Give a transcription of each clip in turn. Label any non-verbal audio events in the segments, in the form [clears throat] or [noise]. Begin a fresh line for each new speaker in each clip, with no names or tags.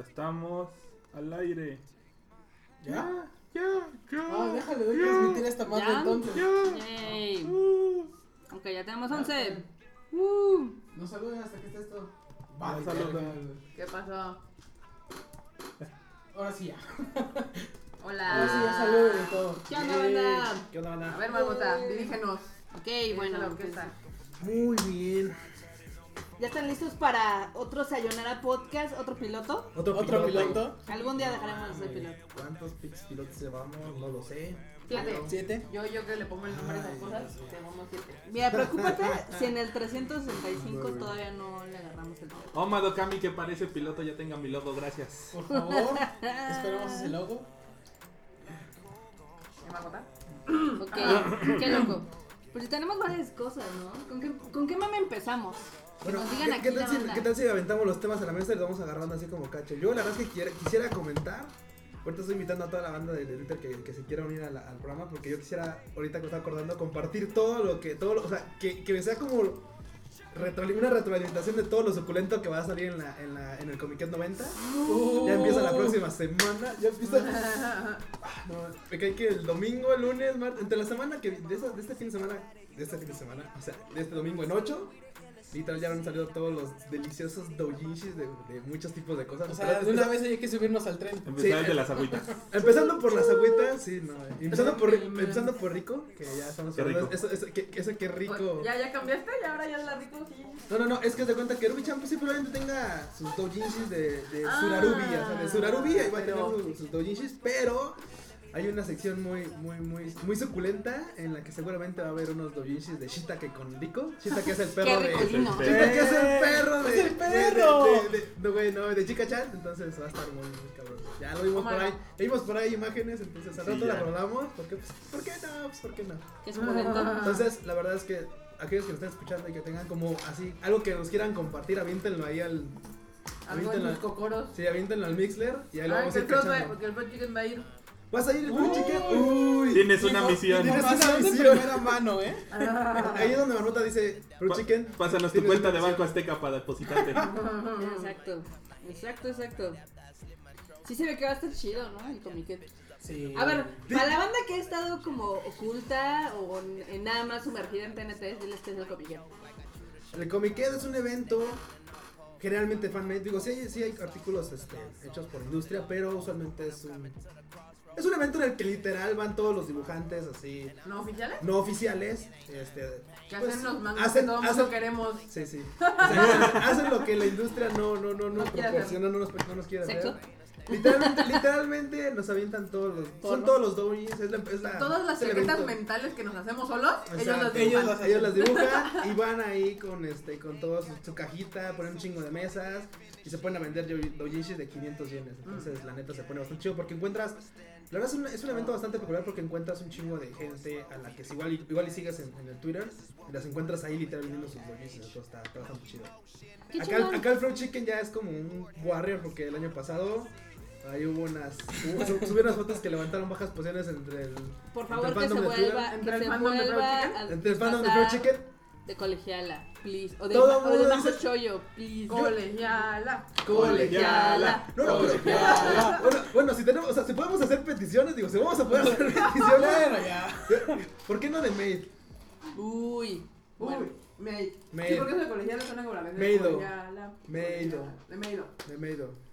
Estamos al aire.
¿Ya?
Ya, ya.
Ah, déjale, doy transmitir esta madre
Ya.
entonces.
Ya.
Yay.
Uh.
Ok, ya tenemos
Ah,
11. Uh,
No saluden hasta que esté esto.
Vale, saluda.
güey.
¿Qué pasó?
Ahora sí ya.
Hola.
Ahora sí ya saluden y todo.
¿Qué onda, banda?
¿Qué onda,
A
banda?
ver, Marmota, dirígenos.
Ok,
Bueno, la
bueno. pues,
orquesta.
Muy bien.
¿Ya están listos para otro Sayonara Podcast, otro piloto?
Otro, piloto.
Algún día dejaremos de ser piloto.
¿Cuántos pix pilotos llevamos? No lo sé.
Fíjate,
¿Siete?
yo, yo que le pongo el nombre a esas
Ay,
cosas, tenemos siete.
Mira,
[laughs]
preocúpate si en el 365 todavía no le agarramos el
[clears throat]
dedo.
Oh, Madokami, que parece piloto, ya tenga mi logo, gracias.
Por favor. Esperamos ese logo.
¿Es ¿Eh, Marmota?
Ok, qué loco. Pues tenemos varias cosas, ¿no? ¿Con qué, con qué mame empezamos? Que nos digan
¿qué,
aquí
qué
la
tal si,
banda.
qué tal si aventamos los temas a la mesa y los vamos agarrando así como cacho? Yo la verdad es que quiera- quisiera comentar. Ahorita estoy invitando a toda la banda de Twitter que, que se quiera unir a la- al programa porque yo quisiera, ahorita que me está acordando, compartir todo lo que, todo lo- o sea, que, que me sea como retroali- una retroalimentación de todo lo suculento que va a salir en, la, en, la, en el Comiquet 90. Ya empieza la próxima semana, ya empieza... No, me cae que el domingo, el lunes, martes, entre la semana que de, esa- de este fin de semana, de este fin de semana, o sea, de este domingo en 8, literal ya han salido todos los deliciosos doujinshis de, de muchos tipos de cosas.
O sea, de
Pero-
una vez hay que subirnos al tren.
Empezar
Sí.
desde las agüitas.
Empezando por las agüitas, sí, no, eh. empezando por, empezando por rico, que ya estamos
Qué
hablando,
rico.
eso, eso, que, que eso que
Pues,
rico.
Pues, ¿Ya, ya cambiaste? ¿Y ahora ya la rico? Sí.
No, no, no, es que te cuenta que Rubi-chan pues, sí probablemente tenga sus doujinshis de, de
Ah,
Surarubi, o sea, de Surarubi ahí va a tener
pero-
su- sus doujinshis, pero hay una sección muy, muy, muy, muy suculenta en la que seguramente va a haber unos doujinshis de Shitake con Rico, Shitake es el perro
Qué
de...
ricolino.
Sí.
Shitake es el perro de...
¡Es el perro!
de- de- de- No, güey, no, de Chica-chan, entonces va a estar muy, muy cabrón. Ya lo vimos
Oh my
por ahí,
God.
ya vimos por ahí imágenes, entonces al
Sí,
rato la
ya.
hablamos, porque pues, ¿por qué no? Pues, ¿por qué no?
Que es un momento.
Entonces, la verdad es que aquellos que nos estén escuchando y que tengan como así algo que nos quieran compartir, aviéntenlo ahí al.
Algo en
Aviéntenlo,
los cocoros.
sí, aviéntenlo al Mixler y ahí lo
Ay,
vamos
que
a
el
ir
Fred va-
cachando.
porque el Fred Chicken va a ir.
¿Vas a ir
Uy.
el chicken? Uy.
Tienes una
Info-
misión.
Información de
Misión.
primera mano, ¿eh?
Ahí es donde Marmota dice, Fruit
Pa-
Chicken.
Pásanos tu
tienes
cuenta
una
de Banco Azteca para
[laughs]
depositarte.
Exacto, exacto, exacto. Sí se ve que va a estar chido, ¿no? El comiquete.
Sí.
A ver, para la banda que ha estado como oculta o n- eh, nada más sumergida en TNT, diles que es el comiquete.
El Comiquet es un evento generalmente fanmade. Digo, sí, hay- sí hay artículos este, hechos por industria, pero usualmente es un. Es un evento en el que literal van todos los dibujantes así,
¿No oficiales?
no oficiales. Este,
Que
pues,
hacen los mangas que
hacen-
todo
hacen-
mundo queremos.
Sí, sí. O sea, [laughs] hacen lo que la industria no, no, no,
No
no
quiere
proporciona, no nos, no nos quiere hacer.
¿Sexo?
Literalmente, literalmente nos avientan todos los. Son
Porno.
todos los doujins. Es la, es la-
Todas las
es el
chaquetas
evento.
mentales que nos hacemos solos, ellos
Exacto.
las
Ellos
dibujan.
las-
Ellos las dibujan y van ahí con este con todo su, su cajita, ponen un chingo de mesas y se ponen a vender yo- doujinshis de 500 yenes. Entonces, la neta se pone bastante chido porque encuentras. La verdad es un, es un evento bastante popular porque encuentras un chingo de gente a la que si igual, y- igual y sigues en, en el Twitter y las encuentras ahí literal vendiendo sus doujinshis. Entonces, está, está bastante chido.
¿Qué
Acá, el-
chingón?
acá el Flow Chicken ya es como un warrior porque el año pasado ahí hubo unas hubo- sub- subí unas fotos que levantaron bajas posiciones entre el
Por
entre el
favor, que se
fandom de Twitter,
vuelva,
entre
que
el
se
fandom de Fruit
vuelva
Chicken,
a
entre el fandom de Flow
pasar
Chicken
de colegiala, please. O de,
Todo
o de
mundo
bajo
dice-
chollo, please.
Colegiala.
Colegiala.
no, no, pero-
Colegiala.
[laughs] bueno, bueno, si tenemos, o sea, si podemos hacer peticiones, digo, si vamos a poder hacer
Claro,
peticiones,
ya.
¿por qué no de maid?
Uy. Bueno,
Uy, Maid.
Maid.
Sí, porque eso de colegiala suena como la vez de
Meido.
colegiala,
Meido.
colegiala. De Meido.
De maido.
De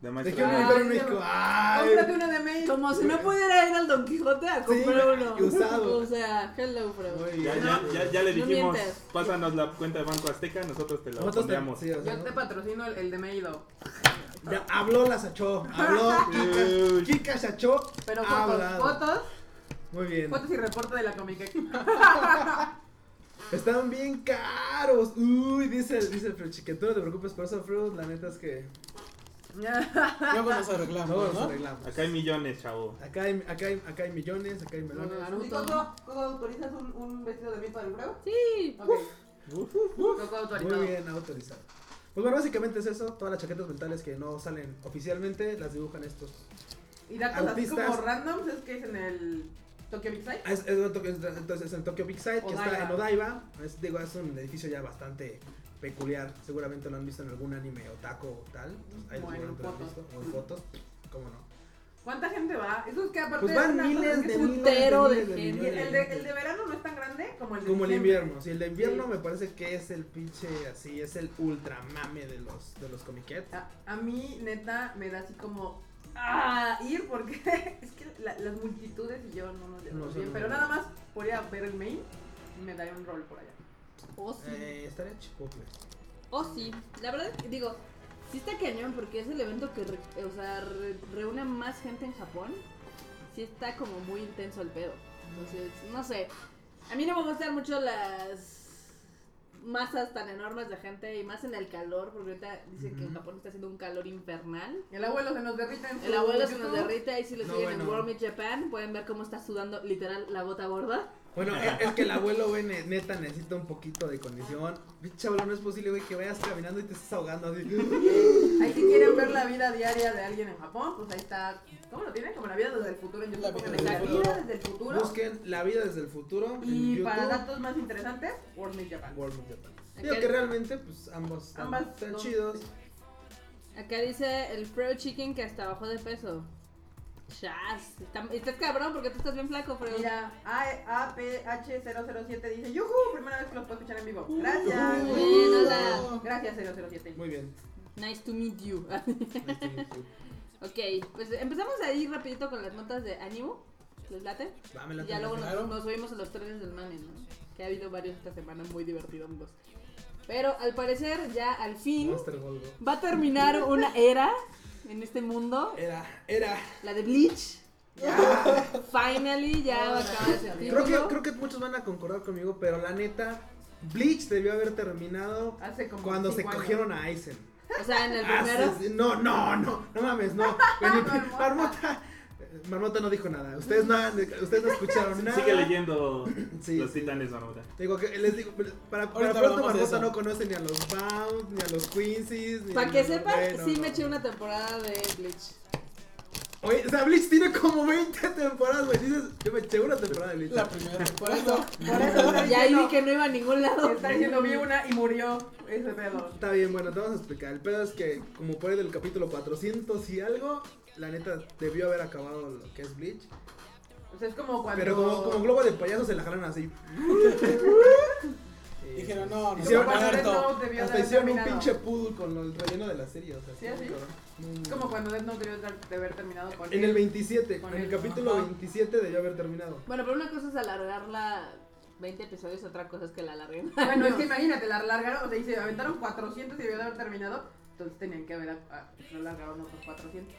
¿De
maestro.
qué
Ay,
unicornio en México?
Dios.
Ay.
Cómprate una de Meido.
como si no pudiera ir al Don Quijote a comprar
Sí,
uno.
[laughs] usado.
O sea, hello, bro.
Muy
Ya,
bien.
ya, ya, ya le
No
dijimos,
mientas.
pásanos la cuenta de Banco Azteca, nosotros te la
Nosotros te-
pondríamos.
sí, o sea,
Yo te patrocino el, el de Meido.
Ya habló la Sachó,
[laughs]
habló Kika, Kika Sachó,
Pero
ha
fotos,
hablado.
fotos,
Muy bien.
fotos y reporte de la
[laughs]
Comic
Están bien caros. Uy, dice, el- dice el Fruit Chicken. Tú no te preocupes por eso, Fruit. La neta es que
Luego nos
Ah,
arreglamos,
no nos
¿no?
arreglamos.
Acá hay millones, chavo.
Acá hay, acá, hay, acá hay millones, acá hay melones.
Naruto.
¿Coco autorizas un, un vestido de mí para el prueba?
Sí.
Ok. Coco autorizado.
Muy bien, autorizado. Pues bueno, básicamente es eso. Todas las chaquetas mentales que no salen oficialmente las dibujan estos.
Y datos así
Artistas.
como randoms es que es en el Tokyo Big Sight.
Ah, Es, es en Tokio- es- entonces es en Tokyo Big Side, que está
Odaiba.
en Odaiba. Es, digo, es un edificio ya bastante peculiar. Seguramente lo han visto en algún anime otaku o tal. Entonces, ahí
O en
seguramente lo han
fotos.
visto. O en fotos. ¿Cómo no?
¿Cuánta gente va? Eso es que aparte
Pues van
es una cosa
miles
que
de
es un-
miles
putero
de
de
miles
Y
de
el,
miles
el de, el de verano no es tan grande como el de
Como el
diciembre.
invierno, sí, el de invierno
Sí.
me parece que es el pinche así, es el ultra mame de los, de los comiquets.
A, a mí, neta, me da así como. ¡Ah! Ir porque [laughs] es que la- las multitudes y yo no nos llevamos
No, sí,
bien.
no.
pero nada más por ir a ver el main, me daría un rol por allá.
O sí.
Eh, estaría chipotle.
O Oh, sí. La verdad, digo, sí está cañón porque es el evento que re- o sea, re- reúne más gente en Japón. Sí está como muy intenso el pedo. Entonces, no sé. A mí no me gustan mucho las masas tan enormes de gente y más en el calor, porque ahorita dicen que en
Ujú.
Japón está haciendo un calor infernal.
El abuelo se nos derrite en su
El abuelo se nos
YouTube.
derrite, ahí si lo
No,
siguen en
bueno.
Warm Meet Japan pueden ver cómo está sudando literal la gota gorda.
Bueno, es es que el abuelo, güey, ne- neta necesita un poquito de condición. Pinche abuelo, no es posible, güey, que vayas caminando y te estés ahogando así.
Ahí si quieren ver la vida diaria de alguien en Japón, pues ahí está. ¿Cómo lo tienen? Como la vida desde el futuro en
La
YouTube.
vida
Pónganle
desde
La
el
vida
futuro.
desde el futuro.
Busquen la vida desde el futuro en
Y
YouTube.
para datos más interesantes, World Meet Japan.
World of Japan.
Ok.
Digo que realmente, pues ambos están,
Ambas
están
son-
chidos.
Acá dice el Freo Chicken que hasta bajó de peso. Chas, está- estás cabrón porque tú estás bien flaco, Freo.
Mira, APH007 dice: ¡Yujú! Primera vez que los puedo escuchar en vivo. Gracias.
Muy bien, hola.
Gracias, 007.
Muy bien.
Nice to meet you. [laughs]
Nice to meet you.
ok, pues empezamos ahí rapidito con las notas de ánimo. ¿Les late?
Dámela,
Y ya
dámela.
luego nos,
Claro.
nos subimos a los trenes del mame, ¿no? Que ha habido varios esta semana muy divertidos. Pero al parecer ya al fin
Monster Gold, güey.
va a terminar una era en este mundo.
Era, era.
La de Bleach. Ya, finally, ya va a acabar ese
Creo que,
título.
creo que muchos van a concordar conmigo, pero la neta, Bleach debió haber terminado
Hace como.
cuando se
cinco años.
cogieron a Aizen.
O sea, en el primero.
Hace- Ah, no, no, no, no
[laughs]
mames, no. Marmota. Marmota. Marmota no dijo nada. Ustedes no, han- ustedes no escucharon nada.
Sigue leyendo
Sí,
Los
sí.
Titanes, Marmota.
Te Digo que les digo, para, para
Ahorita
pronto
hablamos de
Marmota
eso.
no conoce ni a los Bound, ni a los Quincy's. ni
Para
a
que
los-
sepan,
bueno,
sí
no.
me eché una temporada de Bleach.
Oye, o sea, Bleach tiene como 20 temporadas, güey. Dices, yo me eché una temporada de Bleach.
La primera temporada.
Por eso
[laughs]
ahora
Y ahí
diciendo-
vi que no iba a ningún lado.
Está diciendo: Vi una y murió. Ese pedo.
Está bien, bueno, te vamos a explicar. El pedo es que, como por ahí del capítulo 400 y algo, la neta debió haber acabado lo que es Bleach.
O sea, es como cuando.
Pero como, como globo de payaso se la jalan así. Eh,
[laughs] Dijeron, no, no,
hicieron-
no,
cuando Death
Muerto.
Note debió
Hasta
de haber
hicieron un
terminado.
pinche poodle con lo- el relleno de la serie. O sea,
Sí,
estuvo
así.
cabrón. Muy, muy
Es como
bueno.
cuando Death Note debió de haber terminado con.
En el 27,
Con
en el
el-
capítulo
ajá.
27 debió haber terminado.
Bueno, pero una cosa es alargarla 20 episodios, otra cosa es que la alarguen. [laughs]
Bueno, es que imagínate, la alargaron, o sea, y se aventaron 400 y debió de haber terminado. Entonces tenían que haber a- a- alargaron otros 400.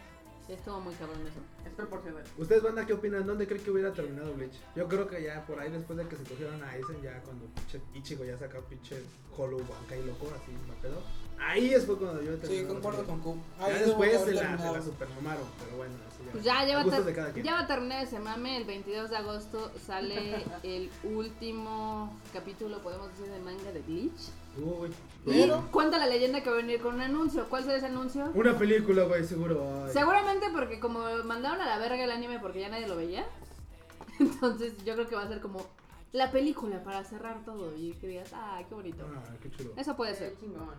Sí, estuvo muy cabrón eso.
Es proporcional.
¿Ustedes, banda, qué opinan? ¿Dónde creen que hubiera terminado Bleach? Yo creo que ya por ahí, después de que se cogieron a Aizen, ya cuando pinche Ichigo ya saca pinche Hollow y loco, así, mal pedo. Ahí es fue cuando yo
Sí, concuerdo con Q.
Ya después se la, se la supermamaron, pero bueno, así ya.
Pues ya, ya
a
va, a
gustos
ter-
de cada quien.
ya va a terminar ese mame. El 22 de agosto [laughs] sale el último capítulo, podemos decir, de manga de Bleach.
Uy,
Y
Pero-
cuenta la leyenda que va a venir con un anuncio. ¿Cuál será ese anuncio?
una película, güey, seguro. ay.
Seguramente porque como mandaron a la verga el anime porque ya nadie lo veía. [laughs] Entonces yo creo que va a ser como la película para cerrar todo y que digas, ah, qué bonito.
Ah, qué chulo.
Eso puede ser.
Qué chingón.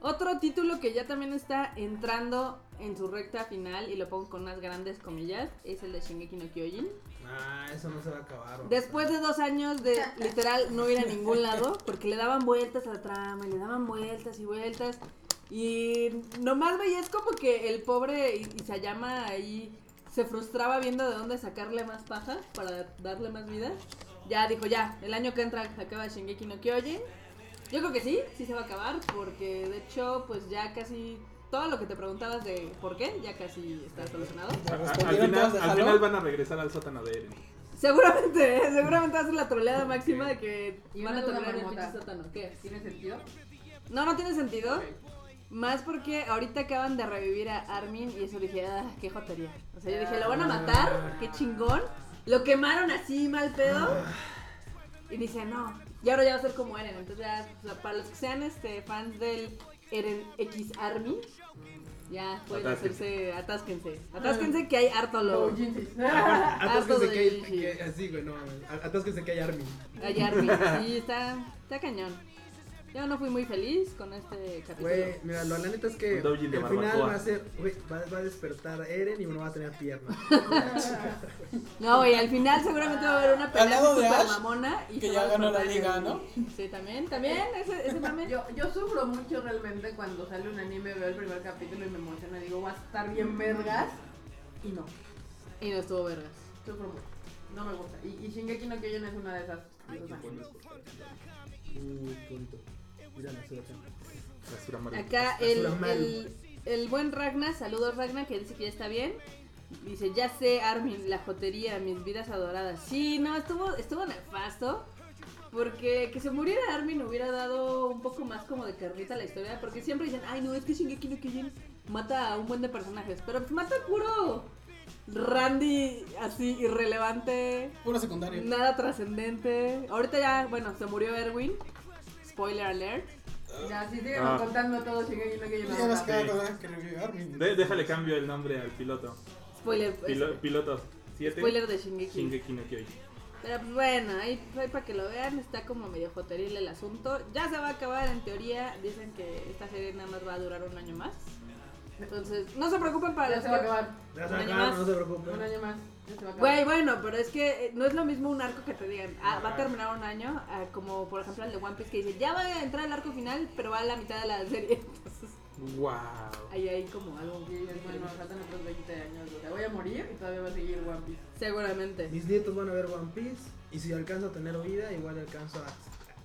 Otro título que ya también está entrando en su recta final y lo pongo con unas grandes comillas es el de Shingeki no Kyojin.
Ah, eso no se va a acabar. güey.
Después de dos años de literal no ir a ningún lado, porque le daban vueltas a la trama y le daban vueltas y vueltas. Y nomás veías como que el pobre I- Isayama ahí se frustraba viendo de dónde sacarle más paja para darle más vida. Ya dijo, ya, el año que entra acaba Shingeki no Kyojin. Yo creo que sí, sí se va a acabar, porque de hecho, pues ya casi todo lo que te preguntabas de por qué, ya casi está solucionado.
A- a- Al
respondieron todas
final,
de
al
jalón.
final van a regresar al sótano de Eren.
Seguramente, [laughs] ¿eh? seguramente va a ser la troleada máxima de que
Y
van
una
a
duda,
trolear el
Marmota.
pinche sótano. ¿Qué?
¿Tiene sentido?
No, no tiene sentido.
Ok.
Más porque ahorita acaban de revivir a Armin y eso dije, ah, qué jotería. O sea, yo dije, lo van a matar, qué chingón. Lo quemaron así, mal pedo. Y dice, no. Y ahora ya va a ser como Eren. Entonces, ya, o sea, para los que sean este, fans del Eren X Army, ya pueden
Atásquense.
hacerse, atásquense. Atásquense que hay harto
No,
lobo.
[laughs] Jinsis. Ah,
Atásquense
Harto
Ah, que
de
hay.
Gigi.
que- así, güey, no. mames. Atásquense que hay Armin.
Hay Armin. Sí, está, está cañón. Yo Yo no fui muy feliz con este capítulo.
Güey, mira, lo, la neta es que
Un doujin de
el final
barbacoa.
va a ser, güey, va, va a despertar Eren y uno va a tener piernas.
No, güey, al final seguramente va a haber una
Al
pelea
lado de
super
Ash,
mamona. Y
que
se
ya
va a
ganó la liga,
despertar el-
¿no?
Sí, también, también, ese, ese mame.
Yo, yo sufro mucho realmente cuando sale un anime, veo el primer capítulo y me emociona. Digo, va a estar bien vergas. Y no,
Y no estuvo vergas.
sufro mucho. No me gusta. Y, y Shingeki no Kyojin es una de esas. de esos animes.
Uy, punto. Mira la suerte.
Basura amarilla.
Acá
Basura
el,
mal.
el, el buen Ragnar, saludos Ragnar, que dice que ya está bien. Dice, ya sé, Armin, la jotería, mis vidas adoradas. Sí, no, estuvo, estuvo nefasto. Porque que se muriera Armin hubiera dado un poco más como de carnita a la historia. Porque siempre dicen, ay, no, es que Shingeki no Kyojin mata a un buen de personajes. Pero pues, mata a puro Randy así irrelevante.
Puro secundario.
Nada trascendente. Ahorita ya, bueno, se murió Erwin. Spoiler alert.
Ya, si siguen
Ah.
contando todo Shingeki no Kyojin.
Ya nos
no,
queda
Sí.
cosa que revivió Armin.
De- déjale cambio el nombre al piloto.
Spoiler.
Pilo- piloto 7.
Pues, Spoiler de Shingeki.
Shingeki no Kyojin.
Pero pues, bueno, ahí, ahí para que lo vean, está como medio joteril el asunto. Ya se va a acabar en teoría. Dicen que esta serie nada más va a durar un año más. Entonces, no se preocupen para
Ya
los
se va a
que-
acabar.
Ya
Un
se
año
acaba,
más.
no se preocupen.
Un año más. Ya se va a acabar.
Güey, bueno, pero es que eh, no es lo mismo un arco que te digan, ah, va a terminar un año, ah, como por ejemplo el de One Piece que dice, ya va a entrar el arco final, pero va a la mitad de la serie. [laughs] Entonces,
Wow.
ahí hay como algo.
Y dices, bueno, faltan otros 20 años. O sea, voy a morir y todavía va a seguir One Piece.
Seguramente.
Mis nietos van a ver One Piece y si alcanzo a tener vida, igual alcanzo a.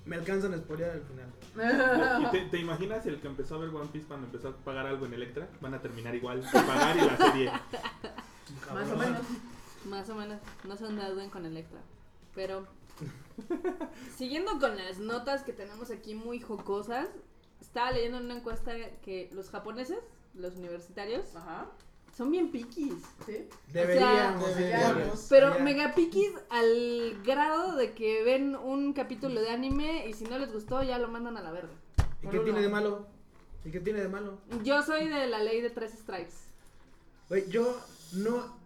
Me alcanzan a spoilear al final.
¿Y te, te imaginas el que empezó a ver One Piece cuando empezó a pagar algo en Electra? Van a terminar igual. de pagar y la serie.
Más o menos.
Más o menos, no se duden con Electra. Pero, [laughs] siguiendo con las notas que tenemos aquí muy jocosas, estaba leyendo en una encuesta que los japoneses, los universitarios,
Ajá.
son bien piquis.
Sí.
Deberíamos.
deberíamos.
Pero
Ya.
mega piquis al grado de que ven un capítulo de anime y si no les gustó ya lo mandan a la verga.
¿Y qué tiene de malo? ¿Y qué tiene de malo?
Yo soy de la ley de tres strikes.
Güey, yo no.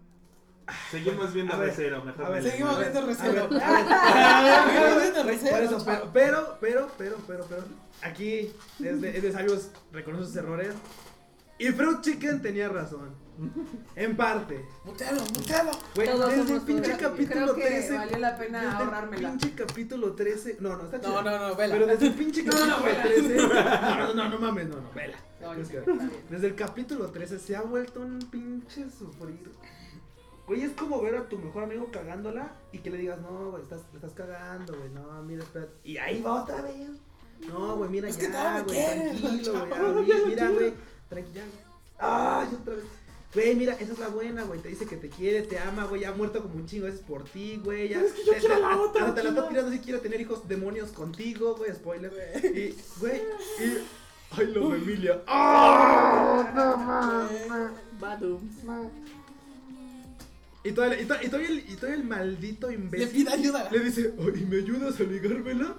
Seguimos viendo
A ver,
Recero. Mejor
a ver,
me-
Seguimos
me-
viendo
A ver,
recero. [laughs]
a ver.
Seguimos viendo recero.
Por eso, pero, pero, pero, pero, pero, pero, aquí es de, es de sabios reconocer sus errores. Y Fruit Chicken tenía razón. En parte.
Mutealo, mutealo.
Güey,
Todos
desde el
somos
pinche
todos.
capítulo
Creo que
13.
valió la pena
desde el
ahorrármela.
pinche capítulo 13. No, no, está chido.
No, no, no,
Pero
vela.
desde el pinche capítulo 13. No, no, no, no mames, no, no, vela.
No, yo
Es
sé,
que-
está bien.
Desde el capítulo 13 se ha vuelto un pinche sufrir. Güey, es como ver a tu mejor amigo cagándola y que le digas, no, güey, estás, estás cagando, güey, no, mira, espérate. Y ahí va otra vez. No, güey, mira,
Es que
ya,
todavía
güey,
quieres,
tranquilo, güey,
chavo,
ah,
ya
mira,
lo
mira,
quieres.
güey, tranquila. Ay, otra vez. Güey, mira, esa es la buena, güey. Te dice que te quiere, te ama, güey. Ya ha muerto como un chingo veces por ti, güey. Ya,
Pero es que yo
te-
quiero
te-
la
hasta
otra,
Te la está
chingada.
tirando si quiero tener hijos demonios contigo, güey. Spoiler. Y, güey, y. Ay, lo de Emilia. ¡Ah! No
Eh,
mames.
Badum.
Y todavía, y, to- y todavía el, y todavía el maldito
Le
imbécil
pide ayuda.
le dice, oye, ¿me ayudas a ligármela?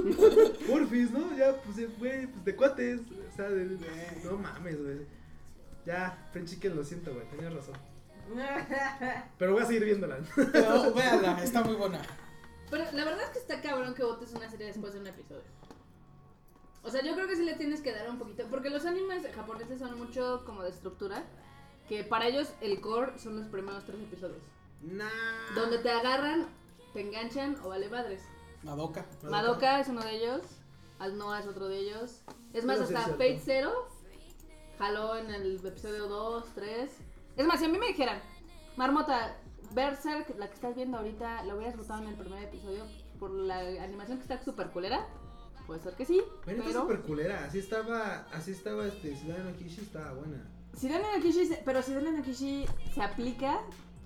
[laughs] Porfis, ¿no? Ya, pues, eh, güey, pues de cuates. O sea, de- de- no mames, güey. Ya, French Chicken, lo siento, güey, tenías razón.
[laughs]
Pero voy a seguir viéndola. [laughs]
Pero véanla, está muy buena.
Pero la verdad es que está cabrón que votes una serie después de un episodio. O sea, yo creo que sí le tienes que dar un poquito. Porque los animes japoneses son mucho como de estructura. Que para ellos el core son los primeros tres episodios.
Nah.
Donde te agarran, te enganchan o vale madres.
Madoka.
Madoka es uno de ellos. Asnoa es otro de ellos. Es más,
Eso sí
hasta
es cierto.
Fate Zero jaló en el episodio 2, 3. Es más, si a mí me dijeran, Marmota, Berserk, la que estás viendo ahorita, lo hubieras votado en el primer episodio por la animación que está súper culera. Puede ser que sí,
Bueno, está
pero.
súper culera. Así estaba, así estaba este, Ciudadano Kishi, estaba buena.
Si Dan Nakishi, se- pero si Dan Nakishi se aplica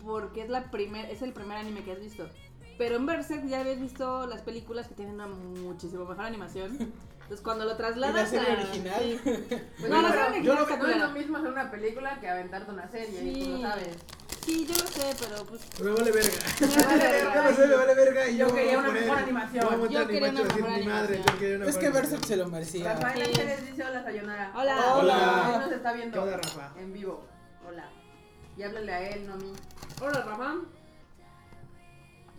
porque es la primer, es el primer anime que has visto. Pero en Berserk ya habías visto las películas que tienen una muchísimo mejor animación. Entonces cuando lo
La,
trasladas
serie
a-
original.
sí.
Pues
No,
sí,
la
pero
serie original
yo creo
está
que no es
culera.
lo mismo hacer una película que aventarte una serie, y tú
Sí.
lo sabes.
Sí, yo lo sé, pero pues.
[laughs] Me vale
[laughs]
verga.
me vale
Ya lo
verga.
sé, me vale verga. Y
Yo
yo
quería
voy a
una
poner-
mejor
Yo voy a
animación.
montar
Yo quería
mi macho y
una
decir,
mejor
mi madre,
animación.
yo quería una
Es que
mejor
Berserk se lo merecía.
Rafael
Sí.
Ángeles dice hola Sayonara.
Hola.
Hola.
Él nos está viendo.
¿Qué onda, Rafa?
En vivo. Hola. Y háblale a él, no a mí.
Hola, Ramón.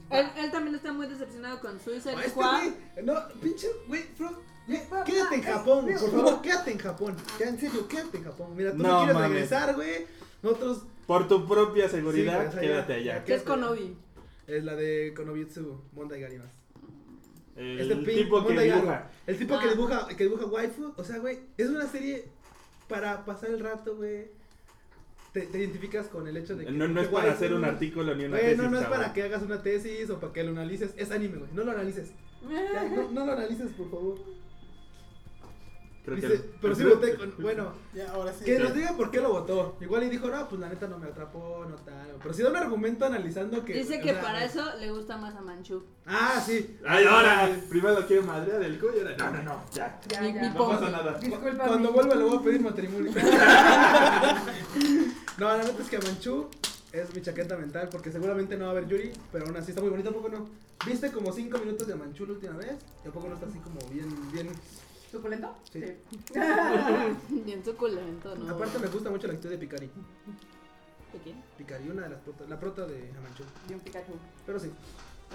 Él, él también está muy decepcionado con Suicide
Ah, este
Squad.
güey, No, pinche, güey, bro. güey, ¿Qué,
eh,
Japón, por favor, quédate en Japón. Ya en serio, quédate en Japón. Mira, tú no,
No
quieres
mames.
regresar, güey. Nosotros
Por tu propia
Sí,
seguridad,
pues, allá.
quédate allá.
¿Qué es Konobi?
es la de Konobitsu, Mondai Garimas.
El
Este pin-
tipo que
Mondai Garu.
dibuja.
El tipo que
Ah.
dibuja, que dibuja waifu, o sea, güey, es una serie para pasar el rato, güey. Te, te identificas con el hecho de que
No, no
que
es para
waifu,
hacer un artículo ni una
Güey,
tesis.
no, no es
cabrón.
para que hagas una tesis o para que lo analices. Es anime, güey. No lo analices. Ya, no, no lo analices, por favor.
Creo que-
Dice, pero sí voté con. Bueno,
Ya, ahora sí.
que nos digan por qué lo votó. Igual y dijo, no, pues la neta no me atrapó, no tal. Pero sí da un argumento analizando que.
Dice
o
que
sea,
para eso le gusta más a
[laughs]
Manchu. [laughs]
Ah, sí.
Ay, ahora, primero lo quiero madrear del cuello. ahora- No, no, no, ya.
Ya,
Mi-
ya.
mi
No
Pon-
pasa nada.
Disculpa.
Cuando
mi-
vuelva le voy a
[laughs]
pedir matrimonio. no, la neta es que a Manchú es mi chaqueta mental porque seguramente no va a haber Yuri, pero aún así está muy bonito, tampoco no. ¿Viste como 5 minutos de Manchú la última vez? Tampoco no está así como bien, bien.
¿Suculento?
Sí.
Bien suculento, ¿no?
Aparte me gusta mucho la actitud de Picari.
¿De quién?
Picari, una de las protas, la prota de Manchú.
[laughs] Y un Pikachu.
Pero sí.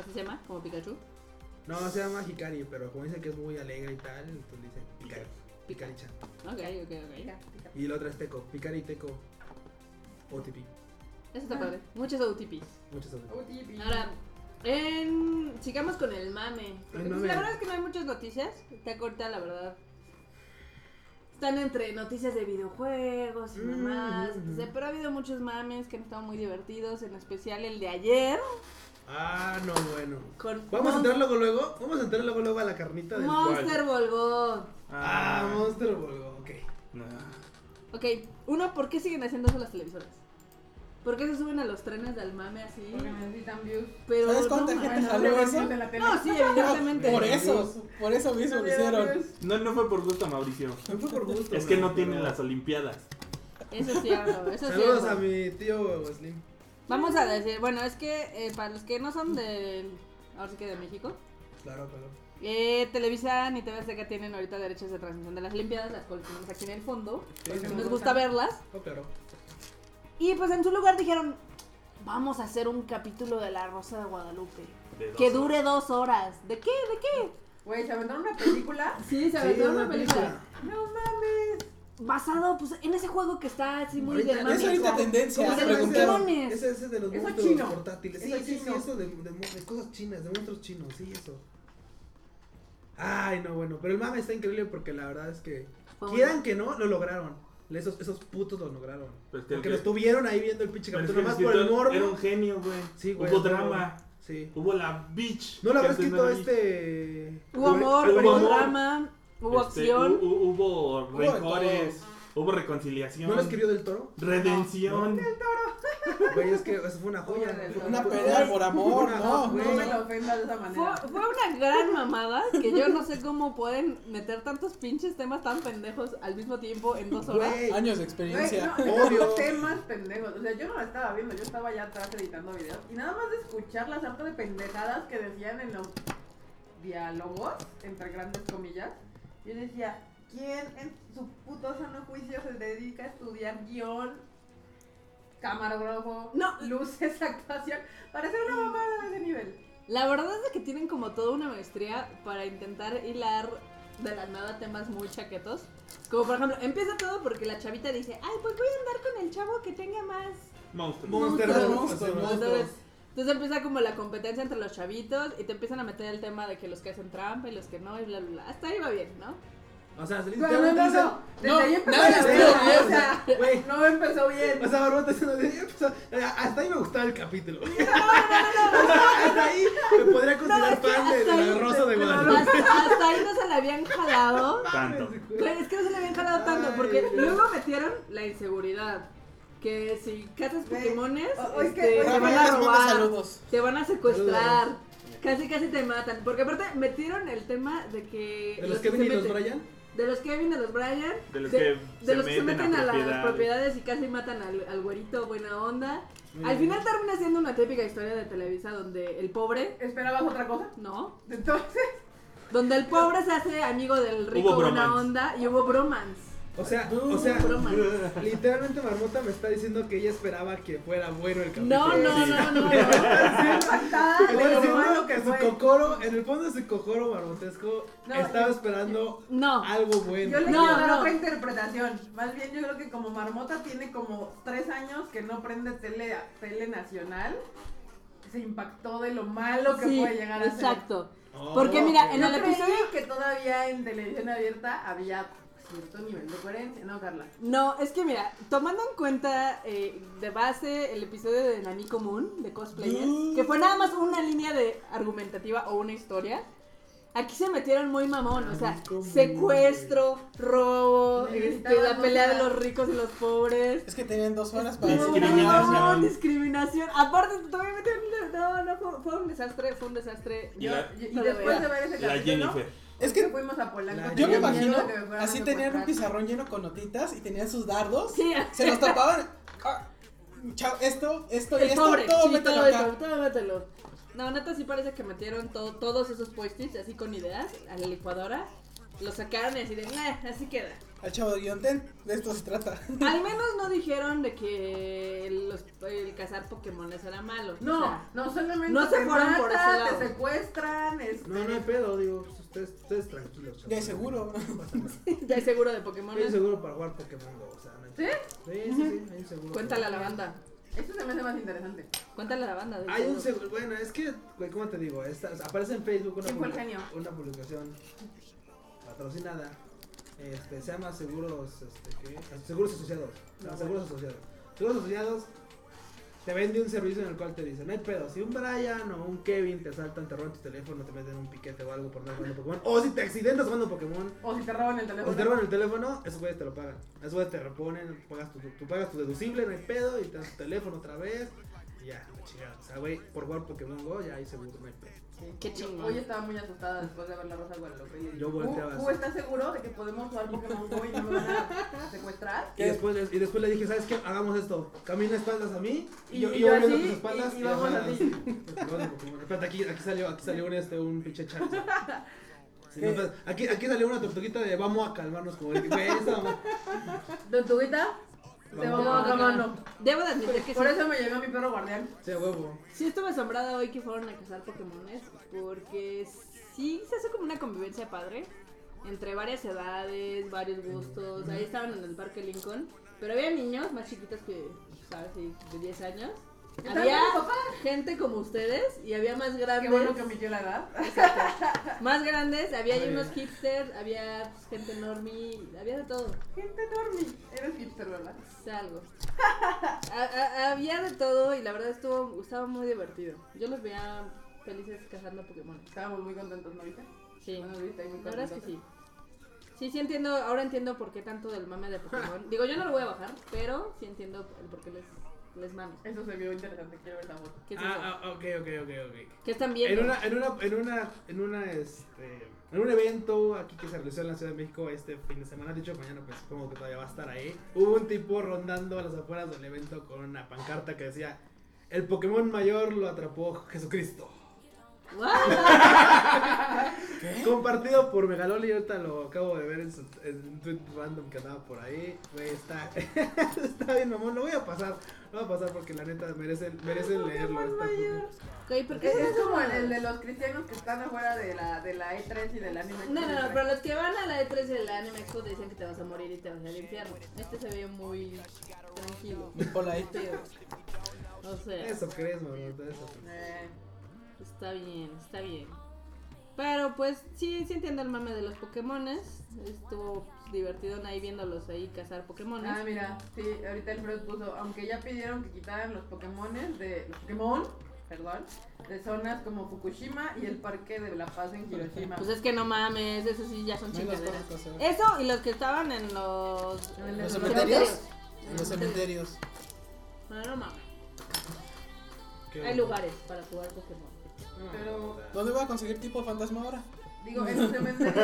¿Así se llama? ¿Como Pikachu?
No, se llama Hikari, pero como dice que es muy alegre y tal, entonces dice Picari. Picaricha.
Ok, ok, ok.
Mira, Pikachu.
Y la otra es Teco. Picari Teco. OTP.
Eso está padre. Muchos OTPs.
Muchas gracias.
Oh.
OTP.
Ahora, en... sigamos con el mame.
El
Pues,
mame.
La verdad es que no hay muchas noticias. Está corta, la verdad. Están entre noticias de videojuegos y
Mm,
demás.
mm, mm.
Pero ha habido muchos mames que han estado muy divertidos. En especial el de ayer.
Ah, no, bueno.
Con
Vamos a
Mon-
entrar luego luego. Vamos a entrar luego luego a la carnita del
Monster Volvo.
Ah, Monster Volvo, ok.
Ok, uno, ¿por qué siguen haciendo eso las televisoras? ¿Por qué se suben a los trenes del mame así?
Porque necesitan views.
Pero
¿Sabes
no
cuánta gente
mames.
Bueno,
jaló
views
eso?
de la tele.
No,
[laughs]
sí, evidentemente.
Por
Pero-
eso, por eso mismo lo hicieron.
No, no fue por gusto, Mauricio.
No fue por gusto.
Es que no
pero-
tienen las Olimpiadas.
Eso es cierto, eso es
Saludos
cierto.
a mi tío Slim.
Vamos a decir, bueno, es que eh, para los que no son de, ahora sí que de México,
Claro, claro.
eh, Televisa ni TV Azteca tienen ahorita derechos de transmisión de las Olimpiadas, las cuales tenemos aquí en el fondo,
Sí, sí,
nos gusta verlas,
Oh, claro.
y pues en su lugar dijeron, vamos a hacer un capítulo de La Rosa de Guadalupe,
de dos
que
horas.
dure dos horas, ¿de qué? ¿De qué?
Güey, se aventaron una película.
Sí, se
Sí,
aventó
es
una
una
película,
No mames.
basado pues en ese juego que está así muy
Ahorita-
de
Mami,
Es
mami.
ahorita
¿cómo-
tendencia.
cómo se
a
llama
preguntar.
ese? Monstruos.
Ese, ese es de los
Eso
monstruos
chino.
portátiles. Sí,
Eso
sí, sí,
chino.
eso de, de mon- de cosas chinas, de monstruos chinos, sí, eso. Ay, no, bueno, pero el mame está increíble porque la verdad es que,
Fue muy-
quieran que no, lo lograron. Esos, esos putos lo lograron.
Pero es Pues que el
Porque
que-
lo estuvieron ahí viendo el pinche
Pero es
capítulo,
que
nomás
el
por el
escritor
morbo.
Era un genio, güey.
Sí, güey,
Hubo
el morbo.
drama.
Sí.
Hubo la bitch.
No, la
que
verdad es que
antes
todo
era bitch.
este.
Hubo amor,
Hubo
hubo
amor.
drama, hubo
Este, hu-
acción.
hu- Hubo
de
rencores. Hubo reconciliación.
¿No lo escribió del toro?
Redención.
Güey, es que eso fue una joya.
Del
Fue
Toro.
una
Una pelea por amor,
Una-
no.
No me
güey.
lo ofendas de esa manera.
Fue, fue una gran mamada que yo no sé cómo pueden meter tantos pinches temas tan pendejos al mismo tiempo en dos horas.
Güey,
Años de
Güey,
experiencia.
no,
Obvio.
los temas pendejos. O sea, yo no la estaba viendo, yo estaba allá atrás editando videos. Y nada más de escuchar las hartas de pendejadas que decían en los diálogos, entre grandes comillas, yo decía, ¿quién en su puto sano juicio se dedica a estudiar guión, camarógrafo,
No.
[laughs] luces, actuación, para hacer una mamada de ese nivel?
La verdad es que tienen como toda una maestría para intentar hilar de la nada temas muy chaquetos. Como por ejemplo, empieza todo porque la chavita dice, ay, pues voy a andar con el chavo que tenga más
Monster.
Monster
Monstruos,
Monster,
monstruos.
monstruos.
Entonces empieza como la competencia entre los chavitos y te empiezan a meter el tema de que los que hacen trampa y los que no y bla, bla, bla. Hasta ahí va bien, ¿no?
O sea, se le
No, no, no, no. Desde
No,
ahí empezó
nadie
la
estuvo
verga,
bien.
o sea,
Güey.
no empezó
[laughs]
bien.
O sea, Barbota se nos decía, pues, a- hasta ahí me gustaba el capítulo. [laughs] hasta ahí me podría considerar fan de, de la Rosa de Guadalupe.
Hasta, hasta ahí no se la habían jalado.
Tanto.
Güey, es que no se le habían jalado tanto,
Ay,
porque
Dios.
luego metieron la inseguridad. Que si cazas
Güey,
Pokémones,
o- oye,
este,
que- oye,
te
que
van
les
a
les mando
robar,
saludos.
te van a secuestrar,
Saludos.
casi casi te matan. Porque aparte metieron el tema de que...
De los
que
Kevin
se
y los
meten-
Brian.
De los Kevin, de los Brian.
De los
de-
que
de
se
los que se
meten
meten
a
a, las
propiedades.
propiedades y casi matan al, al güerito buena onda. Al final termina siendo una típica historia de Televisa donde el pobre,
¿Esperabas otra cosa?
¿no?
Entonces, [laughs]
Donde el pobre se hace amigo del rico
Hubo
buena
bromance.
onda y hubo bromance.
O sea,
Dude,
o sea,
broma.
literalmente Marmota me está diciendo que ella esperaba que fuera bueno el capítulo.
No, no, no, no,
Me
no.
está diciendo-
Impactada
me
de
está
lo
diciendo
malo
que
que
su
fue.
cocoro, en el fondo de su cocoro marmotesco,
No,
estaba
yo-
esperando
[laughs]
No,
algo
Yo
bueno.
le
No,
quiero dar
no.
otra interpretación. Más bien yo creo que como Marmota tiene como tres años que no prende tele, tele nacional, se impactó de lo malo que
sí,
puede llegar a
exacto.
Oh,
Porque mira,
ok.
ser.
en
Yo
el
creí
episodio-
que todavía en televisión abierta había cierto nivel de coherencia, ¿no, Carla?
No, es que mira, tomando en cuenta eh, de base el episodio de Nami Común, de Cosplayers,
Mm.
que fue nada más una línea de argumentativa o una historia, aquí se metieron muy mamón, o sea,
Nami Común,
secuestro, robo,
Necesitaban
este, la
dos
pelea de
horas.
los ricos y los pobres.
Es que tenían dos horas para
Discriminación.
desarrollarse.
No, discriminación. Aparte, todavía metieron... No, no, fue, fue un desastre, fue un desastre.
Y
Yo-
la-
y- y
No, de
después de ver ese
este
La
capítulo,
Jennifer.
Es que
fuimos a Polanco.
La-
yo me
tenía miedo
imagino,
de que me fueran a
así tenían un
secuestrar.
pizarrón lleno con notitas y tenían sus dardos.
Sí,
Se los tapaban. Ah, chao, esto, esto y
El
esto,
pobre,
todo
sí,
mételo
todo
acá.
eso, todo mételo. No, neta sí parece que metieron to- todos esos post-its así con ideas a la licuadora. Los sacaron y así de, "Nah, así queda.
Al chavo de Guionten, de esto se trata.
Al menos no dijeron de que los- el cazar Pokémones era malo.
No,
O sea,
no solamente
no se
te
fueron
matan,
por ese lado.
te secuestran, este,
No, no hay pedo, digo, pues, ustedes, ustedes tranquilos. chavos.
De seguro.
No
[laughs]
pasa nada.
ya hay seguro de
Hay un
Pokémones.
seguro para jugar Pokémon Go, o sea, no hay-
¿Sí?
Sí, sí, sí, hay un seguro.
Cuéntale a la banda.
Eso se me hace más interesante.
Cuéntale a la banda. del
Hay un
seguro.
seguro, bueno, es que, güey, ¿cómo te digo? Esta- o sea, aparece en Facebook una,
¿Quién fue el
publica-
genio?
una publicación patrocinada. Este, se llama Seguros, este, ¿qué? Seguros Asociados. No,
No,
Seguros Asociados. Seguros Asociados te vende un servicio en el cual te dicen, no hay pedo, si un Brian o un Kevin te saltan, te roban tu teléfono, te meten un piquete o algo por no jugando Pokémon, o si te accidentas jugando Pokémon,
O si te roban el
o
teléfono.
si te roban el teléfono, esos güeyes te lo pagan. Esos güeyes te reponen, pagas tu, tú pagas tu deducible, no hay pedo, y te das tu teléfono otra vez. Y ya, la chingada. O sea, güey, por jugar Pokémon Go ya hay seguro, no hay pedo.
Qué
Yo-
chingón.
Hoy estaba muy asustada después de ver la Rosa de Guadalupe. Y
Yo volteaba
¿Tú
así.
estás seguro de que podemos jugar Pokémon Go y no me van
[laughs]
a secuestrar?
Y
¿Qué?
después, les- y después le dije, ¿sabes qué? Hagamos esto. Camina espaldas a mí, y,
Y-
yo, y
y
yo
yo
volviendo a
así,
tus espaldas.
y- y vamos
ajá,
así.
[laughs] pues, vamos a Pokémon. Espérate, aquí, aquí salió, aquí salió un, este, un pinche Charizard. Sí,
¿Qué?
no, espérate, aquí, aquí salió una tortuguita de vamos a calmarnos como el güey, esa mamá.
Tortuguita, te
Vamos.
vamos a la mano.
Debo de admitir que sí,
Por eso me llegó mi perro guardián.
Sí, a huevo.
sí estuve asombrada hoy que fueron a cazar Pokémones. Porque sí se hace como una convivencia padre. Entre varias edades, varios gustos. Ahí estaban en el Parque Lincoln. Pero había niños más chiquitos que, ¿sabes? Sí, de 10 años.
¿Estás
Había
con tu papá?
gente como ustedes y había más
Qué
grandes.
bueno que omitió la edad. [laughs]
Más grandes, había ahí
Muy
unos hipsters, había pues, gente normie, había de todo.
Gente enorme. Eres hipster, ¿verdad?
Es
[laughs]
algo. Ha- ha- había de todo y la verdad estuvo, estaba muy divertido. Yo los veía felices cazando Pokémon.
Estábamos muy contentos, ¿no viste?
Sí,
Bueno, viste, ahí muy
la verdad es que
contentos.
sí. Sí, sí entiendo, ahora entiendo por qué tanto del mame de
[laughs]
Pokémon. Digo, yo no lo voy a bajar, pero sí entiendo el por qué les, les mame.
Eso se vio interesante, quiero ver esa foto.
¿Qué es eso?
Ah, ah, ok, ok, ok, ok.
¿Qué están
En
viendo?
una, en una, en una, en una, este, en un evento aquí que se realizó en la Ciudad de México este fin de semana, de hecho mañana pues supongo que todavía va a estar ahí, hubo un tipo rondando a las afueras del evento con una pancarta que decía, el Pokémon mayor lo atrapó Jesucristo.
¡Guau!
Compartido por Megaloli, ahorita lo acabo de ver en, su- en un tweet random que andaba por ahí. Güey, está, [laughs] está bien mamón, lo voy a pasar, lo voy a pasar porque la neta merecen, merecen leerlo. está muy bien.
Ok, ¿por qué
Ese es
estás
como el,
hablando?
el de los cristianos que están afuera de la, de la E3 y del anime.
No, no, no,
Con
pero los que van a la E E3 del Anime Expo te dicen que te vas a morir y te vas al infierno. Este se ve muy tranquilo.
Muy polite.
Tío. O sea,
Eso crees, mamón, eso crees.
Eh,
Pues está bien, está bien. Pero pues sí, sí entiendo el mame de los Pokémones. Estuvo pues, divertido ahí viéndolos ahí cazar Pokémones.
Ah, mira, sí, ahorita el Fred puso, aunque ya pidieron que quitaran los Pokémones de los Pokémon, perdón, de zonas como Fukushima y el parque de La Paz en Hiroshima.
Pues es que no mames, eso sí ya son
Menos
chingaderas.
cosas que hacer.
Eso y los que estaban en los...
¿En
¿Los
los
cementerios? En
En
los cementerios.
No, no mames.
Qué
Hay
bueno.
lugares para jugar Pokémon.
No,
Pero-
o sea,
¿Dónde voy a conseguir tipo fantasma ahora?
Digo, en los cementerios.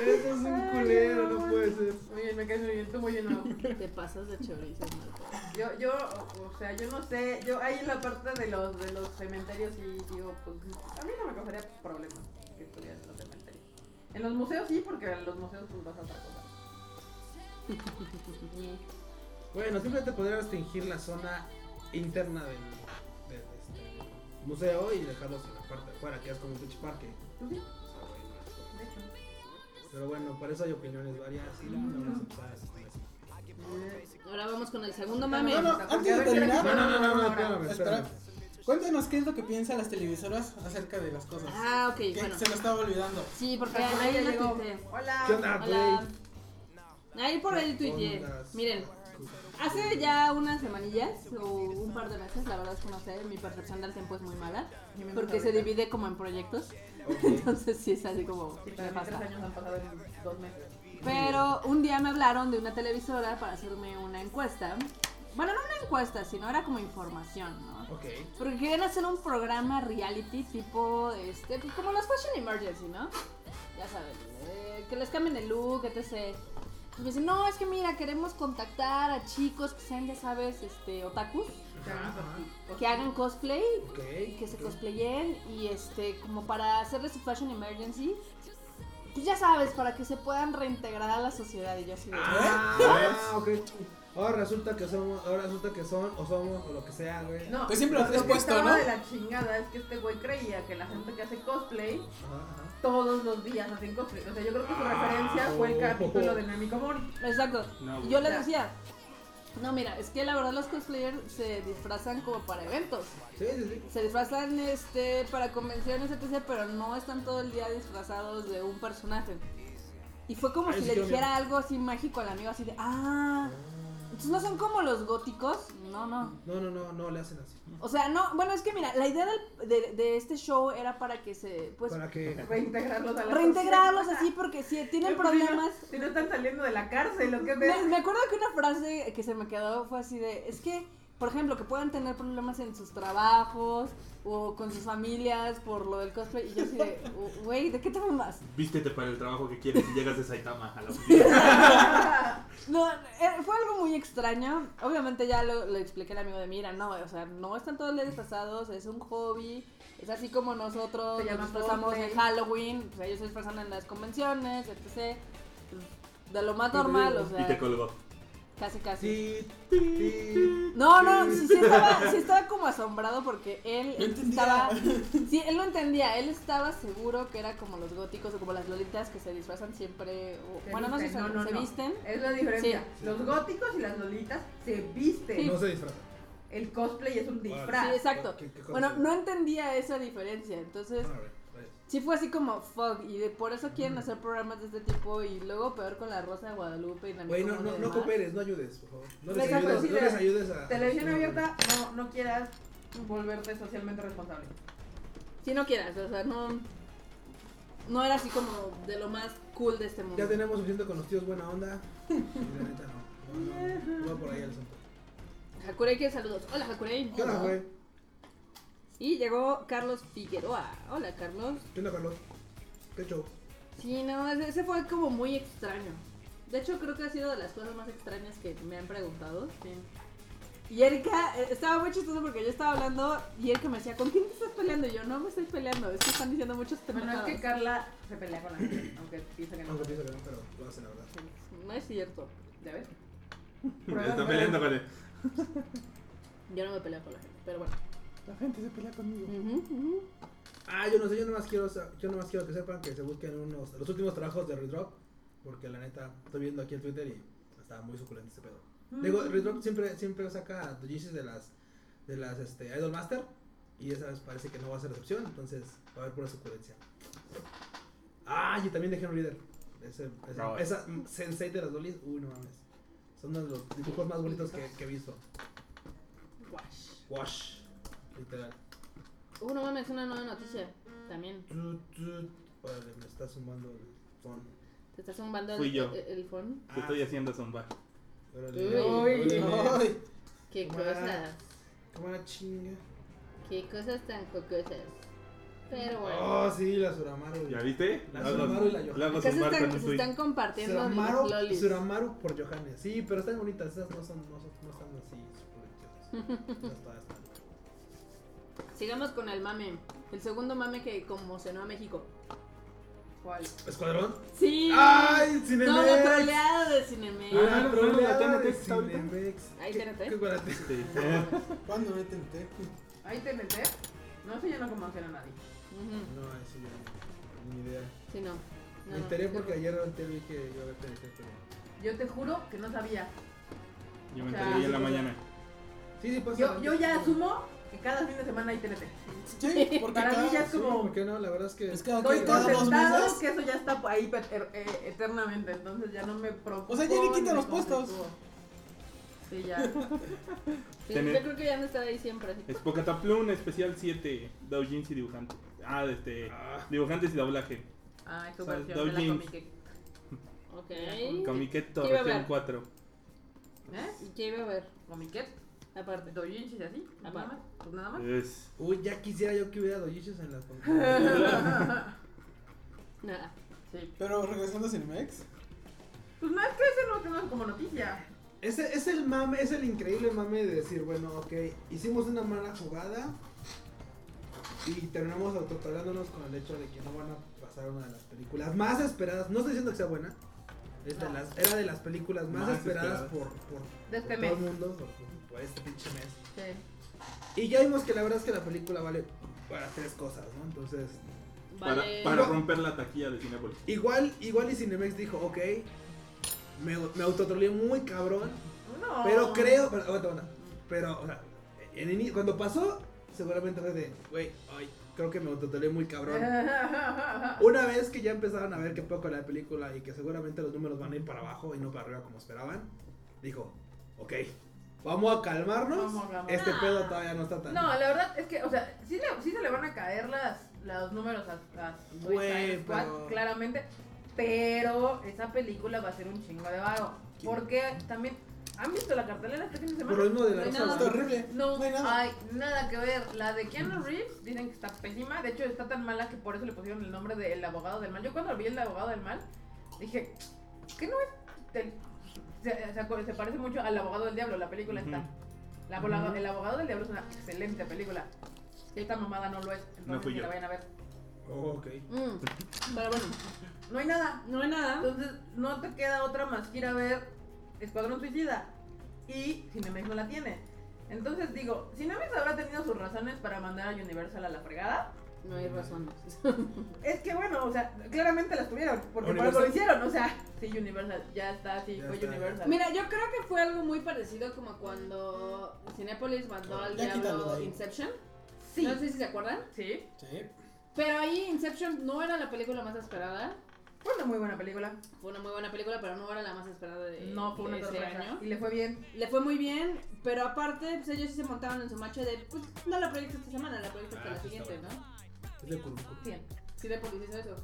Eres un culero, no puede ser.
Muy bien, me caes muy bien, tú muy bien. Mau.
Te pasas de chorizo, Marco.
Yo, yo, o- o sea, yo no sé, yo ahí en la parte de los, de los cementerios y digo, pues, a mí no me costaría problemas que estuvieran en los cementerios. En los museos sí, porque en los museos pues vas a otra cosa.
Bueno, siempre te podría restringir la zona interna del, del, este, museo y dejarlos en la parte de afuera, que es como un pinche parque.
Pues sí,
O sea, güey, no.
de hecho.
Pero bueno, para eso hay opiniones varias y la vamos a empezar a después.
Ahora vamos con el segundo mame.
No, no, antes de terminar.
No, no, no, no, no, espérame, espérame.
Espera. Cuéntanos qué es lo que piensan las televisoras acerca de las cosas.
Ah, ok,
Que
bueno.
se me estaba olvidando.
Sí, porque
Ah,
ahí
ya
lo
llegó.
tuiteé.
Hola.
¿Qué onda,
Hola.
güey?
Ahí por ahí tuiteé.
Ondas.
Miren, hace ya unas semanillas o un par de meses, la verdad es que no sé, mi percepción del tiempo es muy mala. Porque se divide como en proyectos. [laughs]
Ok.
Entonces sí es así como
Sí,
me
para mí tres
pasa.
años han pasado en dos meses.
Pero un día me hablaron de una televisora para hacerme una encuesta. Bueno, no una encuesta, sino era como información, ¿no?
Ok.
Porque querían hacer un programa reality tipo, este, pues, como los Fashion Emergency, ¿no? Ya saben, eh, que les cambien el look, etc. Y me dicen, no, es que mira, queremos contactar a chicos que sean, ya sabes, este, otakus,
Ajá,
que hagan cosplay,
ok.
y que se cosplayen y este, como para hacerles su Fashion Emergency. Pues ya sabes, para que se puedan reintegrar a la sociedad y yo así de,
Ah, ok. Ahora resulta que somos, ahora resulta que son, o somos, o lo que sea, güey.
No,
Pues siempre lo has
que
puesto,
estaba
¿no?
de la chingada es que este güey creía que la gente que hace cosplay
Ajá, ajá.
todos los días hacen cosplay. O sea, yo creo que su
Ah.
referencia fue el capítulo
Oh.
de Nami Komori.
Exacto.
No,
Y yo le
ya.
decía, no, mira, es que la verdad los cosplayers se disfrazan como para eventos.
Sí, sí, sí.
Se disfrazan este, para convenciones, etc., pero no están todo el día disfrazados de un personaje. Y fue como
Ay,
si
sí,
le
qué
dijera algo así mágico al amigo, así de, ah, entonces no son como los góticos. No, no.
No, no, no, no le hacen así.
O sea, no, bueno, es que mira, la idea del- de, de este show era para que se, pues,
Para
[laughs]
que.
Reintegrarlos a la
reintegrarlos
sociedad.
así, porque si tienen
Yo creo que no-
problemas,
Si no están saliendo de la
[laughs]
cárcel, ¿o qué
Me,
ves?
me acuerdo que una frase que se me quedó fue así de, es que, por ejemplo, que puedan tener problemas en sus trabajos o con sus familias por lo del cosplay. Y yo así de, "U- güey, ¿de qué te fumas?
Vístete para el trabajo que quieres y llegas de Saitama
[laughs]
a la oficina.
No, eh, fue algo muy extraño. Obviamente ya lo, lo expliqué al amigo de, mira, no, o sea, no están todos los disfrazados, es un hobby. Es así como nosotros
Se
nos
llama
disfrazamos
cosplay.
en Halloween, pues ellos se disfrazan en las convenciones, etc. Pues, De lo más
Sí, te
normal,
digo.
o
Y te
sea,
colgó.
casi casi.
Sí, sí.
No, no, sí, sí estaba, sí estaba como asombrado porque él
No entendía.
estaba. Sí, él lo entendía. Él estaba seguro que era como los góticos o como las lolitas que se disfrazan siempre. o-
Se
bueno, no se,
visten,
disfrazan,
no, no,
se
no.
visten.
Es la diferencia.
Sí.
Los góticos y las lolitas se visten.
No se disfraza.
El cosplay es un disfraz.
Sí, exacto.
¿Qué- qué cosa
Bueno,
es?
no entendía esa diferencia. Entonces,
Ah, vale, vale.
sí fue así como fuck. Y de, por eso
Mm.
quieren hacer programas de este tipo. Y luego peor con la Rosa de Guadalupe y la
Güey,
Miss
no,
Común y
no, no
demás.
cooperes, no ayudes, por favor. No les
Exacto,
ayudes,
sí,
no
de-
les ayudes a.
Televisión abierta, no, no quieras volverte socialmente responsable.
Si no quieras, o sea, no. No era así como de lo más cool de este mundo.
Ya tenemos suficiente con los tíos buena onda. [laughs] Y la neta no. No, no, no va por ahí el asunto.
Hakurei quiere saludos. Hola, Hakurei.
¿Qué onda, güey?
Y llegó Carlos Figueroa. Hola, Carlos.
¿Qué onda, Carlos? ¿Qué show?
Sí, no, ese ese fue como muy extraño. De hecho, creo que ha sido de las cosas más extrañas que me han preguntado. Y Erika, eh, estaba muy chistoso porque yo estaba hablando y Erika me decía, ¿con quién te estás peleando? Y yo, no me estoy peleando, es que están diciendo muchos temas.
Bueno, es que Carla se pelea con la gente, aunque piensa que no.
Aunque pienso que no, pero lo hacen, la verdad.
No es cierto,
¿Ya ves?
Está peleando con él.
yo no me peleo con la gente, pero bueno.
La gente se pelea conmigo.
Ujú, ujú.
Ah, yo no sé, yo nomás quiero, sa- yo nomás quiero que sepan que se busquen unos, los últimos trabajos de Redrop, porque la neta, estoy viendo aquí en Twitter y está muy suculento ese pedo. Digo, Redrop siempre, siempre saca doujinshis de las, de las, este, Idol Master, y esa vez parece que no va a ser la excepción, entonces va a haber pura suculencia. Ah, y también de Henry Reader, ese, ese-
No,
esa mm, sensei de las dolis, uy, no mames, son uno de los dibujos más bonitos que, que he visto.
Guash.
Wash, literal.
Uh, no mames, una nueva noticia también.
Tut, tut. Órale, me está sumando el fondo.
Te está zumbando el,
Fui yo.
el, el phone.
Te
Ah,
estoy haciendo zumbar.
Órale.
Uy.
Órale.
Ay.
Qué
Guau.
cosas.
Cámara chinga.
Qué cosas tan cocosas. Pero bueno.
Oh, sí, la Suramaru.
¿Ya viste?
La
Luego-
Subaru y la Yohana.
luego
Acá se
zumbar
están,
con un
se
tuit.
están compartiendo
Suramaru,
los lolis.
Suramaru por Johannes. Sí, pero están bonitas. Esas no, son, no, son- no están así
[laughs]
suculentas. Esas todas están.
Sigamos con el mame. El segundo mame que conmocionó a México.
¿Cuál?
¿Escuadrón?
Sí.
¡Ay,
no, de
Cinemex!
troleado de Cinemex.
Ah,
La
no,
troleada
no, no,
de
no, está ahorita.
Cinemex.
Ahí,
¿Qué-
espérate.
qué guarate?
Sí. Eh,
[laughs]
¿Cuándo me tenté?
¿Ahí TNT? No sé, yo no conocen a nadie.
Ujú.
No, ahí sí, ya, ni idea.
Sí, no. No,
Me enteré
no.
porque ayer antes vi que iba a haber TNT, pero-
Yo te juro que no sabía.
yo me
O sea,
enteré ya en la
sí, sí.
mañana.
Sí, sí, pasa.
Yo, yo ya asumo que cada fin de semana hay TNT.
Sí, porque
Para mí
cada-
ya es
Sí,
como-
¿Por qué no? La verdad es que.
Es que
Doy
cada,
por
cada dos
sentado
meses.
que eso ya está ahí per- er- eh, eternamente, entonces ya no me preocupo.
O sea, ya le quitan los
me
puestos.
conflictúo. Sí, ya.
Sí,
Tener-
Yo creo que ya han estado ahí siempre. así.
Spocataplum, especial 7. Doujins y dibujante. Ah, este.
Ah,
Dibujantes y doblaje.
Ah, tu
O sea,
versión
Dow
de la
Jones.
Comic.
Ok.
Comiqueto,
Sí, iba a
región
ver.
4.
¿Eh?
¿Y qué iba a ver?
Comiquet,
Aparte.
Dojinshi y así, pues nada
Aparte.
más. Pues nada más.
Es.
Uy, ya quisiera yo que hubiera dojichos en las
[laughs] Nada.
pues [laughs] Sí.
Pero regresando a Cinemex.
Pues no es que ese no lo tengan como noticia.
Es, es el mame, es el increíble mame de decir, bueno, ok, hicimos una mala jugada y terminamos autotoleándonos con el hecho de que no van a pasar una de las películas más esperadas. No estoy diciendo que sea buena, es de
No.
las- era de las películas más,
Más
esperadas,
esperadas.
por, por,
De este
por todo el
mes.
mundo, por, por- por este pinche mes.
Sí.
Y ya vimos que la verdad es que la película vale para tres cosas, ¿no? Entonces,
Para,
Vale.
para romper la taquilla de Cinepolis.
igual, igual y Cinemex dijo, ok, me, me autotroleé muy cabrón,
No.
Pero creo, pero, aguanta, aguanta. Pero, o sea, en ini- cuando pasó, seguramente fue de, güey, ay, creo que me autotolé muy
Eh.
cabrón. Una vez que ya empezaron a ver que poco la película y que seguramente los números van a ir para abajo y no para arriba como esperaban, dijo, ok, vamos a calmarnos.
Vamos a calmar.
Este
Ah.
pedo todavía no está tan.
[laughs] No, la verdad es que, o sea, sí, le- sí se le van a caer las, los números a, a Suicide
Güey,
Squad,
pero-
claramente. Pero esa película va a ser un chingo de varo.
¿Quién?
Porque también, ¿han visto la cartelera este fin de semana?
Por lo mismo de
No
la
hay
Rosa
Está
nada.
Guadalupe.
horrible.
No,
hay nada.
hay nada que ver. La de Keanu Reeves dicen que está pésima. De hecho, está tan mala que por eso le pusieron el nombre del abogado del mal. Yo cuando vi el abogado del mal, dije, ¿qué no es? del- se, se acu- se parece mucho al abogado del diablo, la película
Ujú.
está. La abogado- El abogado del diablo es una excelente película. Esta mamada no lo es, entonces
No fui
ni
yo.
la vayan a ver.
Oh, ok.
Mm, Pero bueno,
No hay nada.
no hay nada.
Entonces, no te queda otra más que ir a ver Escuadrón Suicida. Y Cinemex no la tiene. Entonces digo, Cinemex habrá tenido sus razones para mandar a Universal a la fregada.
No hay razones.
Es que bueno, o sea, claramente las tuvieron, porque por algo
¿Universal?
lo hicieron, o sea, sí, Universal, ya está, sí,
Ya
fue
está.
Universal.
Mira, yo creo que fue algo muy parecido como cuando Cinepolis mandó al
Ya quítalo de
diablo
ahí.
Inception.
sí,
No sé si se acuerdan.
sí,
Sí.
Pero ahí Inception no era la película más esperada.
fue una muy buena película.
Fue una muy buena película, pero no era la más esperada de,
No fue
de
una
ese
sorpresa.
año.
Y le fue bien.
Le fue muy bien, pero aparte, pues ellos sí se montaron en su macho de, pues no la proyecto esta semana, la proyecto hasta
Ah,
la
sí está
siguiente, ¿no?
bueno. Es de Curucu.
Sí.
Cinepolis hizo eso.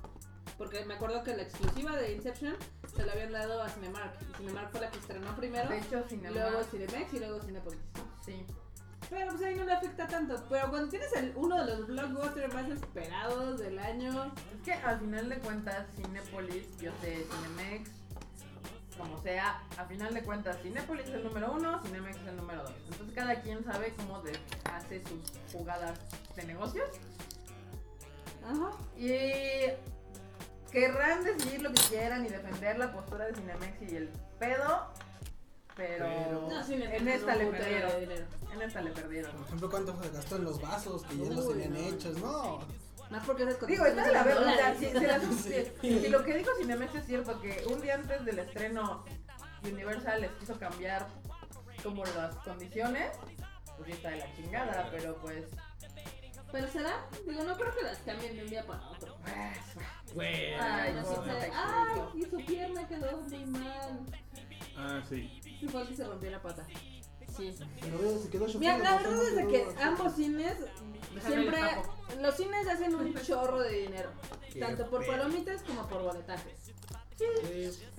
Porque me acuerdo que la exclusiva de Inception se la habían dado a Cinemark. Y Cinemark fue la que estrenó primero,
De hecho, Cinemex.
luego Cinemex y luego Cinepolis.
Sí.
Pero pues ahí no le afecta tanto. Pero cuando tienes el, uno de los blockbusters más esperados del año,
Es que al final de cuentas, Cinepolis, yo sé, Cinemex, como sea, a final de cuentas, Cinepolis es el número uno, Cinemex es el número dos. Entonces cada quien sabe cómo de- hace sus jugadas de negocios
ajá,
y querrán decidir lo que quieran y defender la postura de Cinemex y el pedo, pero,
Pero- No,
Cinemex
en esta
ganó
le
un putero de
perdieron.
dinero.
En esta le perdieron.
Por ejemplo, cuánto se gastó en los vasos que ya
Uy,
los tenían
no.
hechos, ¿no?
Más porque esas
Digo, está de la
cotizaciones en
verga. o sea,
dólares.
si, [laughs] si las-
Sí.
si- si lo que dijo Cinemex es cierto, que un día antes del estreno Universal les quiso cambiar como las condiciones, pues ya está de la chingada, pero pues...
[laughs] Pero será, digo, no creo que las cambien de un día para otro.
Güey.
Ay, no,
no,
sí
no
se-
te
ay,
explico.
y su pierna quedó muy mal.
Ah, sí.
Sí, fue el que se rompió la pata.
Pues
Sí.
Pero veo, se quedó
Mira,
choqueado,
la
¿no?
verdad es de
Pero-
que ambos cines siempre.
el papo.
Los cines hacen un chorro de dinero.
Qué
Tanto por
pedo.
palomitas como por boletajes.
Sí.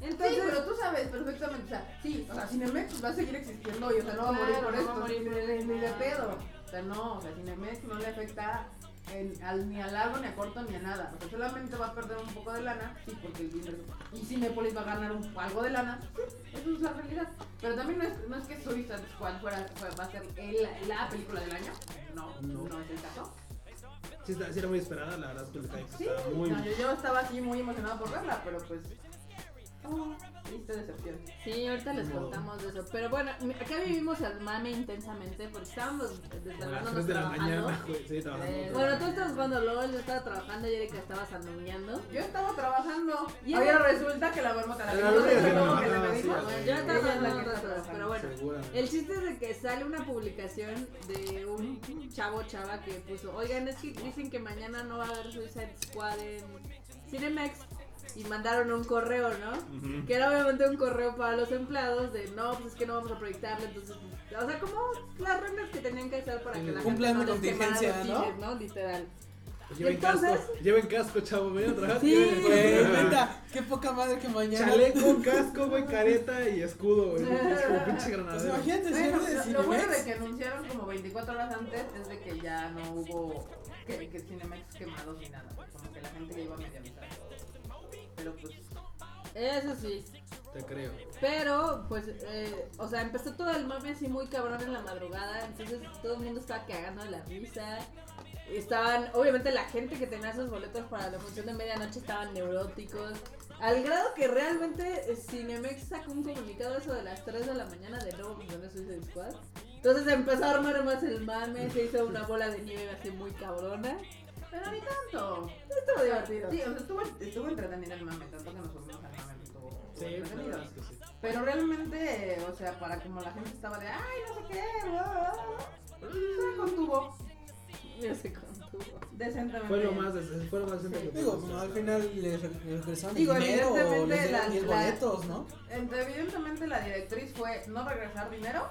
Entonces.
sí, pero tú sabes perfectamente, o sea, sí, o sea, Cinemex pues, va a seguir existiendo y, o sea, no va a
Claro,
morir por
no va
esto,
a morir
ni,
por
de- ni de
nada.
pedo. O sea, no, o sea, Cinemex no le afecta en- al- ni a largo, ni a corto, ni a nada. O sea, solamente va a perder un poco de lana, sí, porque el dinero... Y Cinepolis va a ganar un- algo de lana, sí, eso es la realidad. Pero también no es, no es que Suicide Squad fuera, fue- va a ser el- la película del año, no, no,
No.
es el caso.
Sí, está- sí era muy esperada, la verdad, pues le cae que
Sí,
estaba muy.
no, yo, yo estaba así muy emocionada por verla, pero pues. Oh, triste decepción.
Sí, ahorita les
No.
contamos de eso. Pero bueno, mi- acá vivimos el mame intensamente porque estábamos
como a las
desvelándonos
3 de la
trabajando.
mañana, güey. Sí, trabajando.
Eh,
todo.
bueno, tú estabas jugando LOL, yo estaba trabajando y Erika estaba sandoneando.
Yo estaba trabajando y
Y
ahora
ahora-
resulta que la marmota la
Era
dijo,
la única que
¿no?
no,
Que le
ah,
dijo.
sí,
Bueno,
sí.
yo estaba
Ella es la
jugando
que
otras
está
cosas, pero bueno.
Seguramente.
El chiste es de que sale una publicación de un chavo chava que puso, oigan, es que dicen que mañana no va a haber Suicide Squad en Cinemax y mandaron un correo, ¿no?
Ujú.
Que era obviamente un correo para los empleados de no, pues es que no vamos a proyectarlo, entonces, pues, o sea, como las reglas que tenían que hacer para que la
Un
gente
plan
no
de
les quemara los
contingencia, ¿no?
chismes, ¿no? Literal.
Lleven
entonces-
casco, lleven casco, chavo, ven a trabajar.
Sí.
lleven casco.
Güey, neta, qué poca madre que mañana.
Chaleco, casco, güey, careta y escudo, güey. Es como pinche
Pues
granadero.
imagínate, si
Bueno,
eres de
lo- lo bueno de
Cinemex.
que anunciaron como 24 horas antes es de que ya no hubo que, que Cinemax quemados ni nada. Como que la gente le iba a medianizar. Pero pues,
Eso sí.
Te creo.
Pero, pues, eh, o sea, empezó todo el mame así muy cabrón en la madrugada, entonces todo el mundo estaba cagando de la risa. Estaban, obviamente la gente que tenía sus boletos para la función de medianoche estaban neuróticos. Al grado que realmente eh, Cinemex sacó un comunicado eso de las 3 de la mañana de nuevo función de Suicide Squad. Entonces empezó a armar más el mame, se hizo una bola de nieve así muy cabrona. [laughs]
pero ni tanto.
Estuvo divertido.
Sí, o sea, estuvo, estuvo entretenido el mame, tanto que nos subimos al mame. Estuvo estuvo
Sí, la
entretenido.
verdad es que sí.
Pero realmente, o sea, para como la gente estaba de, ay, no sé qué, bla, bla, bla, bla", se contuvo
Ya se contuvo.
decentemente.
Fue lo más, des- fue lo más decente que
Digo,
tuvimos.
no, al final les re- les regresaron
Digo,
dinero o
evidentemente
les
las-
dieron 10
las-
boletos, ¿no?
Entre- evidentemente la directriz fue no regresar dinero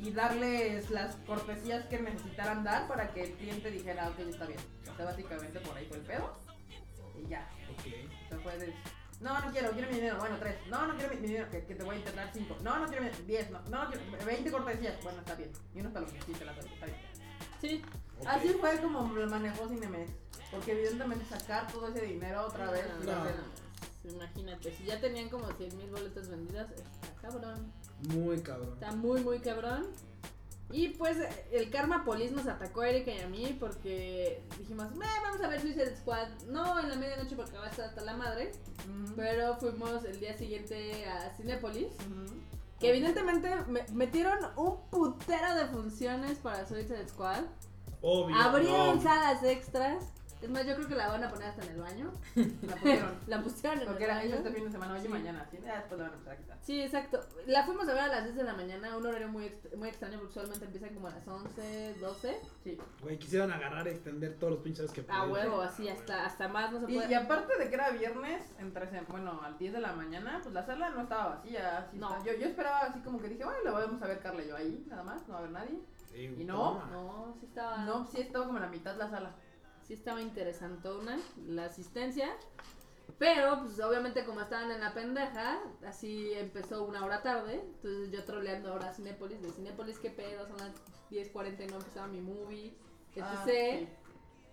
y darles las cortesías que necesitaran dar para que el cliente dijera, ok, está bien. O sea, básicamente por ahí fue el pedo. Y ya,
Ok.
se fue de... No, no quiero, quiero mi dinero. Bueno, tres. No, no quiero mi, mi dinero, que, que te voy a intentar cinco. No, no quiero mi... Diez, no, no, quiero... Veinte cortesías. Bueno, está bien. Y uno para los que sí, te las doy, está bien.
Sí,
Así fue como lo manejó Cinemex. Porque evidentemente sacar todo ese dinero otra vez.
No,
iba a ser-
pues, Imagínate, si ya tenían como 100 mil boletos vendidas, eh, está cabrón.
Muy cabrón.
Está muy, muy cabrón. Y pues el Karma Police nos atacó a Erika y a mí porque dijimos, "Meh, vamos a ver Suicide Squad. No en la medianoche porque va a estar hasta la madre.
Ujú.
Pero fuimos el día siguiente a Cinepolis.
Ujú.
Que evidentemente me- metieron un putero de funciones para Suicide Squad.
Obvio.
Abrieron
no.
salas extras. Es más, yo creo que la van a poner hasta en el baño.
La pusieron.
[laughs] La pusieron en
Porque
el
era
baño.
ellos este fin de semana, hoy y mañana. ¿sí? Ya después lo van a empezar a quitar.
Sí, exacto. La fuimos a ver a las 10 de la mañana, un horario muy, ext- muy extraño porque usualmente empiezan como a las 11, 12.
Sí.
Güey, quisieron agarrar y extender todos los pinches que
A
pudieron.
huevo, así, hasta, hasta más no se
Y,
puede.
y aparte de que era viernes, entre sem- bueno, al 10 de la mañana, pues la sala no estaba vacía. así
No.
está. Yo, yo esperaba así como que dije, bueno, la vamos a ver Carla y yo ahí, nada más, no va a haber nadie.
Sí,
Y no,
toma.
No, sí estaba,
No, sí estaba como en la mitad la sala.
sí estaba interesantona la asistencia. Pero, pues obviamente como estaban en la pendeja, así empezó una hora tarde. Entonces yo troleando ahora a Cinépolis, de Cinépolis, qué pedo, son las 10.40 y no empezaba mi movie, etc.
Ah, sí.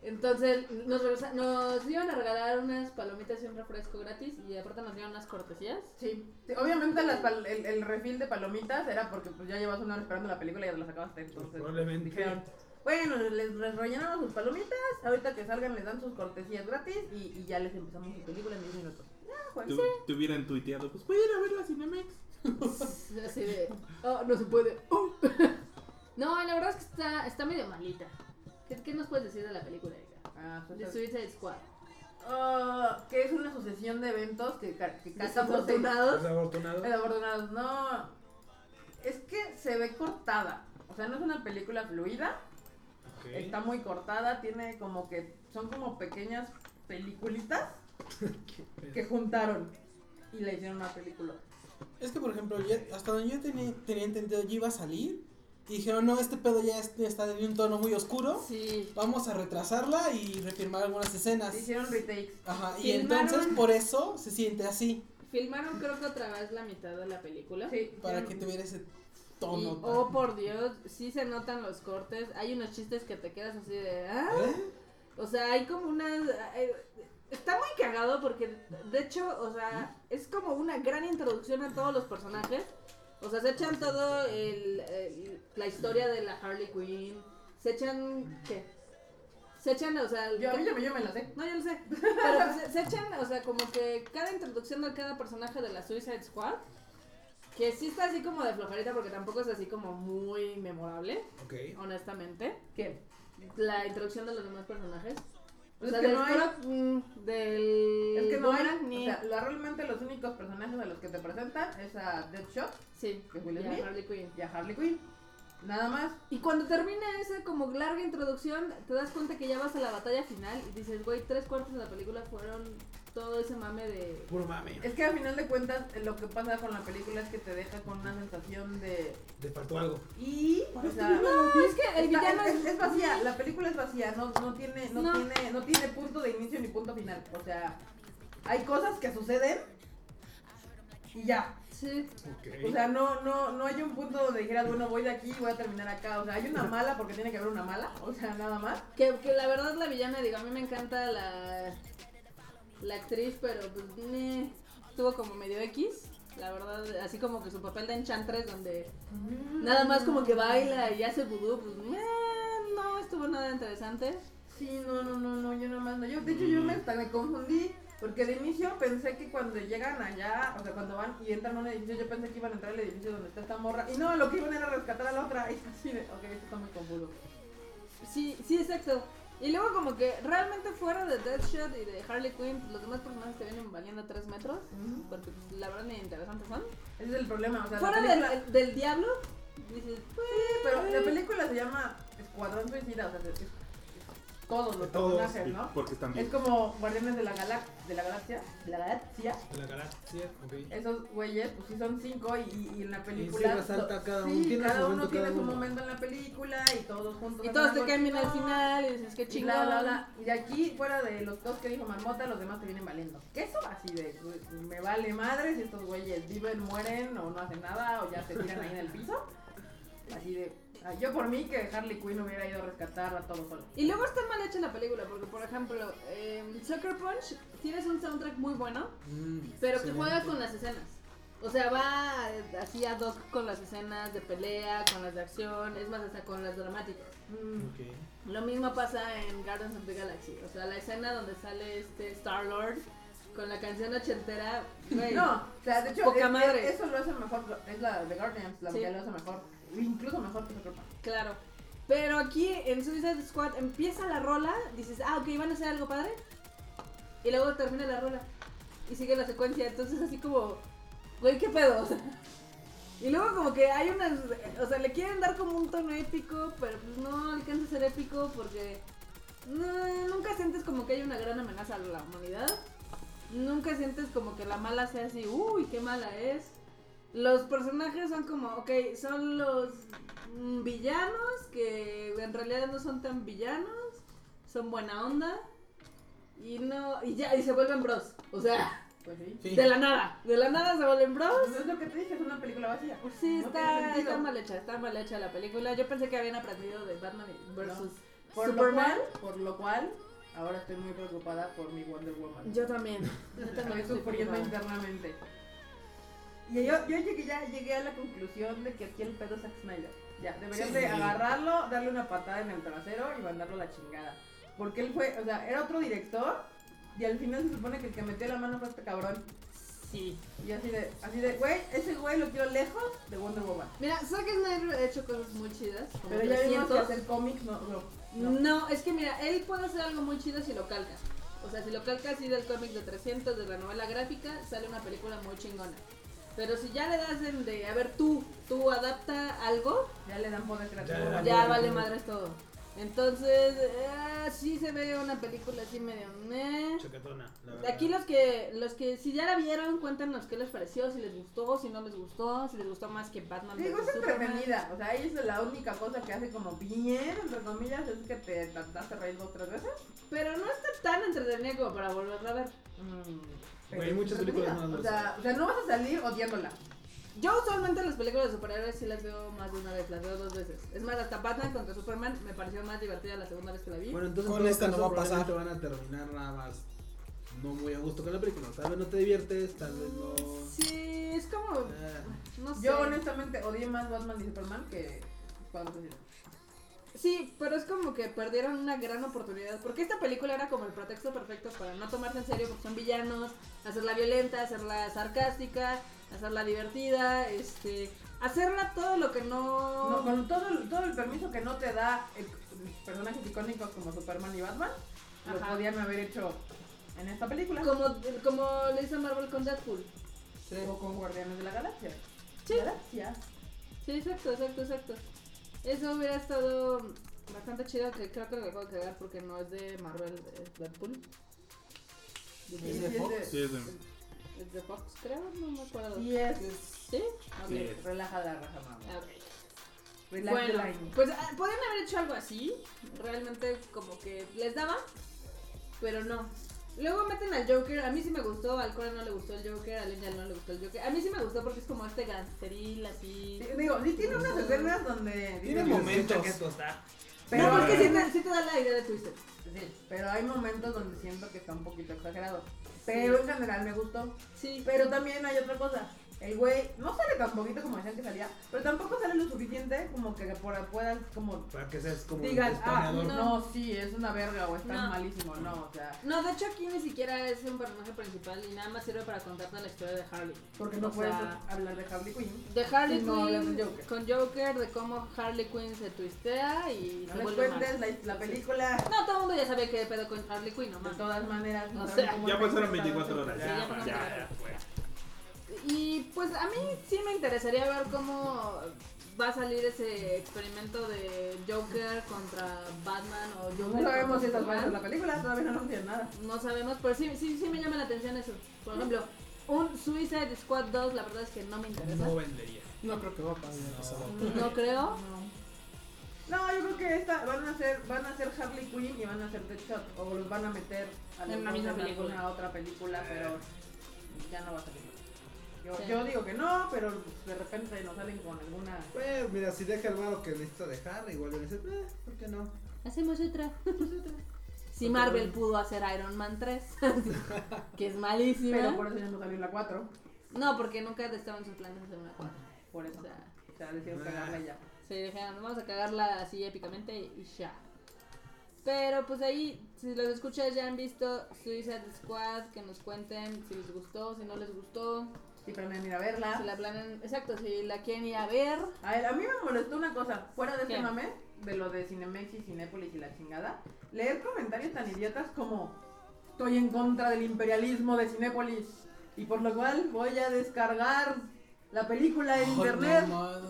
Entonces nos, regresa- nos iban a regalar unas palomitas y un refresco gratis y aparte nos dieron unas [laughs] cortesías.
Sí, sí, obviamente las pal- el, el refil de palomitas era porque pues ya llevas una hora esperando la película y ya te las acabaste. Entonces
Probablemente.
dijeron, bueno, les, les rellenamos sus palomitas, ahorita que salgan les dan sus cortesías gratis y, y ya les empezamos su película en 10 minutos. Ah, bueno.
Tu- Te hubieran tuiteado, pues voy a ir a ver la Cinemex.
Así de, "Oh, no se puede. [laughs] oh". No, la verdad es que está, está medio malita. ¿Qué, qué nos puedes decir de la película, Erika?
Ah, pues,
De Suicide Squad.
ah, que es una sucesión de eventos que, ca- que cazan
Desafortunados.
Desafortunado.
Eh, Desafortunados, no. Es que se ve cortada. O sea, no es una película fluida.
Ok.
Está muy cortada. Tiene como que. Son como pequeñas peliculitas que juntaron y le hicieron una película.
Es que, por ejemplo, yo- hasta donde yo tenía, tenía entendido, yo iba a salir y dijeron, no, este pedo ya es- está en un tono muy oscuro,
Sí.
vamos a retrasarla y refirmar algunas escenas.
Hicieron retakes.
Ajá, y
Filmaron-
entonces por eso se siente así,
Filmaron creo que otra vez la mitad de la película.
Sí,
para que
hicieron-
tuviera ese
Y,
tono.
oh por Dios, sí se notan los cortes. Hay unos chistes que te quedas así de. "Ah".
¿Eh?
O sea, hay como unas. eh, Está muy cagado porque, de hecho, o sea, es como una gran introducción a todos los personajes. O sea, se echan todo el, el- la historia de la Harley Quinn. Se echan. ¿Qué? se echan, o sea,
Yo, a mí yo, me- yo me la sé.
no, yo lo sé, pero
[laughs]
pues, se, se echan, o sea, como que cada introducción a cada personaje de la Suicide Squad, que sí está así como de flojerita porque tampoco es así como muy memorable,
Ok.
honestamente,
¿Qué?
la introducción de los demás personajes. O
Es
sea,
que
del,
no hay-
Croc, mm, del
Es que no hay.
Boomerang, Eh, ni-
O sea, la- realmente los únicos personajes a los que te presentan es a Deadshot
sí,
¿de Will
ya,
Smith?
Harley Quinn.
y a Harley Quinn. Nada más.
Y cuando termina esa como larga introducción, te das cuenta que ya vas a la batalla final y dices, güey, tres cuartos de la película fueron todo ese mame de...
Puro mame.
Es que al final de cuentas, eh, lo que pasa con la película es que te deja con una sensación de.
Te faltó algo.
Y. O [laughs] sea,
Pues No, es que el
está-
villano
es,
es...
es- es vacía, la película es vacía, no, no, tiene, no,
No.
Tiene, no tiene punto de inicio ni punto final. O sea, hay cosas que suceden y ya.
Sí,
O sea, no, no, no hay un punto donde dijeras, bueno, voy de aquí y voy a terminar acá. O sea, hay una mala porque tiene que haber una mala. O sea, nada más.
que, que la verdad la villana, digo, a mí me encanta la, la actriz, pero pues meh, estuvo como medio X. La verdad, así como que su papel de Enchantress, donde nada más como que baila y hace vudú, pues meh, no estuvo nada interesante.
Sí, no, no, no, no, yo nomás no. Yo, de hecho, yo me, hasta me confundí. Porque de inicio pensé que cuando llegan allá, o sea, cuando van y entran a un edificio, yo pensé que iban a entrar al edificio donde está esta morra. Y no, lo que iban era rescatar a la otra. [laughs] Y así de, ok, esto está muy confuso.
Sí, sí, exacto. Y luego como que realmente fuera de Deadshot y de Harley Quinn, pues, los demás personajes te vienen valiendo 3 metros, porque pues, la verdad ni interesantes son.
Ese es el problema. O sea, la
Fuera
película-
del, del diablo, dices, pues,
Pero la película se llama Escuadrón Suicida, o sea, es- es- todos los
Todos,
personajes, ¿no?
Porque están
Es
bien.
como Guardianes de la, Galax de la Galaxia. de la Galaxia.
La galaxia, ok.
Esos güeyes, pues sí son cinco y, y- y en la
Y
película.
sí resalta
to-
cada
sí,
uno, tiene
cada
su
uno
momento,
tiene
cada
su
uno.
momento en la película y todos juntos.
y todos
hacen
te
algo
cambian al
chingón,
final y dices, qué
Y,
"Ah, chingón.
bla, bla, bla. y aquí, fuera de los dos que dijo Marmota, los demás te vienen valiendo. ¿Qué eso? Así de, güey, me vale madre si estos güeyes viven, mueren o no hacen nada o ya se tiran ahí en el piso. Así de, ah, yo por mí que Harley Quinn hubiera ido a rescatar a todos solos.
Y luego está mal hecha la película, porque por ejemplo, em, Sucker Punch tienes un soundtrack muy bueno, pero que juega con las escenas. O sea, va eh, así ad hoc con las escenas de pelea, con las de acción, es más, hasta con las dramáticas.
Mm.
Ok.
Lo mismo pasa en Guardians of the Galaxy. O sea, la escena donde sale este Star Lord con la canción ochentera. güey.
No, o sea, de hecho,
Poca
es- es-
madre.
eso lo hace mejor, es la de Guardians, la
Sí.
que lo hace mejor, incluso mejor que Sucker Punch.
Claro. Pero aquí en Suicide Squad empieza la rola, dices, ah, ok, van a hacer algo padre. Y luego termina la rola. Y sigue la secuencia. Entonces, así como, güey, qué pedo. [laughs] O sea, y luego, como que hay unas. O sea, le quieren dar como un tono épico, pero pues no alcanza a ser épico porque. no, nunca sientes como que hay una gran amenaza a la humanidad. Nunca sientes como que la mala sea así, uy, qué mala es. Los personajes son como, ok, son los mm, villanos, que en realidad no son tan villanos, son buena onda, y no, y ya, y se vuelven bros. O sea,
Pues sí.
Sí.
de la nada, de la nada se vuelven bros.
Pues es lo que te dije, es una película vacía.
Sí,
Pues No tiene
está,
sentido.
está mal hecha, está mal hecha la película. Yo pensé que habían aprendido de Batman versus
Por
Superman.
Lo cual, por lo cual, ahora estoy muy preocupada por mi Wonder Woman.
Yo también. Yo también
estoy
estoy
sufriendo
preocupada.
internamente. Y yo, yo llegué, ya llegué a la conclusión de que aquí el pedo es Zack Snyder. Ya, deberían
Sí.
de agarrarlo, darle una patada en el trasero y mandarlo a la chingada. Porque él fue, o sea, era otro director y al final se supone que el que metió la mano fue este cabrón.
Sí.
Y así de, así de, güey, ese güey lo quiero lejos de Wonder Woman.
Mira, Zack Snyder ha hecho cosas muy chidas. como
Pero ya vimos que
300.
hacer cómics no, no, no.
No, es que mira, él puede hacer algo muy chido si lo calca. O sea, si lo calca así del cómic de 300, de la novela gráfica, sale una película muy chingona. Pero si ya le das en de, a ver, tú, tú adapta algo,
Ya le dan poder creativo.
le dan
ya
bueno,
vale
bueno.
madres todo. Entonces, eh, sí se ve una película así medio... meh.
Chacatona. la
De
verdad.
Aquí los que, los que, si ya la vieron, cuéntanos qué les pareció, si les gustó, si no les gustó, si les gustó más que Batman.
Digo,
versus
es
Superman.
entretenida. O sea, ella es la única cosa que hace como bien, entre comillas, es que te trataste de reír dos tres veces.
Pero no está tan entretenida como para volverla a ver.
Pero
Güey, hay muchas películas
entretenida. o sea,
malas.
o sea, no vas a salir odiándola.
Yo usualmente las películas de superhéroes sí las veo más de una vez, las veo dos veces. Es más, hasta Batman contra Superman me pareció más divertida la segunda vez que la vi.
Bueno, entonces
Con
en todo
esta no va a
probablemente van a terminar nada más no muy a gusto con la película. Tal vez no te diviertes, tal vez no. eh,
Sí, es como,
Ah,
no sé.
Yo honestamente odié más Batman y Superman que Escuadrón Suicida.
Sí, pero es como que perdieron una gran oportunidad. Porque esta película era como el pretexto perfecto para no tomarse en serio porque son villanos, hacerla violenta, hacerla sarcástica, hacerla divertida, este. Hacerla todo lo que no.
No, con todo, el- todo el permiso que no te da eh, personajes icónicos como Superman y Batman, lo
Ajá.
podían haber hecho en esta película.
como, como lo hizo Marvel con Deadpool.
Sí.
O con Guardianes de la Galaxia.
Sí.
Galaxia.
Sí, exacto, exacto, exacto. Eso hubiera estado bastante chido, que creo que lo acabo de cagar porque no es de Marvel, es Deadpool.
Y
¿Es
sí
de Fox?
Sí, es de-
Es de Fox, creo, no me acuerdo.
Y es.
¿Sí?
Sí.
Ok, Relaja la raja, mamá.
Ah, ok.
Relaja
Bueno,
la ñ.
pues ah, podrían haber hecho algo así. Realmente como que les daba, pero no. Luego meten al Joker. A mí sí me gustó, al Cora no le gustó el Joker, al Angel no le gustó el Joker. A mí sí me gustó porque es como este gangsteril así.
Sí, Digo, sí tiene unas escenas donde.
Tiene
dices,
momentos.
que esto está.
Pero,
no, porque
sí
sí te, sí te da la idea de Twister.
Sí, pero hay momentos donde siento que está un poquito exagerado. Pero en general me gustó.
Sí,
Pero también hay otra cosa. El güey no sale tan poquito como decían que salía, pero tampoco sale lo suficiente como que por, puedas como
Para que seas como
digas, ah, no,
spameador.
sí, es una verga o está
No.
malísimo, no, o sea,
No, de hecho aquí ni siquiera es un personaje principal y nada más sirve para contarte la historia de Harley.
porque no
O
puedes
sea,
hablar de Harley Quinn.
de Harley
Sí, no hablas
Quinn
de Joker.
con Joker, de cómo Harley Quinn se twistea y
No
se
les
vuelve
cuentes
mala.
la, la película.
No, todo el mundo ya sabía que pedo con Harley Quinn, no
De
mames.
todas maneras,
O
no saben
sea,
cómo
Ya
está
pasaron
infectado
24
ese
horas.
Sí, ya
Ya,
pasaron
ya, fue.
Y pues a mí sí me interesaría ver cómo va a salir ese experimento de Joker contra Batman o Joker.
No sabemos
contra
si estas van a ser
Superman.
la película, todavía no nos dicen nada.
No sabemos, pero sí, sí, sí me llama la atención eso. Por ejemplo, un Suicide Squad 2, la verdad es que no me interesa.
No vendería.
No creo que va a pasar.
No creo.
No, yo creo que esta van a ser van a ser Harley Quinn y van a ser Deadshot o los van a meter a los
En la
dos
misma
en
película.
alguna otra película, pero ya no va a salir. Yo,
Sí.
yo digo que no, pero de repente nos salen con alguna
Pues mira, si deja el malo que necesita dejar, igual le dices, eh, ¿por qué no?
Hacemos otra. Si
Ok,
Marvel
bueno.
pudo hacer Iron Man 3, [laughs] que es
pero
malísima.
por eso ya no salió la 4,
No, porque nunca estaban sus planes hacer una 4.
por eso.
O sea,
O sea, decidieron cagarla ya.
se dijeron, vamos a cagarla así épicamente y ya. Pero pues ahí, si los escuchas ya han visto Suicide Squad, que nos cuenten si les gustó, si no les gustó,
Y planean ir a
si
verla.
la planean, exacto, si la quieren ir a ver.
A, ver, a mí me molestó una cosa, fuera de este
¿Qué?
mame, de lo de Cinemex y Cinépolis y la chingada, leer comentarios tan idiotas como estoy en contra del imperialismo de Cinépolis y por lo cual voy a descargar la película en internet
Ah.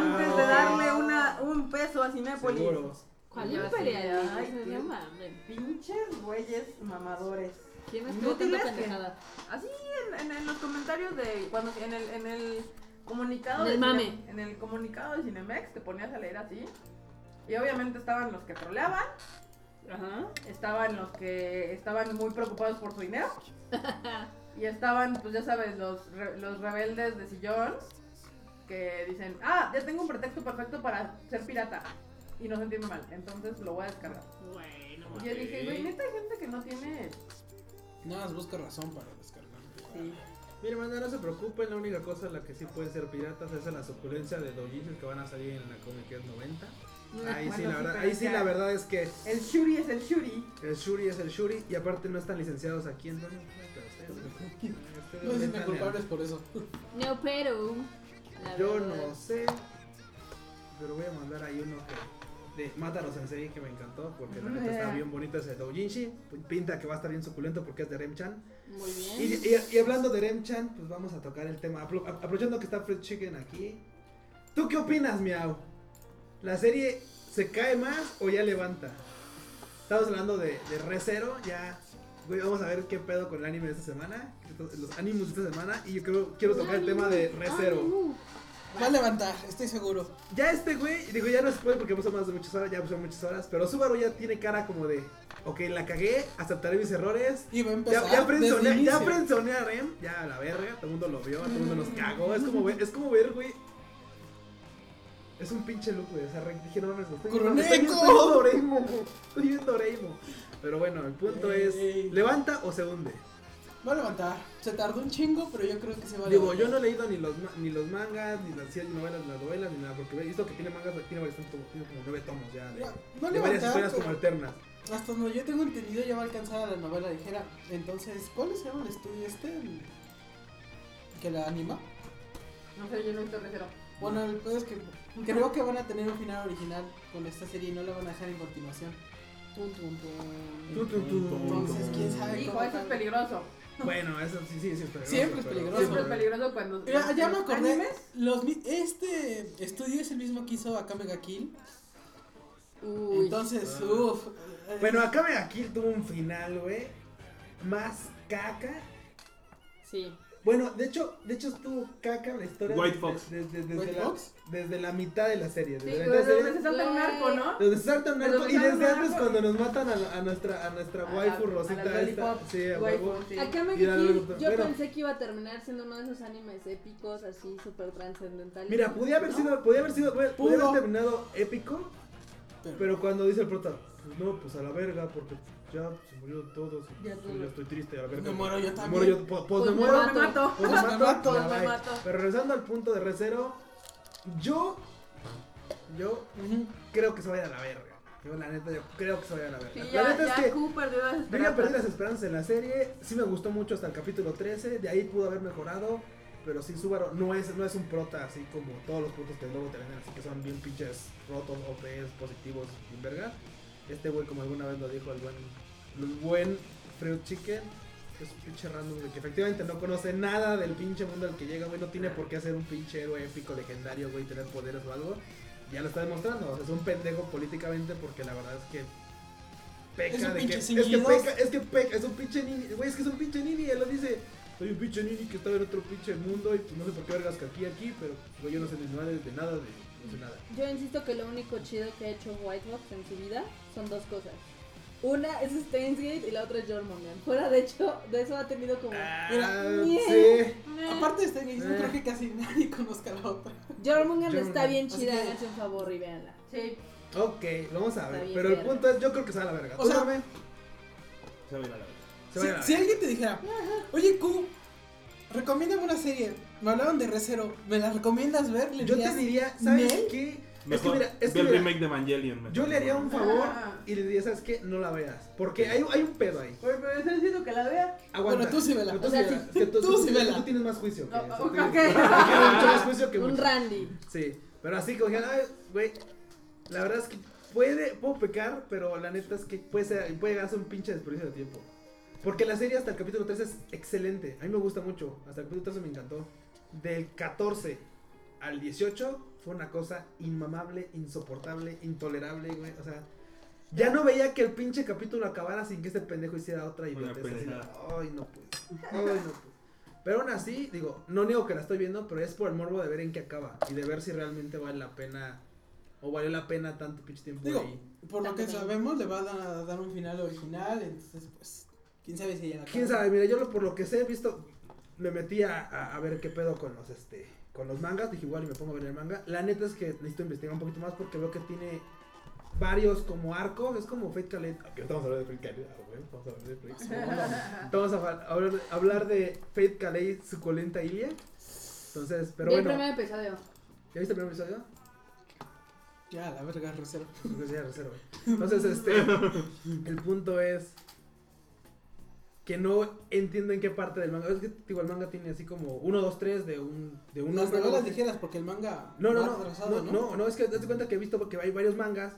antes de darle una, un peso a Cinépolis.
Seguro.
¿Cuál
Ya, sí,
imperialismo?
ay,
No
qué-
mames.
Pinches güeyes mamadores.
¿Quién es
Inútiles que-
pendejada?
Así en, en- en los comentarios de cuando en el, en el comunicado
En el
de Cine-
mame.
en el comunicado de Cinemex te ponías a leer así y obviamente estaban los que troleaban
Ajá.
estaban los que estaban muy preocupados por su dinero. y estaban, pues ya sabes, los, re- los rebeldes de sillón que dicen, ah, ya tengo un pretexto perfecto para ser pirata. Y no sentirme mal, entonces lo voy a descargar.
Bueno,
Y yo dije, güey, neta hay gente que no tiene...
Nada más busca razón para descargar.
Sí.
Mira, hermana, no se preocupen, la única cosa en la que sí pueden ser piratas es en la suculencia de doujinshis que van a salir en la Comic Con 90. Ahí
Bueno,
sí, la
sí,
verdad,
pero
ahí
es
sí,
que-
la verdad es que
El shuri es el shuri.
el Shuri es el Shuri y aparte no están licenciados aquí, entonces. pues, pero
[laughs]
ustedes- ustedes
No se sientan
métanle
culpables por eso.
No, pero.
a-
la
Yo
verdad.
no sé, pero voy a mandar ahí uno que de Mátalo Sensei que me encantó porque la
[laughs]
neta está bien bonito ese doujinshi. Pinta que va a estar bien suculento porque es de Remchan.
Muy
Y,
bien.
y- y hablando de Remchan, pues vamos a tocar el tema. Apro- a- Aprovechando que está Fred Chicken aquí. ¿Tú qué opinas, Miau? ¿La serie se cae más o ya levanta? Estamos hablando de, de Re Zero, ya. güey, vamos a ver qué pedo con el anime de esta semana. estos- Los animes de esta semana. Y yo creo, quiero tocar el tema de Re Zero.
Ay,
Va a levantar, estoy seguro.
Ya este güey, digo, ya no se puede porque pasó más de muchas horas, ya pasó muchas horas. Pero Subaru ya tiene cara como de. Ok, la cagué, aceptaré mis errores,
Y va a
ya,
empezar.
ya
Ah, desde
frenzonea-
el
ya
inicio. Mm.
frenzonea a Rem, ya a la verga, todo el mundo lo vio, todo el mundo nos cagó, es como ver, es como ver, güey. Es un pinche look, güey. O sea, Rem, dije, no mames, lo estoy viendo, estoy viendo- estoy viendo Doraemon, güey, estoy viendo Doraemon. Pero bueno, el punto
Ey.
es, ¿levanta o se hunde?
Va a levantar. Se tardó un chingo, pero yo creo que se va a
Digo,
levantar.
yo no he leído ni los, ma- ni los mangas, ni las series, novelas, las novelas, ni nada, porque he visto que tiene mangas, tiene varios tomos, tiene como nueve tomos ya, de,
Mira, va a
de varias
levantar,
historias
pero
como
[laughs]
alternas.
Hasta donde yo tengo entendido ya va a alcanzar a la novela ligera. Entonces, ¿cuál se llama el estudio este? El- ¿Que la anima?
No sé, yo no he visto Recero.
Bueno, el pedo es que creo que van a tener un final original con esta serie y no la van a dejar en continuación. Tum, tum, tum.
Tu, tu, tu.
Entonces, ¿quién sabe?
Hijo,
cómo
eso es
tal?
peligroso.
Bueno, eso sí, sí, sí es peligroso.
Siempre es
pero-
peligroso.
Siempre es
pero-
peligroso cuando.
Mira, ya me
los
acordé.
animes-
Los, mi- este estudio es el mismo que hizo Akame ga Kill.
Uy.
Entonces,
Ah.
uff.
Bueno, acá me aquí tuvo un final, güey. Más caca.
Sí.
Bueno, de hecho, de hecho estuvo caca la historia.
White
desde-
Fox.
desde- desde
¿White
la-
Fox?
Desde la mitad de la serie.
Sí,
Desde la mitad de la
donde
serie.
se salta un arco, ¿no?
Donde se salta un
Pero
arco
se
y
salta
desde
un
antes
arco.
cuando nos matan a, la- a nuestra a nuestra waifu
A- a-
rosita
a la
esta.
lollipop.
Sí, a
Waifu,
huevo.
sí.
Akame
Mira,
ga Kill,
luego-
yo
bueno.
pensé que iba a terminar siendo uno de esos animes épicos, así, súper trascendentales.
Mira, podía haber
¿No?
sido, podía haber sido, podía
Pudo.
haber terminado épico, pero cuando dice el prota, pues no, pues a la verga, porque ya se murieron todos, y
Ya
pues,
todos.
ya estoy triste, a la verga.
Me muero yo
Me
también.
muero yo, pues, pues me
Pues me
muero.
mato.
mato.
Pues
Pues
me
me
mato,
mato.
ya
Pues me
va.
mato.
Pero regresando al punto de recero, yo, yo
Ujú.
creo que se vaya a la verga. Yo la neta, yo creo que se vaya a la verga.
Sí,
la
ya,
neta
ya
es que
Q perdió las
Yo ya perdí las
esperanzas.
esperanzas en la serie, sí me gustó mucho hasta el capítulo 13, de ahí pudo haber mejorado, pero sí Subaru no es, no es un prota así como todos los protas que luego te venden, así que son bien pinches rotos, OPs, positivos, sin verga. Este güey, como alguna vez lo dijo el buen, el buen Fruit Chicken, es un pinche random güey, que efectivamente no conoce nada del pinche mundo al que llega, güey, no tiene por qué ser un pinche héroe épico, legendario, güey, tener poderes o algo. Ya lo está demostrando, o sea, es un pendejo políticamente porque la verdad es que peca
Es un
de que
pinche
es
sin
que
guión.
peca, es que peca, es un pinche nini, güey, es que es un pinche nini, él lo dice. Soy un pinche nini que estaba en otro pinche mundo y pues no sé por qué vergas que aquí aquí, pero pues, güey, yo no sé ni nada de nada de no sé nada.
Yo insisto que lo único chido que ha hecho White Box en su vida son dos cosas. Una es Stainsgate y la otra es Jormongan. Fuera de hecho, de eso ha tenido como...
Ah,
Mira.
sí.
Aparte de este game,
Eh.
yo creo que casi nadie conozca la otra.
Jormongan está
Jormungan.
bien
Así
chida,
que-
háganse un favor y véanla.
Sí,
Ok, vamos a
Está
ver,
bien
pero el
verga.
punto es yo creo que se va a la verga.
O
Tú,
sea,
Rame,
Se va a ir a la verga.
se va a
Si,
ir a la
si
verga.
alguien te dijera, oye Q, recomiéndame una serie. Me hablaron de Recero, ¿me la recomiendas ver? Le
Yo te
dirías,
diría, ¿sabes
¿Nel?
qué? Es que
Mejor
mira, es
ve
que
el
mira,
remake de Evangelion. mejor.
yo le haría un favor
Ah.
y le diría, ¿sabes qué? No la veas, porque hay, hay un pedo ahí.
Oye, pero estoy diciendo que la vea.
Aguanta.
Bueno, tú sí vela.
Pero tú
O
sí
sea,
vela.
sí.
Es que
Tú sí vela.
Tú tienes más juicio. que
No,
eso,
ok.
tú tienes-
[laughs]
tú tienes mucho más juicio que
Un
mucho.
Randy.
Sí, pero así como que, ay, güey, la verdad es que puede, puedo pecar, pero la neta es que puede, ser, puede llegar a ser un pinche desperdicio de tiempo. Porque la serie hasta el capítulo 13 es excelente, a mí me gusta mucho, hasta el capítulo 13 me encantó. Del 14 al 18 fue una cosa inmamable, insoportable, intolerable, güey, o sea... Ya no veía que el pinche capítulo acabara sin que este pendejo hiciera otra
Una
idiotez. así de,
pendejada.
Ay, no pues. Ay, no pues. Pero aún así, digo, no niego que la estoy viendo, pero es por el morbo de ver en qué acaba y de ver si realmente vale la pena o valió la pena tanto pinche tiempo
Digo,
ahí.
por lo que
También.
sabemos, le van a dar un final original. Entonces, pues, quién sabe si ella la
Quién sabe, mira, yo lo- por lo que sé he visto, me metí a, a- a ver qué pedo con los este con los mangas, dije igual y me pongo a ver el manga. La neta es que necesito investigar un poquito más porque veo que tiene varios como arcos, es como Fate Caled. Que estamos hablando de Fate Caled, ah, güey, vamos a hablar de Fate [laughs] Vamos a fal- a hablar, a hablar de Fate Calais, suculenta Ilia. Entonces, pero
Ve el
bueno,
primer episodio.
¿ya viste el primer episodio?
Ya, la verga, Recero.
Porque sí, ya reserva. Entonces, este, el punto es que no entiendo en qué parte del manga. Es que digo, el manga tiene así como 1, 2, 3 de un de un
Unas
hombre,
novelas
¿no?
ligeras, porque el manga.
No, no,
va
no,
atrasado,
no, no, no, es que date cuenta que he visto porque hay varios mangas,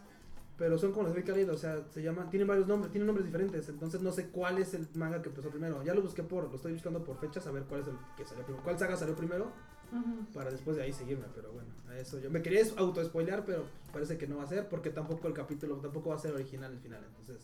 pero son como los de Calid, o sea, se llaman, tienen varios nombres, tienen nombres diferentes, entonces no sé cuál es el manga que empezó primero. Ya lo busqué por, lo estoy buscando por fechas a ver cuál es el que salió primero, cuál saga salió primero para después de ahí seguirme, pero bueno, a eso yo me quería auto spoilear, pero parece que no va a ser porque tampoco el capítulo tampoco va a ser original el final, entonces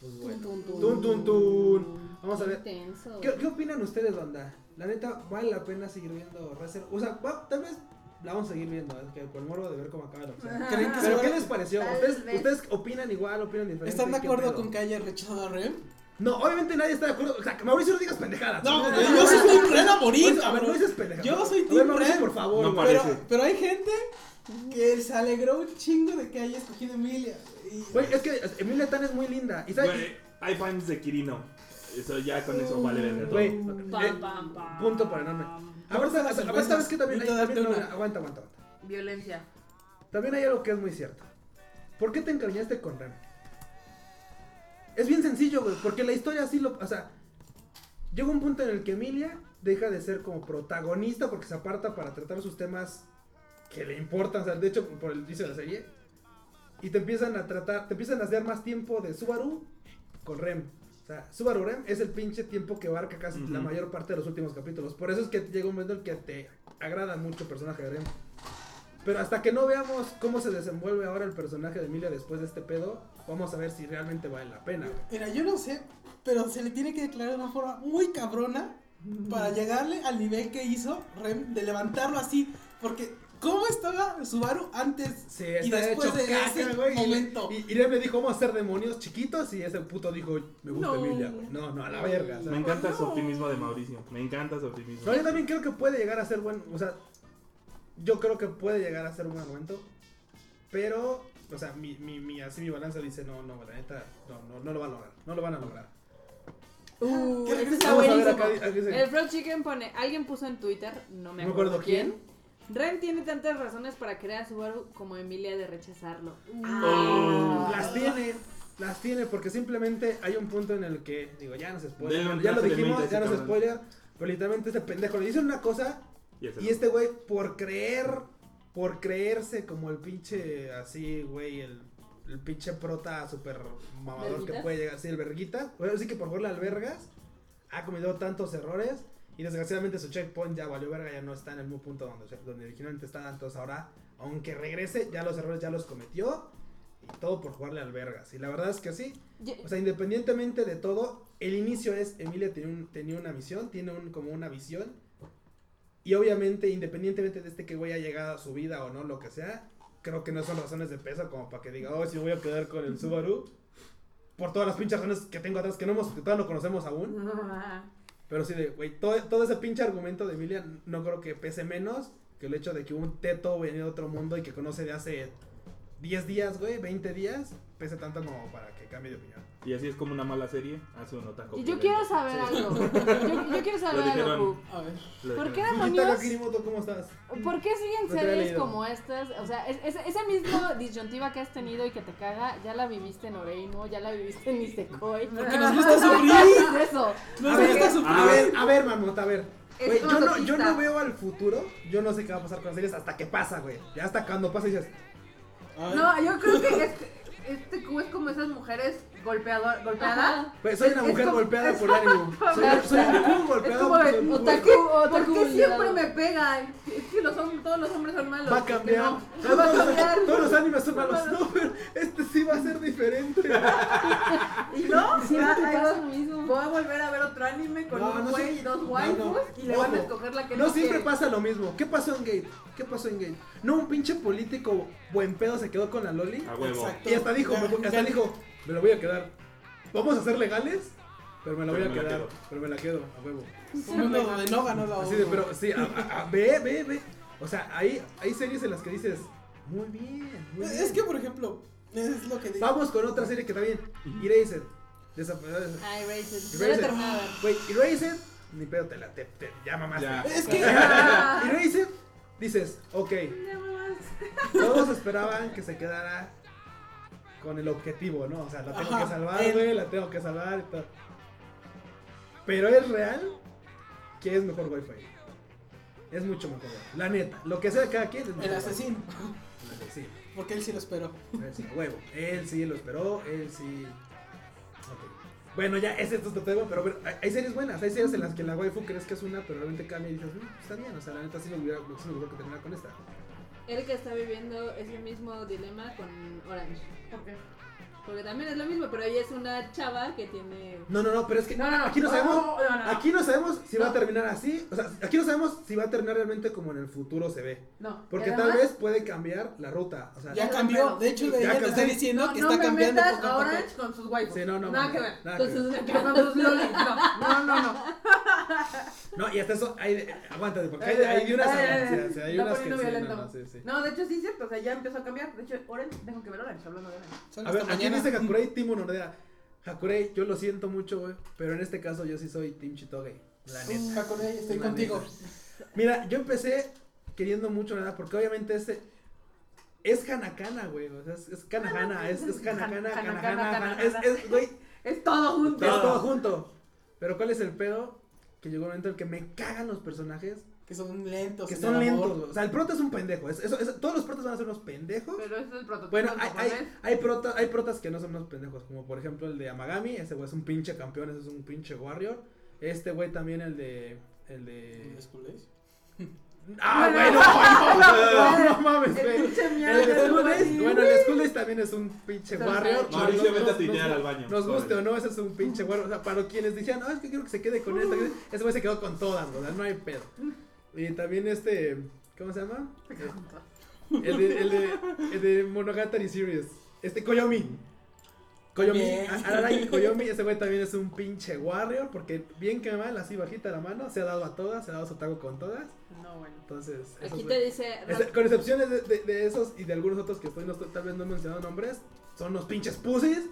pues bueno.
Tun, tun,
Tun, tun, tun. Vamos a
Qué
ver.
intenso.
¿Qué, qué opinan ustedes, banda? La neta, ¿vale la pena seguir viendo Razer? O sea, va- tal vez la vamos a seguir viendo, es que por el morbo de ver cómo acaba la opción.
¿Creen que se
¿Pero
va-
qué les pareció?
Tal
¿Ustedes,
vez.
ustedes opinan igual, opinan diferente?
¿Están de
¿Qué
acuerdo
pedo?
con que haya rechazado a Rem?
No, obviamente nadie está de acuerdo. O sea, que Mauricio no digas pendejadas.
No,
O
güey,
sea,
yo soy Team Ren a
Mauricio-
morir,
a ver,
cabrón.
Mauricio es pendeja.
Yo soy
A ver,
Team
Mauricio,
Ren.
por favor.
No
güey.
parece.
Pero, pero hay gente que se alegró un chingo de que haya escogido Emilia. Y...
Güey, es que Emilia Tan es muy linda. Y sabes,
Güey, hay fans de Kirino. Eso ya con eso vale verga todo.
Güey, eh,
Pam, pam, pam.
punto para enorme. A ver, ¿sabes, a ver, ¿sabes qué también hay?
Ahorita darte
también- no,
una.
aguanta, aguanta, aguanta.
Violencia. [laughs]
También hay algo que es muy cierto. ¿Por qué te encariñaste con Remy? Es bien sencillo, güey, porque la historia así lo... O sea, llega un punto en el que Emilia deja de ser como protagonista porque se aparta para tratar sus temas que le importan, o sea, de hecho, por el inicio de la serie. Y te empiezan a tratar, te empiezan a hacer más tiempo de Subaru con Rem. O sea, Subaru Rem es el pinche tiempo que abarca casi la
Ujú.
mayor parte de los últimos capítulos. Por eso es que llega un momento en que te agrada mucho el personaje de Rem. Pero hasta que no veamos cómo se desenvuelve ahora el personaje de Emilia después de este pedo, vamos a ver si realmente vale la pena. güey.
Mira, yo no sé, pero se le tiene que declarar de una forma muy cabrona para llegarle al nivel que hizo Rem de levantarlo así. Porque, ¿cómo estaba Subaru antes
Sí,
y
está
después
hecho
de
caca,
ese
güey, y le-
momento?
Y, y Rem le dijo, vamos a hacer demonios chiquitos. Y ese puto dijo, me gusta
No.
Emilia, güey. No, no, a la verga. o sea.
Me encanta su
No.
optimismo de Mauricio. Me encanta su optimismo.
No, yo también creo que puede llegar a ser buen. O sea, yo creo que puede llegar a ser un buen argumento. Pero, o sea, mi, mi, mi- así mi balanza dice: no, no, la neta, no, no, no lo van a lograr. No lo van a lograr.
Uh,
¿Qué
este está
Vamos a ver
buenísimo.
acá, acá dice-
El Frog Chicken pone, alguien puso en Twitter, no me
No me
acuerdo,
acuerdo
quién. Ren tiene tantas razones para creer a Subaru como Emilia de rechazarlo. Ah.
Oh.
Las tiene, las tiene, porque simplemente hay un punto en el que, digo, ya nos spoiler.
Deben
ya lo
darse de mente a
dijimos,
ese
ya nos
cabrón.
spoiler. Pero literalmente este pendejo le hizo una cosa
Y ese
Y este güey, por creer, por creerse como el pinche, así, güey, el, el pinche prota super mamador que
¿Verguitas?
puede llegar, sí, el verguita. Güey, así que por jugarle al vergas, ha cometido tantos errores y desgraciadamente su checkpoint ya valió verga, ya no está en el mismo punto donde, donde originalmente estaba. Entonces ahora, aunque regrese, ya los errores ya los cometió y todo por jugarle al vergas. Y la verdad es que sí,
Yo-
o sea, independientemente de todo, el inicio es, Emilia tenía, un- tenía una misión, tiene un, como una visión. Y obviamente, independientemente de este que güey haya llegado a su vida o no, lo que sea, creo que no son razones de peso como para que diga, oh, si me voy a quedar con el Subaru. Por todas las pinches razones que tengo atrás que no hemos, que todavía no conocemos aún. Pero sí, de, güey, todo, todo ese pinche argumento de Emilia no creo que pese menos que el hecho de que un teto venido de otro mundo y que conoce de hace 10 días, güey, 20 días, pese tanto como para que cambie de opinión.
Y así es como una mala serie hace un otaku.
Y yo quiero saber algo. Yo, yo quiero saber
Lo
algo.
dijeron.
Pu.
A ver.
¿Por qué
Fujitaka
demonios?
Kirimoto, ¿cómo estás?
¿Por qué siguen
No te había
series
leído.
como estas? O sea, es- es- esa misma disyuntiva que has tenido y que te caga, ya la viviste en Oreimo, ya la viviste en Nisekoi.
Porque nos gusta sufrir.
[laughs] Es eso.
Nos
ver, Ah.
gusta
A
sufrir.
ver, a ver, mamota, a ver.
Es
Güey, yo, no, yo
masoquista.
no veo al futuro, yo no sé qué va a pasar con las series hasta que pasa, güey. Ya hasta cuando pasa dices,
A ver.
No, yo creo que este, este Q es como esas mujeres golpeador, golpeadas.
Ajá.
güey, soy
Es-
una
es
mujer
como-
golpeada por ánimo. Soy, soy un culo
Es
golpeado
como
por pues,
de,
un culo.
¿por qué,
Otaku-
por qué
otaku
siempre
obligado.
me pega? Es que los hom- todos los hombres son malos.
Va a
es que
cambiar.
no.
Todos [laughs]
Va a
los-
cambiar.
Todos los animes son malos. No, pero este sí va a
[laughs]
ser diferente.
Y no, va,
Siempre
ahí
pasa
va.
lo mismo.
Voy a volver a ver otro anime con
No,
un
no
güey
sé.
y dos
No,
waifus
no.
y le van
Ojo.
a escoger la que no,
No siempre
quiere.
pasa lo mismo. ¿Qué pasó en Gate? ¿Qué pasó en Gate? No un pinche político buen pedo se quedó con la Loli.
A huevo.
Exacto.
Y hasta dijo,
Ya,
me, voy- hasta
ya.
dijo, me lo voy a quedar. Vamos a ser legales, pero me la voy
Pero
a
me la
quedar.
quedo.
Pero me la quedo, a huevo.
Un mundo donde no ganó la
Así de,
otra.
pero sí, a- a- a- ve, ve, ve. O sea, hay, hay series en las que dices, muy bien, muy bien.
Es que, por ejemplo, es lo que digo.
Vamos con otra serie que también, Erased. Desaparecer.
Ay, Rachel. No la he
Erased.
terminado de ver.
Güey, Erased, ni pedo, te la te, te, ya mamaste.
Ya.
Es
[laughs]
que.
Ah.
Erased, dices, ok,
Ya, mamás.
todos esperaban que se quedara con el objetivo, ¿no? O sea, la tengo
Ajá,
que salvar,
el-
güey, la tengo que salvar y todo. Pero es real que es mejor Wi-Fi. Es mucho mejor, güey. La neta, lo que sea de cada quien es mejor.
El
Wi-Fi.
asesino.
El asesino.
Porque él sí lo esperó.
Él sí, a huevo. Él sí lo esperó, él sí. Ok. Bueno, ya ese es otro tema, pero, pero hay- hay series buenas, hay series en las que la waifu crees que es una, pero realmente cambia y dices, "Mm, está bien, o sea, la neta sí me hubiera, sí me hubiera que terminar con esta.
Erika está viviendo ese mismo dilema con Orange.
¿Por qué?
Porque también es lo mismo, pero ella es una chava que tiene.
No, no, no, pero es que
No, no, no.
aquí no sabemos,
no, no, no.
Aquí no sabemos si va a
No.
terminar así, o sea, aquí no sabemos si va a terminar realmente como en el futuro se ve.
No.
Porque
Y
tal
además,
vez puede cambiar la ruta, o sea,
Ya
no,
cambió.
pero-
De hecho,
Ya
ella te
cambió.
está diciendo
no,
que
no
está
me
cambiando
metas
poco
a
a poco.
Orange con sus waifus.
Sí, no, no,
Nada
no,
que ver.
nada que
Entonces, [laughs] con sus lolis. No, no, no. no.
no, y hasta eso, hay, de- aguántate, porque
Ay,
hay, de-
ay,
hay de unas,
ay, ay,
sí, sí, hay
está
unas que
poniendo
sí, no,
violento.
no, sí, sí.
No, de hecho sí es cierto, o sea, ya empezó a cambiar. De hecho, Orange, tengo que ver Orange, hablando de Orange.
Son
A ver,
hasta
aquí este
[laughs] mañana.
dice Hakurei Timo Nordea. Hakurei, yo lo siento mucho, güey, pero en este caso yo sí soy Team Chitoge, la neta.
Hakurei, estoy
La
contigo.
Mira, yo empecé queriendo mucho nada, porque obviamente este es Hanakana, güey. O sea, es, es Kanahana, es, es Hanakana,
Han- Hanakana,
Kanahana, Hana-
Kanahana.
Es, [laughs] es, güey,
Es todo junto.
es todo junto. Pero ¿cuál es el pedo? Que llegó un momento en el que me cagan los personajes,
Que son lentos.
que
en
son
el
lentos.
amor.
güey. O sea, el prota es un pendejo. es- eso- eso- todos los protas van a ser unos pendejos.
Pero ese es el prototipo.
Bueno, hay, hay,
japonés.
hay, prota- hay protas que no son unos pendejos, como por ejemplo el de Amagami, ese güey es un pinche campeón, ese es un pinche warrior. Este güey también el de... El de...
¿Es School Days?
Ah, güey, no, no, no, no, mames,
El
güey.
pinche mierda.
El School
güey.
Days, bueno, el School Days también es un pinche
Pero
warrior.
no,
Mauricio,
Nos-
vete a
nos-
tuitear
nos-
al baño.
Nos guste o
Órale.
no, ese es un pinche warrior. O sea, para quienes decían, no, es que quiero que se quede con esta. Ese güey se quedó con todas, o sea, no hay pedo. Y también este, ¿cómo se llama? El de, el de, el de Monogatari Series. Este Koyomi. Koyomi,
Bien.
A- Araragi Koyomi, ese güey también es un pinche warrior, porque bien que mal, así bajita la mano, se ha dado a todas, se ha dado su taco con todas.
No, [laughs] bueno.
Entonces, esos
Aquí te
güeyes.
dice. Ram-
[laughs] Este, con excepciones de, de- de esos y de algunos otros que estoy, no estoy- tal vez no he mencionado nombres, son los pinches pussies.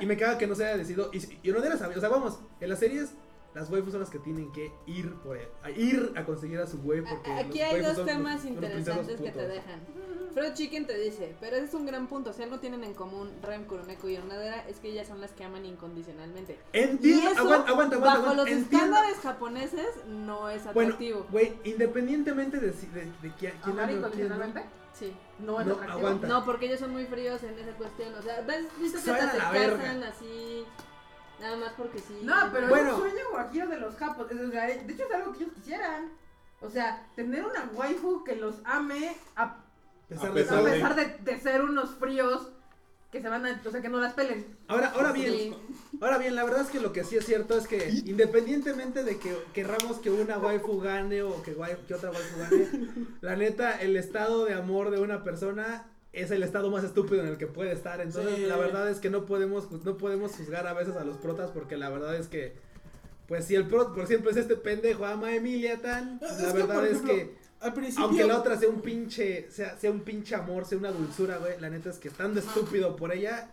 Y me caga que no se haya decidido. Y, si- y no debería saber. O sea, vamos, en las series, las waifus son las que tienen que ir por él, a ir a conseguir a su güey. Porque
A- Aquí
los
hay
waifus
dos
son los-
temas
son los
interesantes
pincelos
que te
putos.
dejan. Fred Chicken te dice, pero ese es un gran punto. Si algo tienen en común Rem, Kuruneko y Onadera es que ellas son las que aman incondicionalmente. Y
Entiendo,
eso,
aguanta, aguanta, aguanta.
bajo
aguanta,
los
entiendo.
estándares japoneses, no es
Bueno,
atractivo.
güey, independientemente de, si- de, de qui- quién
¿Amar
hablo, quién no.
incondicionalmente?
sí.
No es
No,
atractivo.
aguanta.
No, porque ellos son muy fríos en esa cuestión. O sea, ¿ves? Visto que
Son
hasta
a
se
la
casan
verga.
así, nada más porque sí.
No, pero
Bueno.
es un sueño guajiro de los japos. Es- o sea, eh, de hecho, es algo que ellos quisieran. O sea, tener una waifu que los ame a,
A
Pesar de
a
pesar
todo.
pesar de, de ser unos fríos que se van a. O sea, que no las
[laughs]
pelen.
Ahora, ahora bien,
Sí.
ahora bien, la verdad es que lo que sí es cierto es que independientemente de que querramos que una waifu gane o que, wai- que otra waifu gane, la neta, el estado de amor de una persona es el estado más estúpido en el que puede estar. Entonces,
Sí.
la verdad es que no podemos, ju- no podemos juzgar a veces a los protas porque la verdad es que, pues si el prot, por ejemplo, es este pendejo ama a Emilia tan,
Ah,
pues,
Es
la
que,
verdad
por
es
ejemplo,
que...
Al principio.
Aunque la otra sea un pinche, sea, sea un pinche amor, sea una dulzura, güey, la neta es que estando estúpido por ella,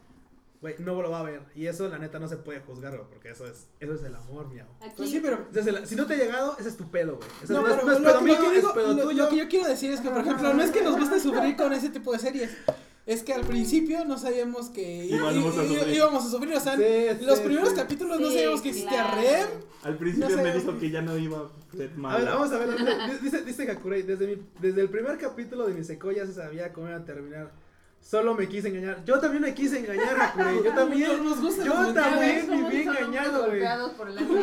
güey, no lo va a ver. Y eso, la neta, no se puede juzgar, güey, porque eso es, eso es el amor, mi amor.
Aquí,
Pues sí,
[laughs]
pero.
Ese es el- si no te ha llegado, ese es tu pedo, güey. Ese
No,
no, es-
pero
no es
lo,
pedo
que, lo
mío,
que digo-
es pedo
lo-
tuyo.
lo que yo quiero decir es que, por ejemplo, no es que nos guste sufrir con ese tipo de series. Es que al principio no sabíamos que
Igual
i-
vamos a
i-
sufrir.
íbamos a sufrir. O sea,
Sí,
los
sí,
primeros
sí.
capítulos no
Sí,
sabíamos que existía
claro.
Rem.
Al principio
No
me
sé.
dijo que ya no iba a ser
A ver,
malo.
vamos a ver. dice- Dice, dice Hakurei, desde, mi- desde el primer capítulo de mi ya se sabía cómo iba a terminar. Solo me quise engañar. Yo también me quise engañar, Hakurei. Yo
Nos- [laughs]
también.
nos gusta
yo
los
también.
mensajes.
me vi
Somos
engañado,
hombres
güey.
golpeados por el anime,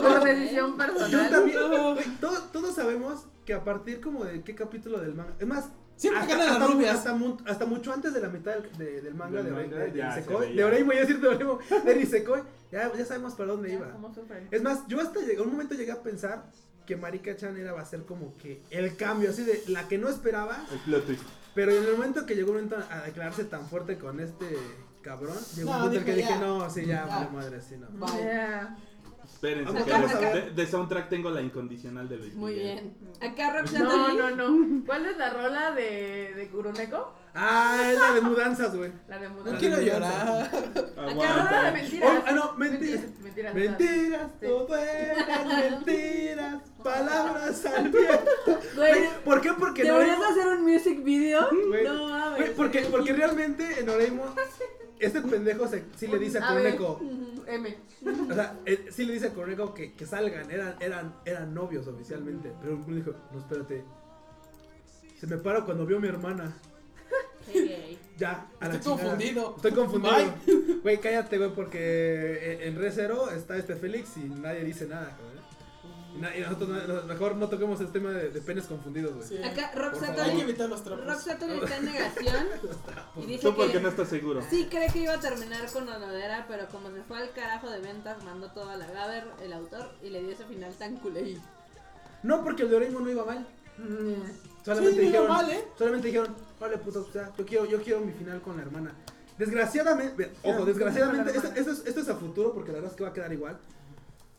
por decisión personal.
Yo también. [laughs] güey, todo- todos sabemos que a partir como de qué capítulo del manga. Es más,
Siempre
hasta,
ganan
hasta
las
mu-
rubias.
hasta mu- hasta mucho antes de la mitad del, de- del manga
Del
de, Ore-
manga,
de, de
ya se
Nisekoi.
veía.
De Orei, voy a decir de Orei, de Nisekoi. Ya, ya sabemos para dónde
Ya,
iba.
¿Cómo sufren?
Es más, yo hasta llegué- un momento llegué a pensar que Marika Chan era va a ser como que el cambio, así de la que no esperaba.
El plot twist.
Pero en el momento que llegó un momento a declararse tan fuerte con este cabrón, llegó
No,
un momento en que
dije,
dije,
ya.
no, sí,
Ya.
ya, vale madre, sí, no.
Bye.
Ya.
Espérense,
Vamos,
que
vamos
de-
a ver.
de, de soundtrack tengo la incondicional de Luis
muy
Miguel.
bien. Acá Roxanne
No,
Lee-
no, no. ¿Cuál es la rola de, de Kuruneko?
Ah, es la de mudanzas, güey.
La de
No
Las
Mudanza.
quiero
rubias.
llorar.
Ah, de
Aguanta.
mentiras.
Oh, ah, no, mentiras.
Mentiras. mentiras.
Mentiras,
Sí.
todo eran mentiras, palabras al viento.
Güey,
¿Por qué? Porque en
¿Deberías
Oreimo-
hacer un music video?
Güey,
No mames.
güey, porque, porque realmente en Oreimo este pendejo se, sí le dice a
A ver.
Kuruneko,
Mm, M.
o sea, eh, sí le dice a Kuruneko que, que salgan, eran, eran, eran novios oficialmente, pero Kuruneko dijo, no, espérate, se me paró cuando vio a mi hermana, ya, a la
Estoy
chingada.
confundido.
Estoy confundido. [laughs] Güey, cállate, güey, porque eh, en- en Re Zero está este Félix y nadie dice nada, güey. Y, na- y nosotros no- mejor no toquemos el tema de, de penes confundidos, güey.
Sí.
Acá
favor.
Hay que pues.
Roxatory,
evitar los trapos.
Roxatory está en negación y dice
¿Tú por qué no
que
estás seguro?
sí cree que iba a terminar con Onodera, pero como se fue al carajo de ventas, mandó todo a la Gaber, el autor, y le dio ese final tan culé.
No, porque el de Oreimo no iba mal.
Mm.
Solamente
Sí, no iba
dijeron,
mal, ¿eh?
solamente dijeron, vale, puto, o sea, yo quiero, yo quiero mi final con la hermana. Desgraciadamente, ve, ojo, desgraciadamente, esto, esto es, esto es a futuro porque la verdad es que va a quedar igual.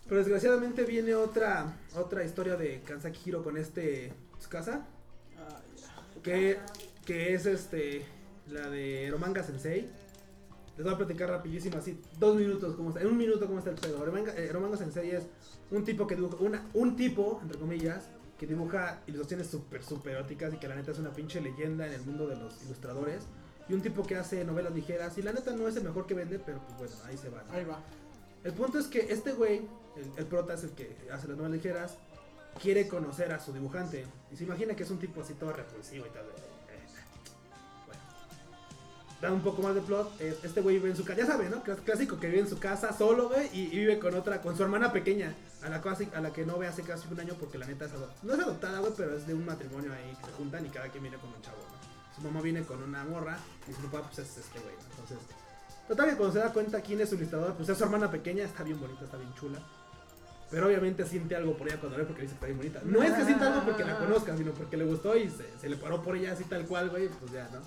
Pero desgraciadamente viene otra, otra historia de Kansaki Hiro con este Tsukasa. que, que es este la de Romanga Sensei. Les voy a platicar rapidísimo, así, dos minutos, cómo está, en un minuto cómo está el pseudo. Romanga, eh, Romango Sensei es un tipo que dibuja, una, un tipo, entre comillas, que dibuja ilustraciones súper, súper eróticas y que la neta es una pinche leyenda en el mundo de los ilustradores. Y un tipo que hace novelas ligeras y la neta no es el mejor que vende, pero pues bueno, ahí se va. ¿no?
Ahí va.
El punto es que este güey, el, el prota es el que hace las novelas ligeras, quiere conocer a su dibujante. Y se imagina que es un tipo así todo repulsivo y tal. eh, eh, Bueno. Da un poco más de plot. eh, Este güey vive en su casa, ya sabe, ¿no? Clas- Clásico que vive en su casa solo, güey, y, y vive con otra, con su hermana pequeña, a la, cuasi- a la que no ve hace casi un año porque la neta es adoptada. No es adoptada, güey, pero es de un matrimonio ahí que se juntan y cada quien viene con un chavo, ¿no? Su mamá viene con una morra y su papá, pues es este güey, ¿no? Entonces, Total que cuando se da cuenta quién es su ilustrador, pues es su hermana pequeña, está bien bonita, está bien chula. Pero obviamente siente algo por ella cuando la ve porque dice que está bien bonita. No es que sienta algo porque la conozca, sino porque le gustó y se, se le paró por ella así tal cual, güey, pues ya, ¿no?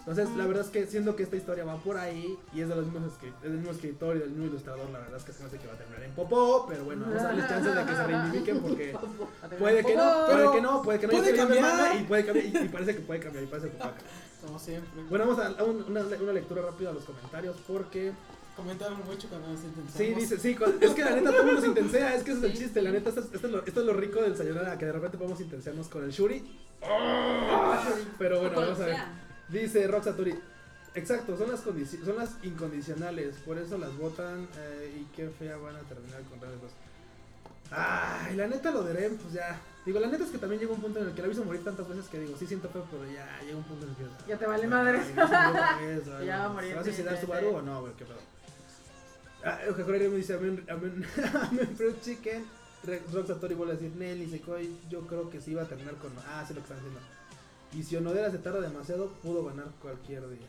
Entonces, la verdad es que siendo que esta historia va por ahí y es de los mismos escri- es del mismo escritor y del mismo ilustrador, la verdad es que se me hace que va a terminar en popó, pero bueno, vamos a darle chance de que se
[laughs]
reivindiquen porque puede que no, puede que no, puede que no,
Puede
puede
cambiar.
y puede cambiar, y, y parece que puede cambiar, y parece que puede cambiar.
Como siempre.
Bueno, vamos a a un- una, una lectura rápida a los comentarios porque
Comentaron mucho cuando nos intentamos.
Sí, dice, sí, cu- es que la neta todo el mundo se intensea, es que ese es el chiste, la neta, esto es, esto es lo, esto es lo rico del Sayonara, que de repente podemos intensearnos con el Shuri.
Ah,
Pero bueno, vamos a ver. Dice Roxaturi, exacto, son las, condici- son las incondicionales, por eso las votan eh, y qué fea van a terminar con Rebel Rose. Ay, la neta lo de Rem, pues ya. Digo, la neta es que también llega un punto en el que la he visto morir tantas veces que digo, sí siento feo, pero ya llega un punto en el que...
Ya te vale madre.
Ay, no, no, eso, ay,
Ya va a
no.
morir,
¿Se va a
sí,
suicidar
sí,
Subaru
sí.
o no, güey? ¿Qué pedo? Ah, Jorge me dice, amén, amén, [laughs] amén, fruit chicken. Re- Roxatori vuelve a decir, Nelly, Sekoi, yo creo que sí iba a terminar con... Ah, sí, lo que están haciendo. Y si Onodera se tarda demasiado, pudo ganar cualquier día.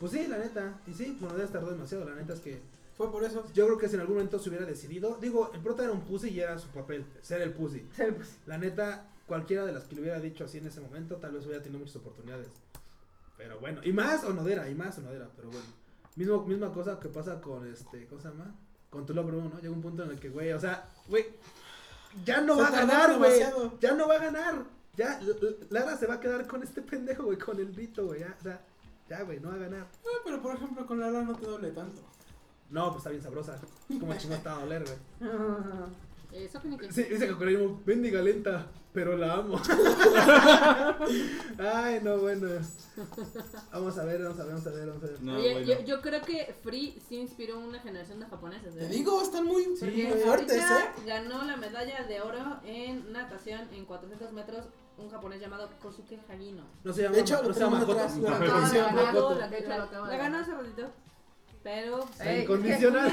Pues sí, la neta. Y sí, pues Onodera se tardó demasiado. La neta es que
Fue por eso.
yo creo que si en algún momento se hubiera decidido... Digo, el prota era un pussy y era su papel, ser el pussy.
Se le puse-
La neta, cualquiera de las que lo hubiera dicho así en ese momento, tal vez hubiera tenido muchas oportunidades. Pero bueno, y más Onodera, y más Onodera, pero bueno. Mismo, misma cosa que pasa con este, ¿cómo se llama? Con tu logro, ¿no? Llega un punto en el que, güey, o sea, güey, ya no
Se
va a
tardaron
ganar, güey.
demasiado.
Ya no va a ganar. Ya, L- L- Lara se va a quedar con este pendejo, güey, con el rito, güey. Ya, o sea, ya, güey, no va a ganar.
Ah, pero por ejemplo, con Lara no te doble tanto.
No, pues está bien sabrosa. Como chingo está a doler, güey.
eh,
Eso tiene que
Sí, dice que Coraline bendiga lenta, pero
[laughs]
la amo. Ay, no, bueno. Vamos a ver, vamos a ver, vamos a ver, vamos a ver.
No,
Oye,
bueno.
yo, yo creo que Free sí inspiró una generación de japoneses. ¿eh?
Te digo, están muy
Sí,
Porque
güey.
fuertes,
ahorita
¿eh?
ganó la medalla de oro en natación en 400 metros un japonés llamado Kosuke Hagino.
No se llama,
De hecho,
no
lo
se llama
tenemos
Makoto.
atrás,
No,
la
pero-
acaba de
Makoto.
ganar.
la,
de hecho, lo acaba de
la ganó
ganar.
hace ratito. Pero
La
[laughs]
Ey,
incondicional.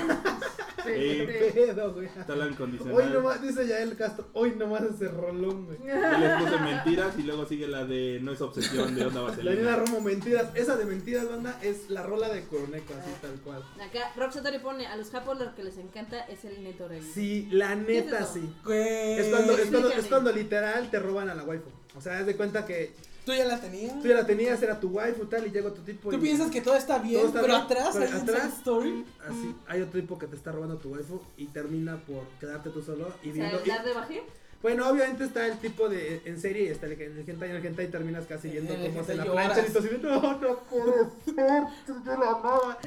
Sí,
Ey,
Qué
sí.
pedo, güey.
Está la incondicional.
Hoy nomás, dice Yael Castro, hoy nomás ese rolón, güey.
Yo les puse mentiras y luego sigue la de no es obsesión de onda
La Nina
vaselina.
Romo, mentiras. Esa de mentiras, banda, es la rola de Coroneco,
Ah.
así tal cual.
acá Rob Satori pone a los japos lo que les encanta es el neto rey.
Sí, la neta,
eso?
sí.
Güey.
Es cuando, es, cuando, es
Explícame.
cuando literal te roban a la waifu. O sea, haz de cuenta que
Tú ya la tenías.
tú ya la tenías, era tu waifu tal, y llega otro tipo.
Tú
y-
piensas que todo está bien,
Todo está
pero
bien,
atrás
pero
hay un
atrás-
side story.
Así, hay otro tipo que te está robando tu waifu y termina por quedarte tú solo y
O sea,
viendo.
el
y-
dar de bajé.
bueno, obviamente está el tipo de en serie y está el, el hentai, el hentai terminas casi
Eh, El
viendo
hentai
cómo se la
lloras.
plancha y tú así de, no, no puede ser, yo la amaba.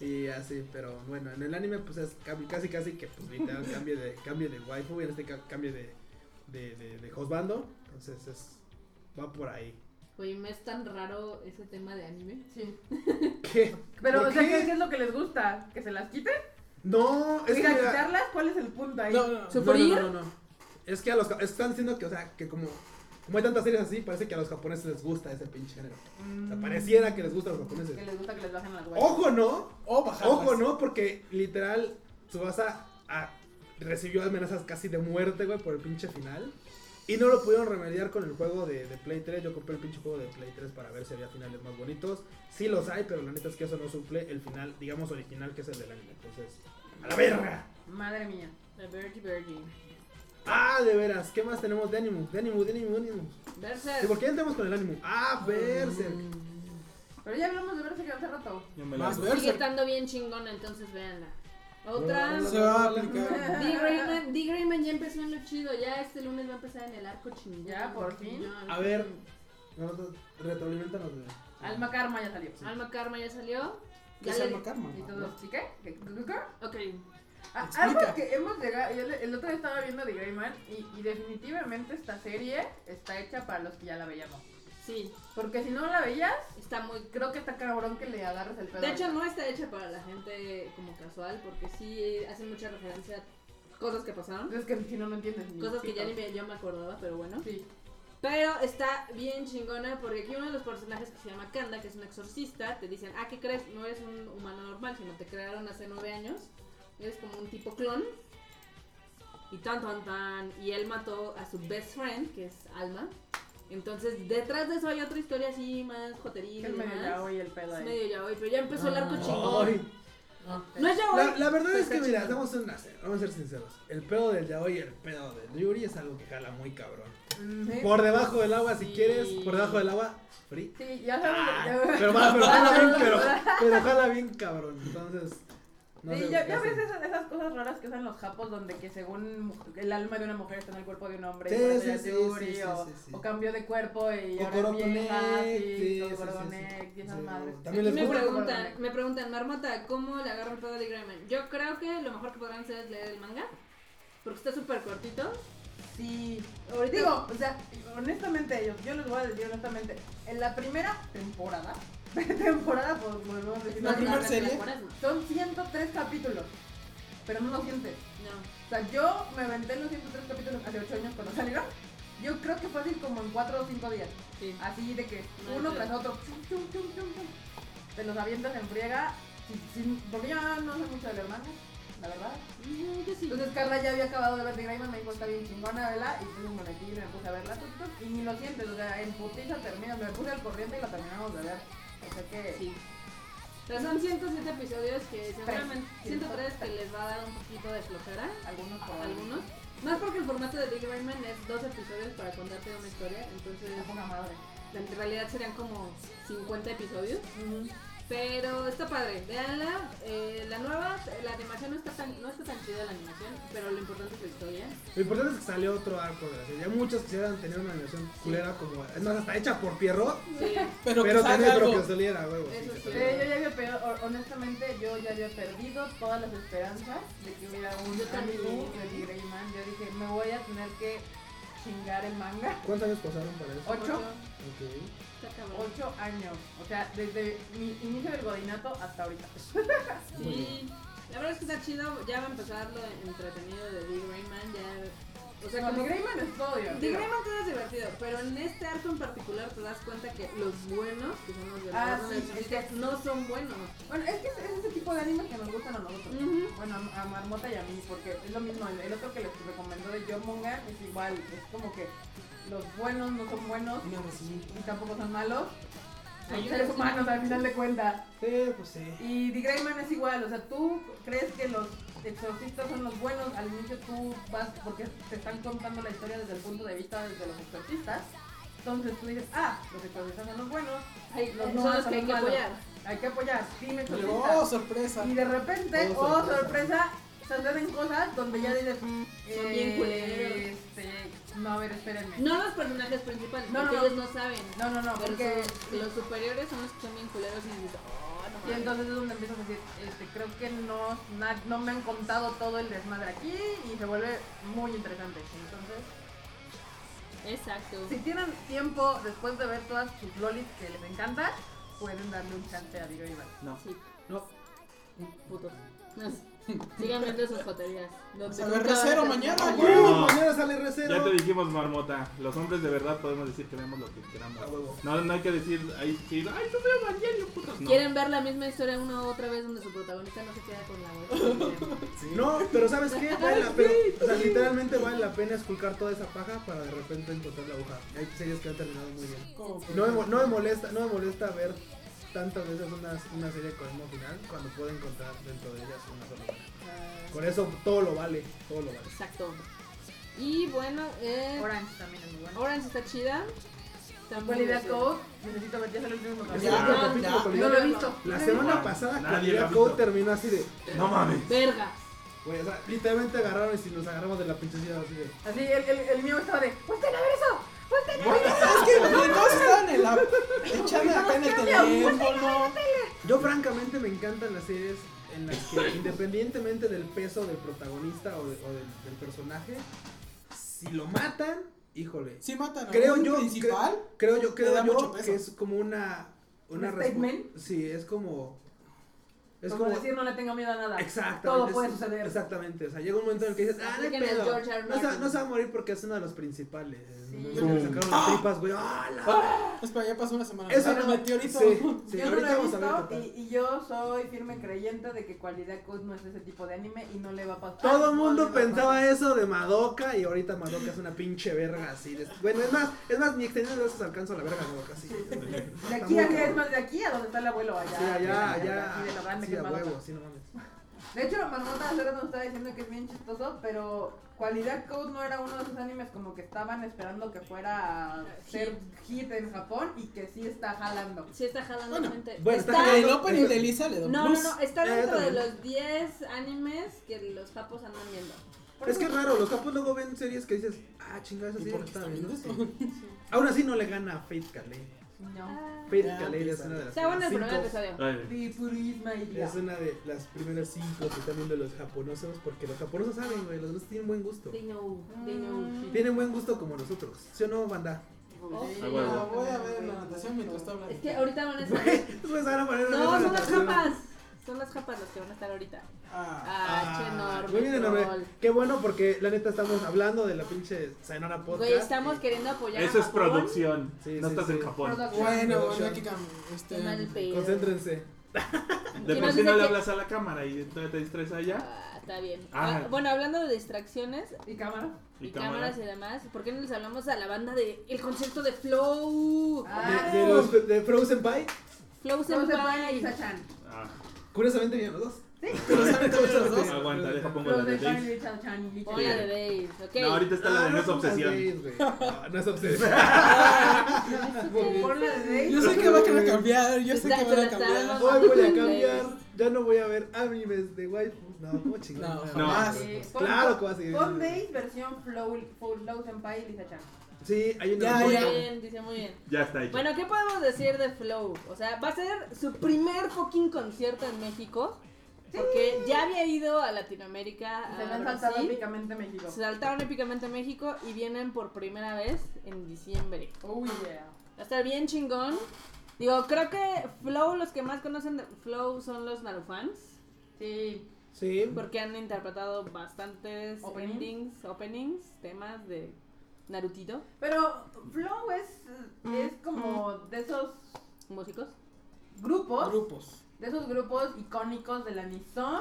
Y así, pero bueno, en el anime pues es casi casi, casi que
[laughs]
pues literal cambie de, cambie de waifu y en este caso cambie de, de, de, de husbando. Entonces es, va por ahí.
Güey, me es tan raro ese tema de anime.
Sí.
¿Qué?
Pero,
¿Por
o sea, ¿qué,
qué?
qué es lo que les gusta? ¿Que se las quiten?
No, es
Diga,
que mira-
quitarlas, ¿cuál es el punto ahí?
No, no, no.
Su-
No, no,
¿Sufrir?
no, no, no. Es que a los ja- están diciendo que, o sea, que como, como hay tantas series así, parece que a los japoneses les gusta ese pinche género. O sea, pareciera que les gusta a los japoneses.
Mm, Que les gusta que les bajen las guayas.
Ojo, no.
O bajarlas.
Ojo, no, porque literal Tsubasa a- recibió amenazas casi de muerte, güey, por el pinche final. Y no lo pudieron remediar con el juego de, de Play 3. Yo compré el pinche juego de Play 3 para ver si había finales más bonitos. Sí los hay, pero la neta es que eso no suple el final, digamos, original, que es el del anime. Entonces, ¡a la verga!
Madre mía.
La Virgie Virgie.
Ah, de veras, ¿qué más tenemos de Animu? De Animu, de Animu, de Animu.
Eh.
Berserk.
¿Y por qué ya entramos con el Animu? Ah,
Mm.
Berserk.
Pero ya hablamos de verse que hace rato.
Yo me
Más
largo.
ver-
Sigue estando bien chingona, entonces véanla. Otra.
Se va a aplicar.
D. Grayman, D. Grayman ya empezó en lo chido, ya este lunes va a empezar en el arco chingón.
Ya, por fin.
Chingón.
A ver. Nosotros retroalimentan los de.
Alma Karma ya salió.
Alma Karma ya salió.
¿Qué
Ya
es
le-
alma karma?
¿Y todo
¿no?
expliqué? ¿Qué- qué- qué- qué?
Ok.
Ah,
Explica.
Algo que hemos llegado, yo le- el otro día estaba viendo The Grey Man y, y definitivamente esta serie está hecha para los que ya la veíamos.
Sí,
Porque si no la veías,
está muy
creo que está cabrón que le agarres el pedo.
De hecho, no está hecha para la gente como casual, porque sí hace mucha referencia a cosas que pasaron.
Es que si no, no entiendes. ni
Cosas que ya ni
pito.
me, yo me acordaba, pero bueno.
Sí.
Pero está bien chingona porque aquí uno de los personajes que se llama Kanda, que es un exorcista, te dicen, ah, ¿qué crees? No eres un humano normal, sino te crearon hace nueve años. Eres como un tipo clon. Y tan, tan, tan. Y él mató a su best friend, que es Alma. Entonces, detrás de eso hay otra historia así más
Es
joterita y
medio ya
demás.
hoy el pedo
Es
ahí.
meyo yaoi, pero ya empezó el arco
Ah.
chingón.
Ay,
Ah.
No es yaoi.
La, la verdad
pero
es que,
está
mira,
chingón.
vamos a, ser, vamos a ser sinceros. El pedo del yaoi y el pedo del Yuri es algo que jala muy cabrón.
Mm, sí.
Por debajo del agua, si
Sí.
quieres, por debajo del agua, free. Ah,
Sí, ya sabes. ya-
Pero, va, pero
[laughs]
jala bien, pero, pero jala bien cabrón. Entonces, no
Sí,
sé,
ya,
no
ya
sé.
ves esas, esas cosas raras que usan los japos donde que según mu- el alma de una mujer está en el cuerpo de un hombre,
Sí,
y por eso
sí,
ya es
sí,
Yuri,
sí, sí,
o,
sí, sí.
o cambió de cuerpo y ahora es vieja,
Cocoroconect,
sí,
sí, sí, sí,
Cocoroconect
sí.
y esas
Sí,
madres.
También
Aquí
les
me
gusta.
preguntan, me preguntan, Marmota, ¿cómo le agarro el pedo de Greyman? Yo creo que lo mejor que podrán hacer es leer el manga, porque está súper cortito.
Sí, ahorita digo, o sea, honestamente, yo, yo les voy a decir honestamente, en la primera temporada, [laughs] temporada, pues bueno, decir,
La primera
no,
serie.
No, no.
son 103 capítulos, pero no lo sientes. O sea, yo me aventé los 103 capítulos hace 8 años cuando [laughs] salieron. Yo creo que fácil como en 4 o 5 días.
sí.
Ah.
Así de que
No
uno
entiendo.
tras otro, chum, chum, chum, chum, chum. te los avientas en friega. sin- sin- porque yo no sé mucho de la hermana, la verdad.
Mm, yo sí.
Entonces Carla ya había acabado de ver The Greyman, me dijo está bien chingona, ¿verdad? Y puse un boletín y me puse a verla tuc, tuc, y ni lo sientes, o sea, en putiza termina, me puse al corriente y la terminamos de ver. O sea que
Sí. Pero son 107 episodios que seguramente,
Tres.
103 que les va a dar un poquito de flojera
algunos por
a algunos. Más porque el formato de Big Rayman es dos episodios para contarte una historia, entonces
Es una madre.
en realidad serían como 50 episodios. Pero está padre, veanla. Eh, la nueva, la animación no está tan, no está tan chida la animación, pero lo importante es la historia.
Lo importante es que salió otro arco de la serie. Ya muchos quisieran tener una animación culera como. Es más, hasta hecha por Pierrot.
Sí,
Pero,
Pero,
que
que,
salga
pero
algo.
que saliera, huevo.
Eso
que
sí.
Sí,
saliera.
yo ya había perdido, hon- honestamente, yo ya había perdido todas las esperanzas de que hubiera un
Yo también.
anime de The Greyman. Yo dije, me voy a tener que chingar el manga.
¿Cuántos años pasaron para eso?
[laughs] Ocho.
Ok.
Está cabrón.
8 años, o sea, desde mi inicio del godinato hasta ahorita.
Muy
Sí, la verdad es que está chido. Ya va a empezar lo entretenido de Big Rayman. Ya, o sea,
No,
como
The Greyman es todo
Big
divertido.
Rayman todo es divertido, pero en este arco en particular te das cuenta que los buenos, que son los de la
Ah,
Orden del
sí,
Exorcista,
es que-
no son buenos.
Bueno, es que es es ese tipo de animes que nos gustan a nosotros.
Ujú.
Bueno, a, a Marmota y a mí, porque es lo mismo. El, el otro que les recomendó de Jomonga es igual. Es como que los buenos no son buenos
Una recibí.
y tampoco son malos. Son
Hay un
seres
ser
humanos
humano.
al final de cuentas.
Sí, pues sí.
Y The Greyman es igual. O sea, tú crees que los exorcistas son los buenos. Al inicio tú vas, porque te están contando la historia desde el punto de vista desde los exorcistas. Entonces tú dices, ah, los exorcistas son los buenos.
Hay,
Los
son
buenos
los que hay
son
que
malos.
apoyar.
Hay que apoyar. Dime exorcista.
Oh, sorpresa.
Y de repente,
Oh,
oh
sorpresa.
sorpresa, suceden cosas donde ya dices,
Son bien culeros.
Este, no, a ver, espérenme.
No los personajes principales,
No,
porque
no, no.
ellos no saben.
no, no, no,
Pero
porque.
son- los superiores son los que son bien culeros y dices, oh, no
Y
mames".
entonces es donde empiezas a decir, este, creo que no, na- no me han contado todo el desmadre aquí y se vuelve muy interesante. Entonces,
Exacto.
si tienen tiempo después de ver todas sus lolis que les encantan, pueden darle un chance a Digo Iván.
No.
Sí,
No.
putos. Sigan viendo sus joterías. No,
A ver, recero mañana,
¡Uh!
güey.
No.
Mañana sale recero.
Ya te dijimos, Marmota, los hombres de verdad podemos decir que vemos lo que queramos.
A huevo.
No, no hay que decir, ahí sí, ay, yo veo Evangelion, putos. No.
¿Quieren ver la misma historia una u otra vez donde su protagonista no se queda con la otra?
No, pero ¿sabes qué? Vale la pena. O sea, literalmente vale la pena esculcar toda esa paja para de repente encontrar la aguja. Hay series que han terminado muy bien.
Como por
No me, mo-
ejemplo.
no me molesta, no me molesta ver tantas veces una, una serie con el mismo final cuando puedo encontrar dentro de ellas una sola. Con eso todo lo vale, todo lo vale.
Exacto. Y bueno, eh,
Orange también es muy bueno.
Orange está chida. Está muy
Cualidad
divertida.
Code, necesito ver, ya salió el último
Es
capítulo.
el último
Ya,
capítulo
ya.
con
No lo
ella.
he visto.
La
No lo he
semana
Nadie
pasada
lo ha
Calidad
visto.
Code terminó así de.
No mames.
Vergas.
Güey, o sea, literalmente agarraron y si nos agarramos de la pinche silla así de.
Así, el, el, el mío estaba de, ¡Vuelten a ver eso! ¡Vuelten a ver eso!
Es que los dos estaban en la... echando acá en el teléfono.
Yo francamente me encantan las series en las [laughs] que independientemente del peso del protagonista o, de- o del, del personaje, si lo matan, híjole.
Si matan a
Creo
un
yo,
principal,
Creo yo, creo
da
yo
mucho peso.
que es como una... una
¿Un
respo-
statement?
Sí, es como... Es
como,
como...
decir, no le tengo miedo a nada.
Exactamente.
Todo puede
es-
suceder.
Exactamente. O sea, llega un momento en el que dices, ah, no hay
Aplican el
pedo.
George R. R.
No se, va-
Martin.
no se va a morir porque es uno de los principales.
Sí.
No le sacaron las tripas, güey. ¡Ah, la-
espera, ya pasó una semana.
Eso
Ah,
no.
meteorito.
Sí, sí,
yo no lo
ahorita
he
vamos a ver.
visto
total.
y, y yo soy firme creyente de que Cualidad Cus no es ese tipo de anime y no le va a pasar.
Todo el
No
mundo
le va a
pensaba
pasar.
eso de Madoka y ahorita Madoka es una pinche verga así. de- Bueno, es más, es más, ni extendiendo los brazos alcanzo a la verga de Madoka, sí.
De
Está
aquí
muy
a que
cabrón.
es más de aquí a donde está el abuelo allá.
Sí, allá,
de- de- de
allá.
aquí de la banda,
Sí,
que
a
es Madoka.
huevo, sí, no mames.
De hecho, Marmota hace rato nos estaba diciendo que es bien chistoso, pero Cualidad Code no era uno de esos animes como que estaban esperando que fuera a ser hit en Japón y que sí está jalando.
Sí está jalando
Bueno,
gente.
bueno, está
está
Porque el opening de Lisa le da un
No, no,
plus.
no, está
Ya, yo
dentro de
también.
los 10 animes que los japos andan viendo.
Por
Es que es
eso-
raro, los capos luego ven series que dices, ah, chingada, esa
¿Y
serie
por
no
qué
está
están
bien.
viendo esto?
Aún así no le gana a Fate Kalei.
Ah.
No.
Fate
Ya,
Kalei
pues,
es
empieza.
una de las
Está bueno el
primeras
primer
cinco-
episodio.
Ay,
Mi purisma y ya.
Es una de las primeras cinco que están viendo los japonosos porque los japonosos saben, güey, los japoneses tienen buen gusto.
They know, they know shit.
Tienen buen gusto como nosotros. ¿Sí o no, banda?
a
[laughs]
Sí.
eh, La
huevo.
Ah, voy a ver en la natación mientras está hablando.
Es que ahorita van a
Güey,
estar.
pues van a poner una
No,
mesa
son
de
las
trabajo.
japas. Son las japas las que van a estar ahorita.
Ah,
Ah, che, enorme.
Muy bien, enorme.
troll.
Qué bueno porque la neta estamos hablando de la pinche Sayonara Podcast.
Güey, estamos
Y-
queriendo apoyar. a
Eso es
Japón.
producción.
Sí,
no
sí,
estás
sí.
en Japón.
bueno, bueno,
Producción.
aquí cambia. Este,
Qué mal pedo.
Eh, Concéntrense.
De
Y
por
nos
sí no
dice
le
que-
hablas a la cámara y entonces te distraes allá.
Ah, está bien.
Ah.
Ah, bueno, hablando de distracciones
¿Y cámara?
y,
Y cámara.
cámaras y demás, ¿por qué no les hablamos a la banda de el concierto de Flow?
Ah,
De, de los, de Frozen Pie,
Flow
no se puede
Senpai.
Chan.
Ah,
curiosamente vienen los dos.
pero saben todos los dos.
aguanta, deja pongo la
Los
de
de
Days.
Fanny Chan Chan y
Hola,
Sí.
bebéis. Ok.
No, ahorita está la
Ah,
de No es
son las
Obsesión. Ah, [laughs]
gays, güey. No, no es [laughs] obsesión. Muy bien.
Ponle de Days.
[laughs] Yo sé que va a querer cambiar, yo sé
Está-
que va a
está-
cambiar.
Hoy voy a cambiar. Ya no voy a ver animes de waifu. No, ¿cómo
No,
chingada?
jamás.
Eh, pon-
Claro que va a seguir.
Pon Days versión Flow, Flow Senpai y Lisa Chan.
Sí, hay una.
Ya,
Muy
ya.
bien, dice muy bien.
Ya está hecho.
Bueno, ¿qué podemos decir de Flow? O sea, va a ser su primer fucking concierto en México. Porque ya había ido a Latinoamérica,
Se le
a
han saltado
Brasil.
épicamente México.
Se saltaron épicamente a México y vienen por primera vez en diciembre.
Oh yeah.
Va a estar bien chingón. Digo, creo que Flow, los que más conocen de Flow son los Narufans. Sí.
Sí.
Porque han interpretado bastantes
Openings.
endings, openings, temas de Narutito,
Pero Flow es, es como de esos
músicos.
grupos,
Grupos.
de esos grupos icónicos del anisón,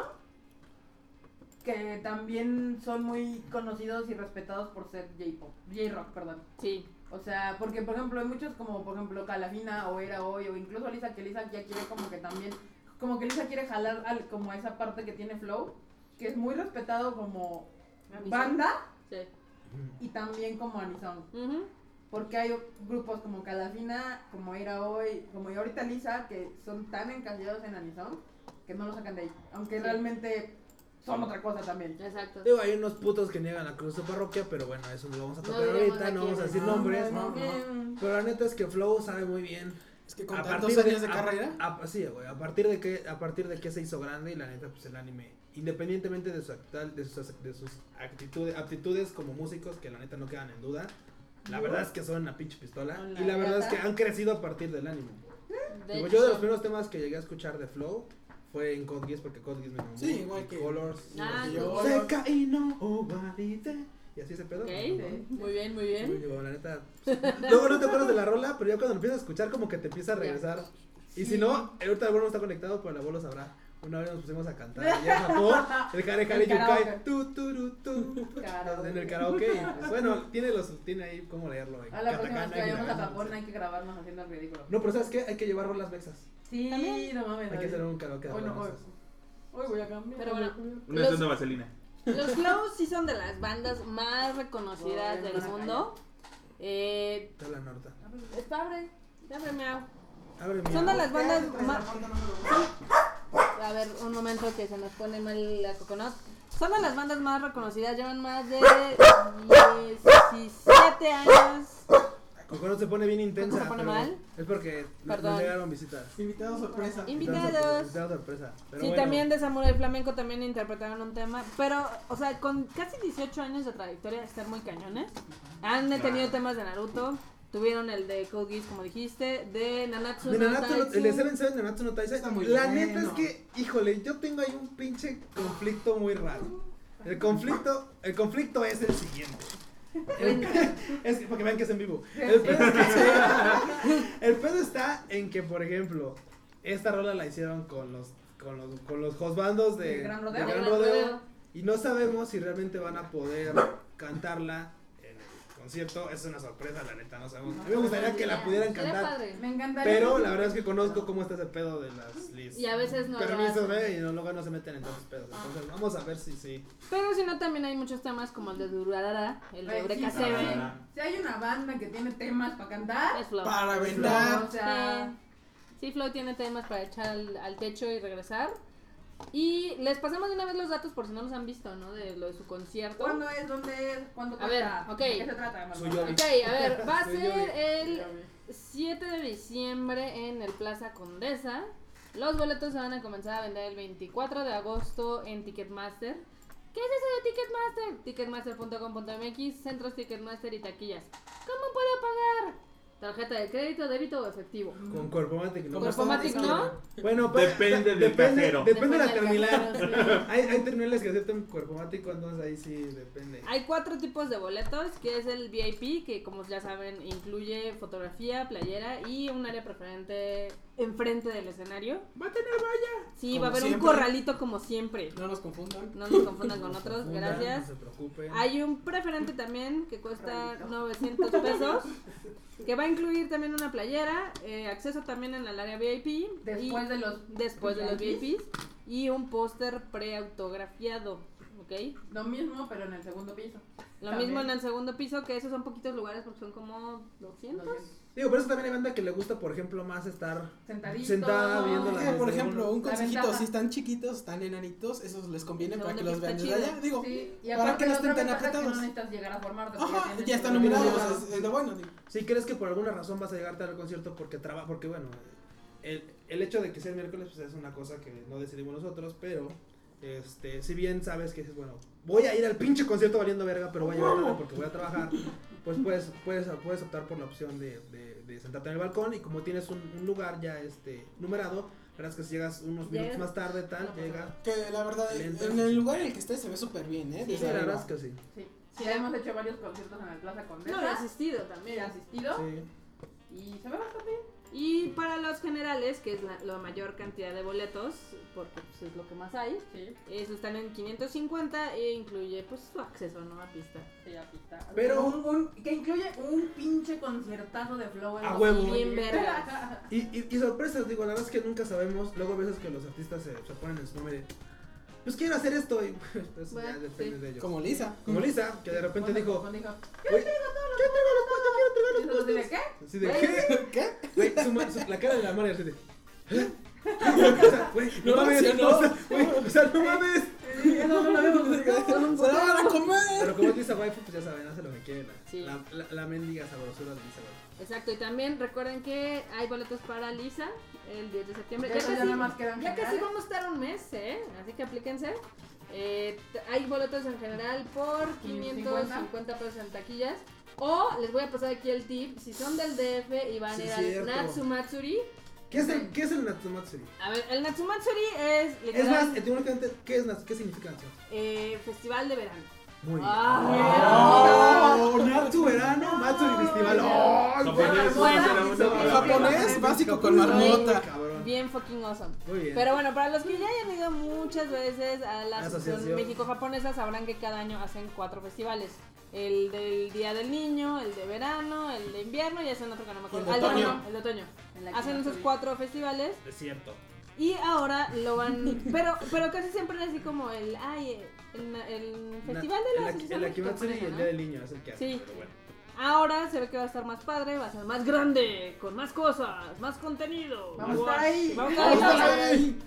que también son muy conocidos y respetados por ser J-pop, J-rock, perdón.
Sí.
O sea, porque por ejemplo hay muchos como por ejemplo Calafina o Era Hoy o incluso Lisa que Lisa ya quiere como que también, como que Lisa quiere jalar al, como a esa parte que tiene Flow, que es muy respetado como banda
Sí.
y también como anisón.
Ujú.
Porque hay grupos como Calafina, como Era Hoy, como ya ahorita Lisa, que son tan encasillados en Anison que no lo sacan de ahí. Aunque
Sí.
realmente son otra cosa también.
Exacto.
Digo, hay unos putos que niegan la cruz de parroquia, pero bueno, eso lo vamos a
No
tocar
diremos
ahorita,
a
no vamos a
quiénes.
decir
No,
nombres.
no, no.
Pero la neta es que Flow sabe muy bien.
Es que con tantos años de
a-
carrera.
a- sí, güey, a partir de que a partir de que se hizo grande y la neta pues el anime, independientemente de su actual- de sus de sus actitudes, aptitudes como músicos que la neta no quedan en duda. La verdad es que son una pinche pistola
Son la
y la verdad es que
gata.
han crecido a partir del anime.
De
Digo,
hecho,
yo de los
sí.
primeros temas que llegué a escuchar de Flow fue en Code Geass porque Code Geass me mamó.
Sí, igual
y
que-
Colors.
Ah,
Porque yo-
no.
Seca y no ovalite. Y así se pedo.
Ok.
Ujú.
Muy bien, muy bien.
Uy, la neta. [laughs] Luego no te acuerdas de la rola, pero ya cuando lo empiezas a escuchar, como que te empieza a regresar. Y si no, ahorita el abuelo no está conectado, pero el abuelo sabrá. Una vez nos pusimos a cantar allá en Japón, el Kare Kare
El karaoke.
Yukai, tu, tu, ru, tu,
Karaoke.
en el karaoke. y, pues, bueno, tiene, los, tiene ahí cómo leerlo. en
A la próxima vez
katakana,
que vayamos a
hiragana,
Japón
no sé.
hay que grabarnos haciendo el ridículo.
No, pero ¿sabes qué? Hay que llevar rolas mexas.
Sí,
También.
no mames.
Hay que
David.
hacer un karaoke de
Hoy
rolas
no, hoy.
mexas.
Hoy voy a cambiar.
Pero bueno,
Una
los-
escena de vaselina.
Los Flows sí son de las bandas más reconocidas
Ay,
del
Maracayo.
mundo. Eh,
Está la norta.
abre, abre, miau.
Abre mi
Son de las bandas
Más
más... A ver, un momento que se nos pone mal la coconut. Son de las bandas más reconocidas, llevan más de 17 años
Con Coco se pone bien intensa.
se pone
pero
mal?
Es porque no-
Perdón.
nos llegaron visitas.
Invitado sorpresa.
Invitados.
Invitados sorpresa. Pero
sí,
bueno,
también de Samuel el Flamenco también interpretaron un tema. Pero, o sea, con casi 18 años de trayectoria, están muy cañones. Han tenido temas de Naruto. Tuvieron el de Code Geass, como dijiste. De Nanatsu.
De
no
Nanatsu no-
Taizai.
el de Seven Seven de Nanatsu no Taizai.
Está muy
La
bueno.
neta es que, híjole, yo tengo ahí un pinche conflicto muy raro. El conflicto, el conflicto es el siguiente. El- es que, para que vean que es en vivo. El pedo, es que- el pedo está en que, por ejemplo, esta rola la hicieron con los con los, con los hosbandos de,
¿De Gran Rodeo?
de Gran
De Gran
Rodeo,
Rodeo.
y no sabemos si realmente van a poder cantarla en el concierto. Es una sorpresa, la neta, no sabemos. A mí me gustaría que la pudieran
Era
cantar.
padre.
pues,
Me encantaría.
Pero la verdad es que conozco cómo está ese pedo de las lists.
Y a veces no lo
Permisos,
hacen. Ah.
¿eh? Y no, luego no se meten en todos los pedos. Entonces, vamos a ver si sí.
Pero si no, también hay muchos temas como el de Durarara, el de
Ay,
Eureka
sí,
Seven.
Durarara.
Si hay una banda que tiene temas para cantar, pues,
Es Flow.
Para
o
aventar.
sea,
Sí, Flow tiene temas para echar al, al techo y regresar. Y les pasamos de una vez los datos por si no los han visto, ¿no? De lo de su concierto.
¿cuándo es? ¿Dónde es? ¿Cuándo
A
cuesta?
ver, ok.
¿De qué se trata?
Soy
Margot?
yo.
Ok, a ver, va a
Sí, yo
ser
vi.
el 7 de diciembre en el Plaza Condesa. Los boletos se van a comenzar a vender el 24 de agosto en Ticketmaster. ¿Qué es eso de Ticketmaster? Ticketmaster.com.mx, centros Ticketmaster y taquillas. ¿Cómo puedo pagar? Tarjeta de crédito, débito o efectivo.
Con Corpomatic, ¿no?
Como estaba
Corpomatic,
diciendo.
¿no?
Bueno, pues,
Depende del
depende,
cajero.
Depende de la
Depende del
terminal. [laughs]
cajero,
hay, hay terminales que aceptan Corpomatic, entonces ahí sí depende.
Hay cuatro tipos de boletos, que es el VIP, que como ya saben incluye fotografía, playera y un área preferente enfrente del escenario.
Va a tener valla.
Sí,
Como
va a haber
siempre.
un corralito como siempre.
No nos confundan.
No nos confundan con
No se
otros,
confundan,
pues, gracias.
No se preocupen.
Hay un preferente también que cuesta
Corralito.
900 pesos, que va a incluir también una playera, eh, acceso también en el área VIP. y-
Después de los
después de los
VIPs.
VIPs y un póster preautografiado, ¿ok?
Lo mismo, pero en el segundo piso.
Lo
También.
mismo en el segundo piso, que esos son poquitos lugares porque son como 200.
Lo siento.
Digo, pero eso también hay banda que le gusta, por ejemplo, más estar
Sentadito.
sentada viendo
Es
la
que, por ejemplo, un
La
consejito,
ventaja.
si están chiquitos, están enanitos, esos les conviene
Son
para que
de
los vean
pista
desde
chida.
allá. Digo,
Sí, y
Para
aparte
que no
la
estén
otra
tan
ventaja es que
apretados.
no necesitas llegar a formarte. porque
ajá,
tienen
ya están
todo
numerados,
preparado.
es, es lo bueno. digo.
Si crees que por alguna razón vas a llegarte al concierto porque trabaja, porque bueno, el, el hecho de que sea el miércoles pues, es una cosa que no decidimos nosotros, pero este, si bien sabes que dices, bueno, voy a ir al pinche concierto valiendo verga, pero voy a llegar tarde porque voy a trabajar, pues puedes, puedes, puedes optar por la opción de, de- de sentarte en el balcón y como tienes un, un lugar ya este, numerado, verás que si llegas unos minutos
Llegas.
más tarde, tal,
No pasa
llega.
nada.
Que la verdad,
Le entras.
en el lugar en el que estés se ve súper bien, ¿eh?
Sí,
Desde
la
arriba.
verdad es que sí.
Sí. Sí, ya hemos hecho varios conciertos en el Plaza
No, he
Condesa.
asistido
he
también.
asistido.
sí.
Y se ve bastante bien.
Y para los generales, que es la, la mayor cantidad de boletos, porque pues, es lo que más hay,
Sí,
esos Eh, están en 550 e incluye pues su acceso ¿no? a pista.
sí, ya pista.
Pero-
un, un- que incluye un pinche conciertazo de flow en
A
los
huevo.
cines.
Bien vergas.
Y, y, y sorpresas, digo, la verdad es que nunca sabemos. Luego a veces que los artistas se, se ponen en su nombre de, pues quiero hacer esto. Y [laughs] pues ya
Bueno,
depende
sí.
de ellos.
Como Lisa.
Como Lisa, que de repente
Cuando-
dijo,
cuando dijo,
"Güey, yo traigo
¿y
los
eso
postres,
de qué?
yo [laughs] traigo los postres. Así de, [laughs] ¿qué?
¿Qué?
Güey, su ma- su- la cara de la madre [laughs] así de, "¿Eh? O sea, güey, no
No
mames, no,
reaccionó.
o sea, güey, o sea, no mames.
Sí, eso no lo habíamos explicado.
¡Se la van a comer!
Pero como es Lisa Waifu, pues ya saben, hace lo que quieren.
Sí.
La, la, la mendiga sabrosura de Lisa Waifu.
Exacto, y también recuerden que hay boletos para Lisa el 10 de septiembre.
Ya eso ya
casi-
nada más quedan
Ya casi
generales.
vamos a estar un mes, ¿eh? Así que aplíquense. Eh, t- hay boletos en general por 550 pesos en taquillas. O les voy a pasar aquí el tip. Si son del DF y van
Sí,
a ir
cierto.
al Natsumatsuri.
¿Qué es el, qué es el Natsumatsuri?
A ver, el Natsumatsuri es
Es
literal
más, eh, etimológicamente, ¿qué, es, Nats- ¿qué significa Natsumatsuri?
eh, festival de verano.
Muy bien.
Ah,
Oh,
Natsu verano, Matsuri festival. ¡Ay,
No,
güey!
japonés,
bueno,
era una
Eso,
palabra.
Japonés básico con marmota.
cabrón.
Bien fucking awesome.
Muy bien.
Pero bueno, para los que ya hayan ido muchas veces a la Asociación
Asociación.
México-Japonesa, sabrán que cada año hacen cuatro festivales. El del Día del Niño, el de verano, el de invierno y hacen otro que no me acuerdo.
El de
Ah, el
otoño.
El de otoño.
En la que
Hacen
no
esos
soy-
cuatro festivales
es cierto.
y ahora lo van... Pero pero casi siempre es así como el... Ay, eh, el, el festival de la Asociación
El Akimatsuri y
México-Japonesa,
el
¿no?
Día del Niño es el que hace.
Sí.
Pero bueno.
Ahora se ve que va a estar más padre, va a ser más grande, con más cosas, más contenido.
Vamos a estar ahí.
Vamos a
Ahí
estar ahí.
está, ahí.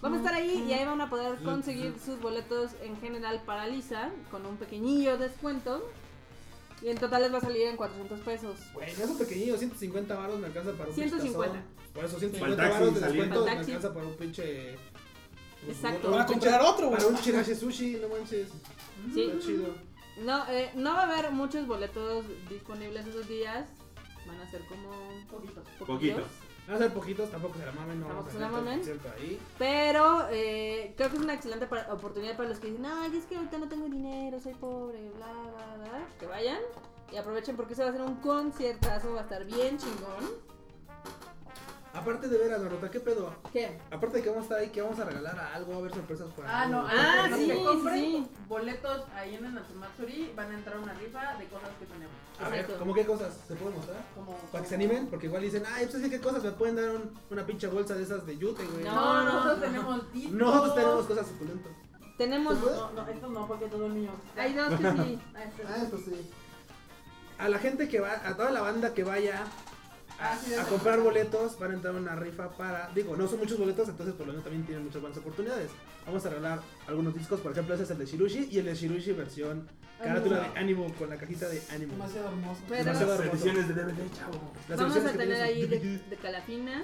Vamos a estar ahí y ahí van a poder conseguir sus boletos en general para Lisa con un pequeñillo descuento. Y en total les va a salir en 400 pesos.
Güey, no es un pequeñillo, 150 baros me alcanza para un pinche
150.
tazón. Por eso,
Para
150
el taxi,
baros de
salir.
descuento me
Para el taxi.
alcanza para un pinche. pues,
Exacto.
un-
Para
un pinche-
comprar otro, güey.
Para un chirache sushi, no manches.
Sí.
Está chido.
No, eh, no va a haber muchos boletos disponibles esos días. Van a ser como
Poquitos.
poquitos.
Poquitos.
Van a ser poquitos, tampoco se la mamen, no.
Tampoco
vamos a
se la
hacer todo el
mamen.
concierto ahí.
Pero eh, creo que es una excelente para- oportunidad para los que dicen, ay, es que ahorita no tengo dinero, soy pobre, bla, bla, bla. Que vayan y aprovechen porque se va a hacer un conciertazo, va a estar bien chingón.
Aparte de ver a Naruto, ¿qué pedo?
¿Qué?
Aparte de que vamos a estar ahí, que vamos a regalar a algo, va a haber sorpresas para.
Ah, no,
algo.
Ah,
ah,
sí,
sí, que compren
sí,
boletos ahí en el Natsumatsuri van a entrar a una rifa de cosas que tenemos.
A ver,
Exacto.
¿cómo qué cosas se pueden mostrar?
Como,
Para que se animen, porque igual dicen, ay, pues es que qué cosas, me pueden dar un- una pinche bolsa de esas de yute, güey.
No.
No, nosotros
no.
tenemos discos.
Nosotros tenemos cosas suculentas.
Tenemos...
No, no, esto no, porque todo es mío.
Hay dos que sí.
Ah, este es-
Ah, eso sí. A la gente que va, a toda la banda que vaya a,
Ah, sí,
a
desde-
comprar boletos, van a entrar a una rifa para. Digo, no son muchos boletos, entonces por lo menos también tienen muchas buenas oportunidades. Vamos a regalar algunos discos, por ejemplo, ese es el de Shirushi y el de Shirushi versión carátula de Animo con la cajita de Animo.
Demasiado hermoso.
Pero-
Demasiado
Las
hermoso.
ediciones de DVD, chavo.
Las
Vamos
versiones
a
que
tener
tienes-
ahí de, de Calafina,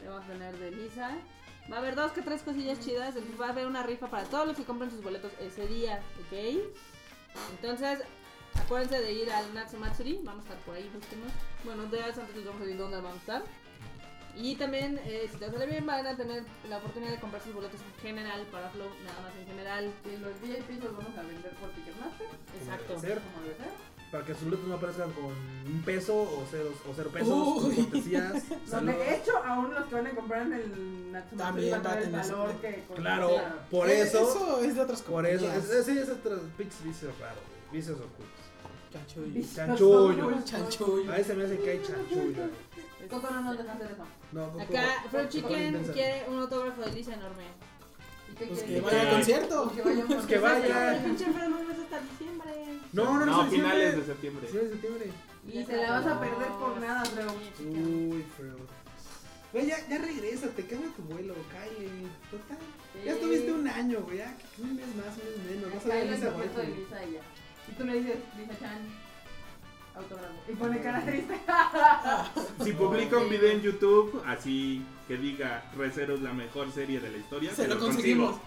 le vamos a tener de Lisa. Va a haber dos que tres cosillas chidas, entonces va a haber una rifa para todos los que compren sus boletos ese día, ¿ok? Entonces, acuérdense de ir al Natsu Matsuri, vamos a estar por ahí, búsquenos. Bueno, de antes les vamos a decir dónde vamos a estar. Y también, eh, si te sale bien, van a tener la oportunidad de comprar sus boletos en general para Flow, nada más en general.
Y los VIPs los vamos a vender por Ticketmaster,
Exacto.
debe ser.
como debe ser.
Para que sus boletos no aparezcan con un peso o cero, o cero pesos, con
Uy.
cortesías. [laughs]
No,
saludos.
de hecho, aún los que van a comprar en el Natsumatsuri
También
van a
va a
tener el
tener su-
valor que...
Claro,
conlleva.
por
Eh,
eso,
Eso es de otras
Por eso, es,
compañías.
es, sí, es otro pinche vicio raro, güey, vicios ocultos.
Chanchullo.
Chanchullos.
Chanchullo.
A veces me hace que hay chanchullo.
Coco no nos deja hacer eso.
No, Coco-
Acá,
Coco
Flow
le
Chicken
interesa.
quiere un autógrafo de Lisa enorme.
¿Y qué
Pues que
quieren?
vaya al
Eh.
concierto.
Que vayan
Pues que
por-
vaya.
Ay, pinche enfermo, no vas hasta diciembre.
No, no, no,
No,
es
finales de
septiembre.
septiembre.
Sí, es septiembre.
Y te la vas a perder por nada, Leo.
Uy, Fred. Güey, ya, ya regrésate, cambia tu vuelo, Kyle. Total. Ya estuviste un año, güey. Ya, que un mes más, un mes menos. No sabía
Cae
que
el
se
concierto de Lisa y ya. Y tú le dices, Lisa Chan, autógrafo. Y pone cara triste. [laughs]
Si publica un video en YouTube, así que diga Recero es la mejor serie de la historia,
Se
te
lo
consigo.
conseguimos.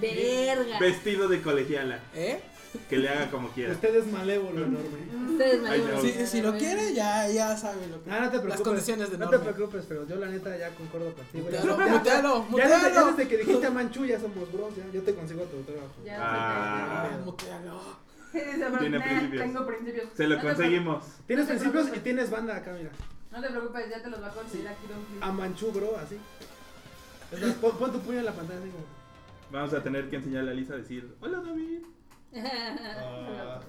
Verga.
Vestido de colegiala,
¿Eh?
que le haga como quiera.
Usted es malévolo enorme.
Ustedes
Ay,
mayores.
no.
Si, si lo quiere, ya, ya sabe lo que.
Ah, no te preocupes.
Las condiciones de
No te
norma.
preocupes, pero yo la neta ya concuerdo contigo. Ya,
Mutealo,
ya-
mutealo,
ya desde, ya
mutealo.
desde que dijiste a Manchu ya somos bros, ya. Yo te consigo tu autógrafo.
Ya
Ah.
Ah, mutealo.
se te- Y dice,
Tiene
"Nah,
principios".
Tengo principios.
Se lo
No te
conseguimos.
Tienes
No te
principios y
preocupes.
tienes banda acá, mira.
preocupes, No te preocupes, ya te los va a conseguir aquí Don Quijote.
A Manchu, bro, así. Es más, pon, pon tu puño en la pantalla, así como.
Vamos a tener que enseñarle a Lisa a decir, hola David.
Ah.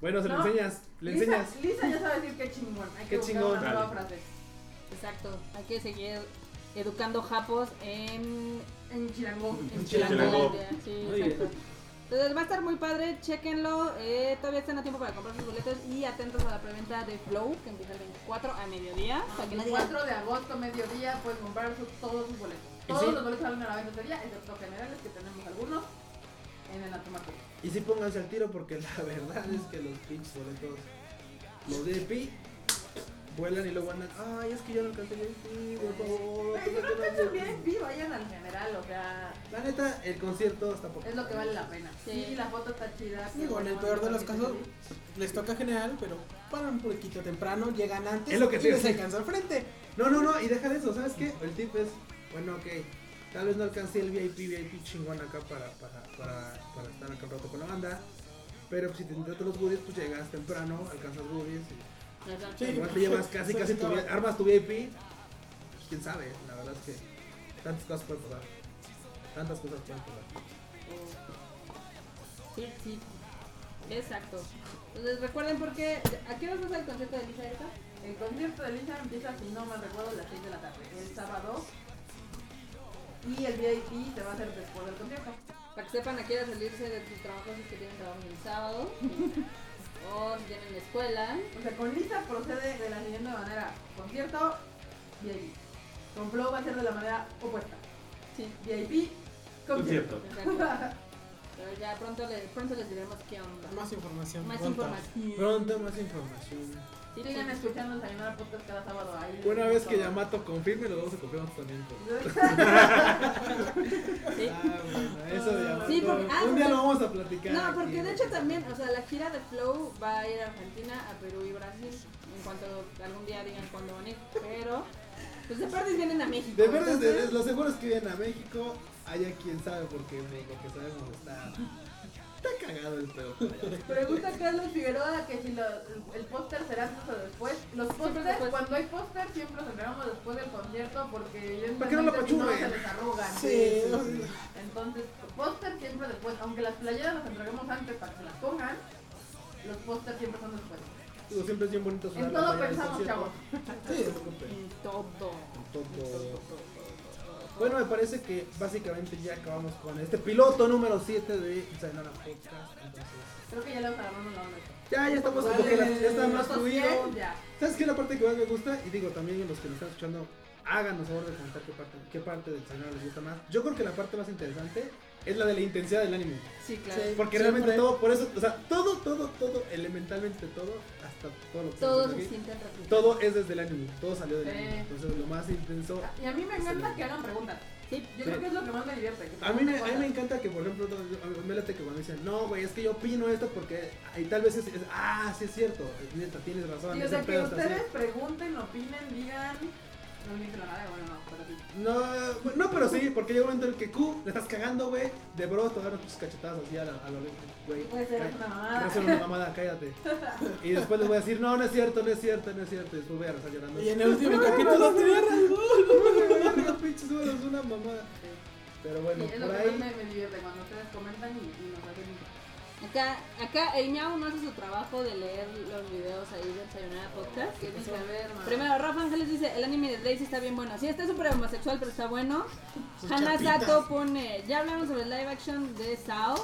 Bueno, se lo
No.
enseñas. Le
Lisa,
enseñas.
Lisa ya sabe decir qué chingón. Hay que
Qué
buscar
chingón.
una nueva
Vale.
frase.
[laughs] Exacto. Hay que seguir educando japos en.
En Chilango.
En
Chilangolandia.
Chilango.
Sí,
Muy bien.
exacto. Entonces va a estar muy padre, chequenlo. eh, todavía están a tiempo para comprar sus boletos y atentos a la preventa de Flow que empieza el 24 a mediodía.
Ah,
Para que no digan,
4 de agosto, mediodía, pueden comprar su- todos sus boletos.
¿Y
Todos
sí?
los boletos salen a la venta ese día, excepto generales, que tenemos algunos en el Atomato.
Y sí pónganse al tiro porque la [laughs] verdad es que los pinches boletos. Los de EP vuelan y luego andan. Ay, es que yo no alcancé el EP, por favor.
Pero
pues,
si no
¿qué
alcanzan
no
bien,
hago?
vi, vayan al general, o sea,
La neta, el concierto está poco.
es lo que vale la pena.
Sí.
Sí, la foto está chida.
Digo,
pero
en el
no,
peor de
no
los
sé
casos,
si-
les toca general, pero paran un poquito temprano, llegan antes
Es lo que
y
te iba a
les
decir.
alcanza al frente.
No, no, no, y deja de eso, ¿sabes qué? El tip es, bueno, ok, tal vez no alcancé el VIP, VIP chingón acá para, para, para, para estar acá un rato con la banda, pero si te entraste los goodies, pues llegas temprano, alcanzas goodies,
[laughs]
y
Exacto.
Sí.
igual te llevas casi,
Eso
casi
sí
tu,
cabe.
armas tu VIP, pues quién sabe, la verdad es que tantas cosas pueden pasar, tantas cosas pueden pasar.
Sí, sí. Exacto. Entonces recuerden porque. ¿A qué hora pasa el concierto de Lisa Erika?
El concierto de Lisa empieza, si no mal recuerdo, a las 6 de la tarde, el sábado. Y el VIP se va a hacer después del concierto.
Para que sepan a qué hora salirse de sus trabajos si es que tienen trabajo el sábado. [laughs] o si tienen la escuela.
O sea, con Lisa procede de la siguiente manera: concierto, VIP. Con Flow va a ser de la manera opuesta:
Sí.
VIP, concierto.
Concierto.
Exacto. Pero ya pronto, le, pronto les diremos qué onda.
Más información.
Más
pronto.
información.
Pronto más información.
Sí, sigan escuchando el Sayonara Podcast cada sábado ahí.
Una vez que Yamato confirme, lo vamos a confirmar nosotros también. pero-
Sí.
Ah, bueno, eso de Yamato.
Sí, porque- ah,
Un día
porque-
lo vamos a platicar.
No, porque
aquí,
de hecho también, o sea, la gira de Flow va a ir a Argentina, a Perú y Brasil. En cuanto algún día digan cuándo van a ir. Pero, pues de partes vienen a México.
De verdad, de-
entonces-
de- lo seguro es que vienen a México. Allá quién sabe, porque México, que sabemos, está. Está cagado el pedo. por allá.
[laughs] Pregunta Carlos Figueroa que si lo- el póster será antes o después. Los pósters,
después.
cuando hay póster, siempre los entregamos después del concierto porque evidentemente
Para que no lo
si
apachurren.
se les arrugan.
Sí,
Entonces, póster siempre después. Aunque las playeras las entreguemos antes para que se las pongan, los pósters siempre son después.
Digo, siempre es bien bonito sudar
En
la
todo
playa del
pensamos,
concierto.
chavos.
sí.
No se preocupen.
Y todo.
Todo. Bueno, me parece que básicamente ya acabamos con este piloto número 7 de Sayonara Podcast. Entonces,
Creo que ya le agarramos la onda.
ya, ya estamos como
Vale.
que la- ya está más
Nosotros
fluido.
bien, ya.
¿Sabes qué es la parte que más me gusta? Y digo, también los que nos están escuchando, háganos favor de comentar qué parte, qué parte del Sayonara les gusta más. Yo creo que la parte más interesante es la de la intensidad del anime.
Sí, claro.
Eh,
Sí.
Porque realmente todo, por eso, o sea, todo, todo, todo, elementalmente todo, hasta todo lo que
Todos
se
se
aquí,
sienten reflejados.
todo es desde el anime, todo salió del
Sí.
anime. Entonces, lo más intenso
Y a mí me encanta que hagan preguntas. Yo creo que es lo que más me divierte. que
A mí, me, a mí
pregunten
me encanta que, por ejemplo, todo- a mí me late que cuando dicen, no, güey, es que yo opino esto porque ahí tal vez es, es- ah, sí es cierto, neta, tienes razón,
Sí, o
ese
sea, que
pedo está así".
ustedes pregunten, opinen, digan. No me dicen la madre, bueno, no, pero sí.
No, bueno, no, pero sí, porque llega un momento en el que Q, le estás cagando, güey, de bro, te agarran tus cachetadas así a la, a la güey.
Puede ser una
Voy a
mamada.
hacer una mamada, cállate. Y después les voy a decir, no, no es cierto, no es cierto, no es cierto. Y después voy a rezar llorando.
Y en el último capítulo tenía razón.
[laughs] No, pinches, güey, es una mamada. Pero
Sí,
bueno,
es lo
por
que
ahí.
más me, me divierte cuando ustedes comentan y, y nos hacen.
Acá, acá el Miau no hace su trabajo de leer los videos ahí del Sayonara Podcast.
pues,
que dice,
A ver, ma.
Primero, Rafa Ángeles dice, el anime de Daisy está bien bueno. Sí, está súper homosexual, pero está bueno.
Sus
Hannah
chapitas.
Sato pone, ya hablamos sobre el live action de Sao.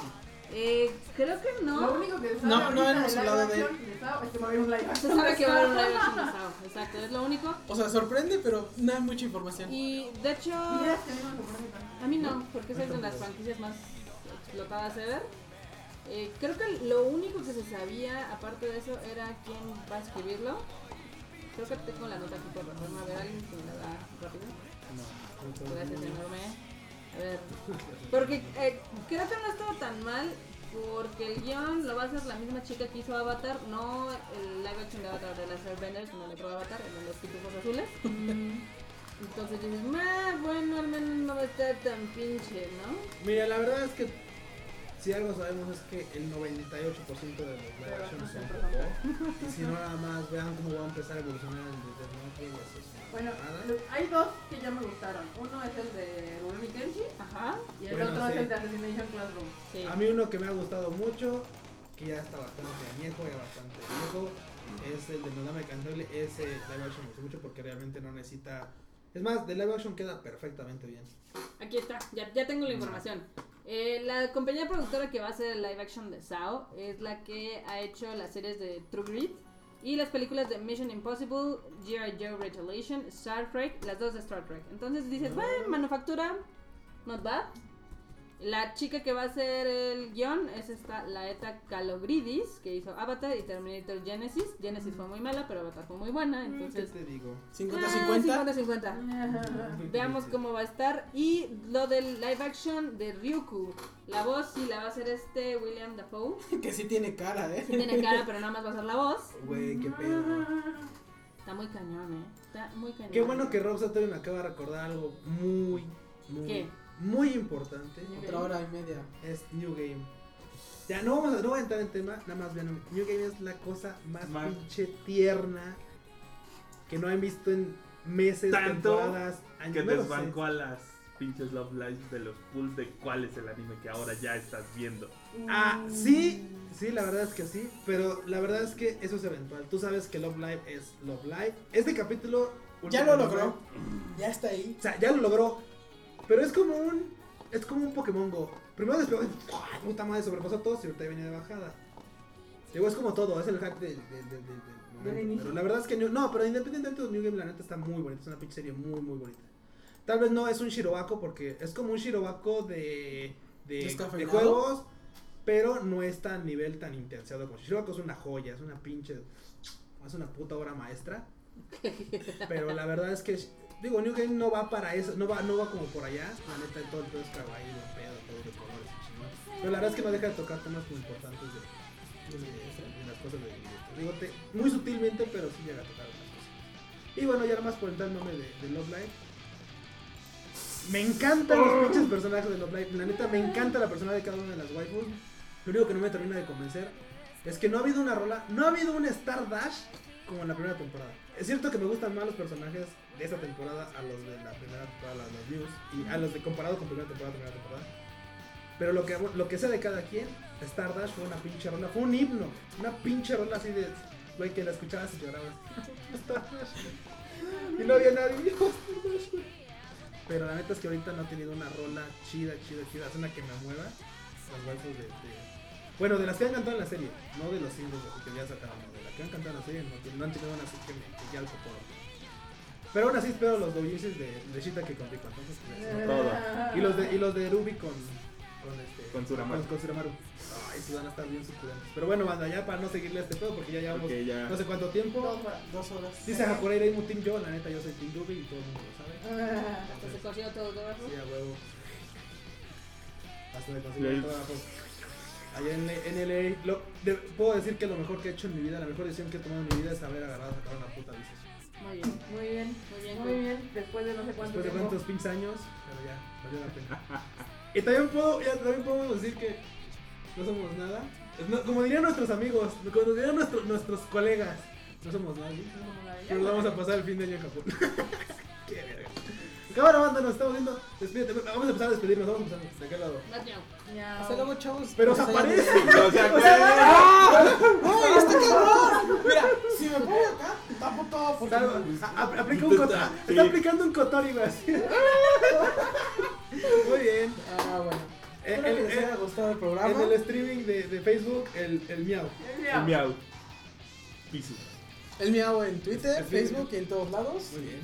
Eh, creo que
Lo
no.
único que se sabe
No, no
ahorita
hemos
live
hablado de-
action de Sao es que va a haber un live
Se
action.
sabe
de
que va a haber un
Sao.
live action de Sao. Exacto, es lo único.
O sea, sorprende, pero no hay mucha información.
Y de hecho,
Mira,
a
este mismo se pone tan-
mí no, porque esa es de las franquicias más explotadas ever. Eh, creo que lo único que se sabía, aparte de eso, era quién va a escribirlo. Creo que tengo la nota aquí por reforma. A ver, alguien que me la da rápido. Gracias, enorme. A ver. Porque eh, creo que no estaba tan mal. Porque el guión lo va a hacer la misma chica que hizo Avatar, no el live action de Avatar de las Airbenders, sino el otro Avatar, el de los pitufos azules. Entonces dices, "Meh, bueno, al menos no va a estar tan pinche, ¿no?
Mira, la verdad es que si algo sabemos es que el 98% de los live actions son popó. Y si no, nada más vean cómo va a empezar a evolucionar el de Death Note y eso es una
Bueno,
mamada.
lo- hay dos que ya me gustaron. Uno es el de Rurouni Kenshin
Ajá,
y el
Bueno,
otro es
sí.
el de Assassination Classroom.
sí.
A mí uno que me ha gustado mucho, que ya está bastante añejo, ya bastante viejo, es el de Madame Candle. Ese live action me gustó mucho porque realmente no necesita... Es más, de live action queda perfectamente bien.
Aquí está, ya, ya tengo la información. Eh, la compañía productora que va a hacer el live action de Sao es la que ha hecho las series de True Grit y las películas de Mission Impossible, G.I. Joe Retaliation, Star Trek, las dos de Star Trek. Entonces dices,
Ah.
bueno, manufactura, not bad. La chica que va a hacer el guión es esta Laeta Calogridis, que hizo Avatar y Terminator Genesis. Genesis fue muy mala, pero Avatar fue muy buena,
¿Qué
entonces...
te digo?
Ah,
50-50.
50-50. Veamos cómo va a estar. Y lo del live action de Ryuku. La voz sí la va a hacer este William Dafoe.
Que sí tiene cara, ¿eh?
Tiene cara, pero nada más va a ser la voz.
Güey, qué pedo.
Está muy cañón, eh. Está muy cañón.
Qué bueno que Rob Satori me acaba de recordar algo muy, muy,
¿Qué?
muy importante.
Otra hora y media.
Es New Game. Ya no vamos a, no voy a entrar en tema, nada más vean. New Game es la cosa más
Más.
pinche tierna que no han visto en meses,
Tanto
temporadas, años.
Que
no lo sé.
desbancó a las pinches Love Lives de los pools de cuál es el anime que ahora ya estás viendo.
[laughs]
Ah, sí, sí, la verdad es que sí, pero la verdad es que eso es eventual. Tú sabes que Love Live es Love Live. Este capítulo
Ya
último,
lo logró. Ya está ahí.
O sea, ya lo logró. Pero es como un. Es como un Pokémon Go. Primero despegó. y ¡pua! Puta madre, sobrepasó a todos y ahorita viene de bajada. Digo, es como todo, es el hack del, del- del- del- del momento.
inicio.
Pero la verdad es que. New- no, pero independientemente de New Game, la neta está muy bonita. Es una pinche serie muy, muy bonita. Tal vez no es un Shirobako porque es como un Shirobako de. de, de
¿Descafeinado?
juegos. pero no está a nivel tan intensiado como Shiroko es una joya, es una pinche, es una puta obra maestra. pero la verdad es que, digo, New Game no va para eso, no va, no va como por allá, la neta, todo el pedo es kawaii, lo pedo, todo de colores, chingón. Pero la verdad es que no deja de tocar temas muy importantes de, de- de- de las cosas de de- Digo, te- muy sutilmente, pero sí llega a tocar algunas cosas. Y bueno, ya nada más por el tal nombre de, de Love Live. Me encantan los pinches personajes de Love Live. La neta, me encanta la persona de cada una de las waifus. Lo único que no me termina de convencer es que no ha habido una rola, no ha habido un Star Dash como en la primera temporada. Es cierto que me gustan más los personajes de esta temporada a los de la primera temporada, a los views, y a los de comparado con primera temporada, primera temporada. Pero lo que, lo que sé de cada quien, Star Dash fue una pinche rola, fue un himno, una pinche rola así de, güey, que la escuchabas y [laughs] llorabas. Star Dash. Y no había nadie, "Dios, Star Dash, güey". Pero la neta es que ahorita no ha tenido una rola chida, chida, chida, es una que me mueva. Las waifus de, de- Bueno, de las que han cantado en la serie, no de los singles que ya sacaron, no, de las que han cantado en la serie, no, no han tenido una así que me que ya algo por Pero aún así espero los doujinsis de, de Shita que con Rico, entonces... pues, y los de, y los de Ruby con. Con, este,
Con Suramaru.
Con, con Suramaru. Ay, sí, van a estar bien suculentos. Pero bueno, banda, ya para no seguirle a este pedo, porque ya llevamos
Ok, ya.
no sé cuánto tiempo.
Dos horas.
Dice "Ah, Hakurei Reimu Team Yo, la neta, yo soy Team Ruby y todo el mundo lo sabe. Ah,
Hasta se consiguió todo todo.
Sí, a huevo. Hasta me conseguí
Lol.
todo abajo. Allá en, en LA, lo- de- puedo decir que lo mejor que he hecho en mi vida, la mejor decisión que he tomado en mi vida es haber agarrado a sacar una puta bici.
Muy bien,
Muy bien,
muy bien.
muy bien. Después de no sé cuánto
Después de
tiempo.
cuántos pinches años, pero ya, valió la pena. [laughs] y también puedo, ya, también podemos decir que no somos nada. Es no- como dirían nuestros amigos, como dirían nuestro- nuestros colegas, no somos nadie. Pero nos vamos a pasar el fin de año en Japón. [laughs] Qué verga. Cámara banda, nos estamos viendo. Despídete, vamos a empezar a despedirnos, vamos a empezar. ¿De qué lado? Pues
Más bien.
Ya.
Hasta luego, chavos.
Pero
Nos
se
hayan-
aparece.
O sea,
¡Ay, este cabrón! Mira, si me pongo acá, tapo todo porque...
Está- a- a- Aplica un cotori.
Sí.
Está aplicando un cotori, güey. [laughs] así. Muy bien.
Ah, bueno.
Eh,
Espero que
el-
les haya
el-
gustado el programa.
En el streaming de, de Facebook, el, el miau.
el miau. Pisu.
El miau en Twitter,
Es-
Facebook y en todos lados.
Muy bien.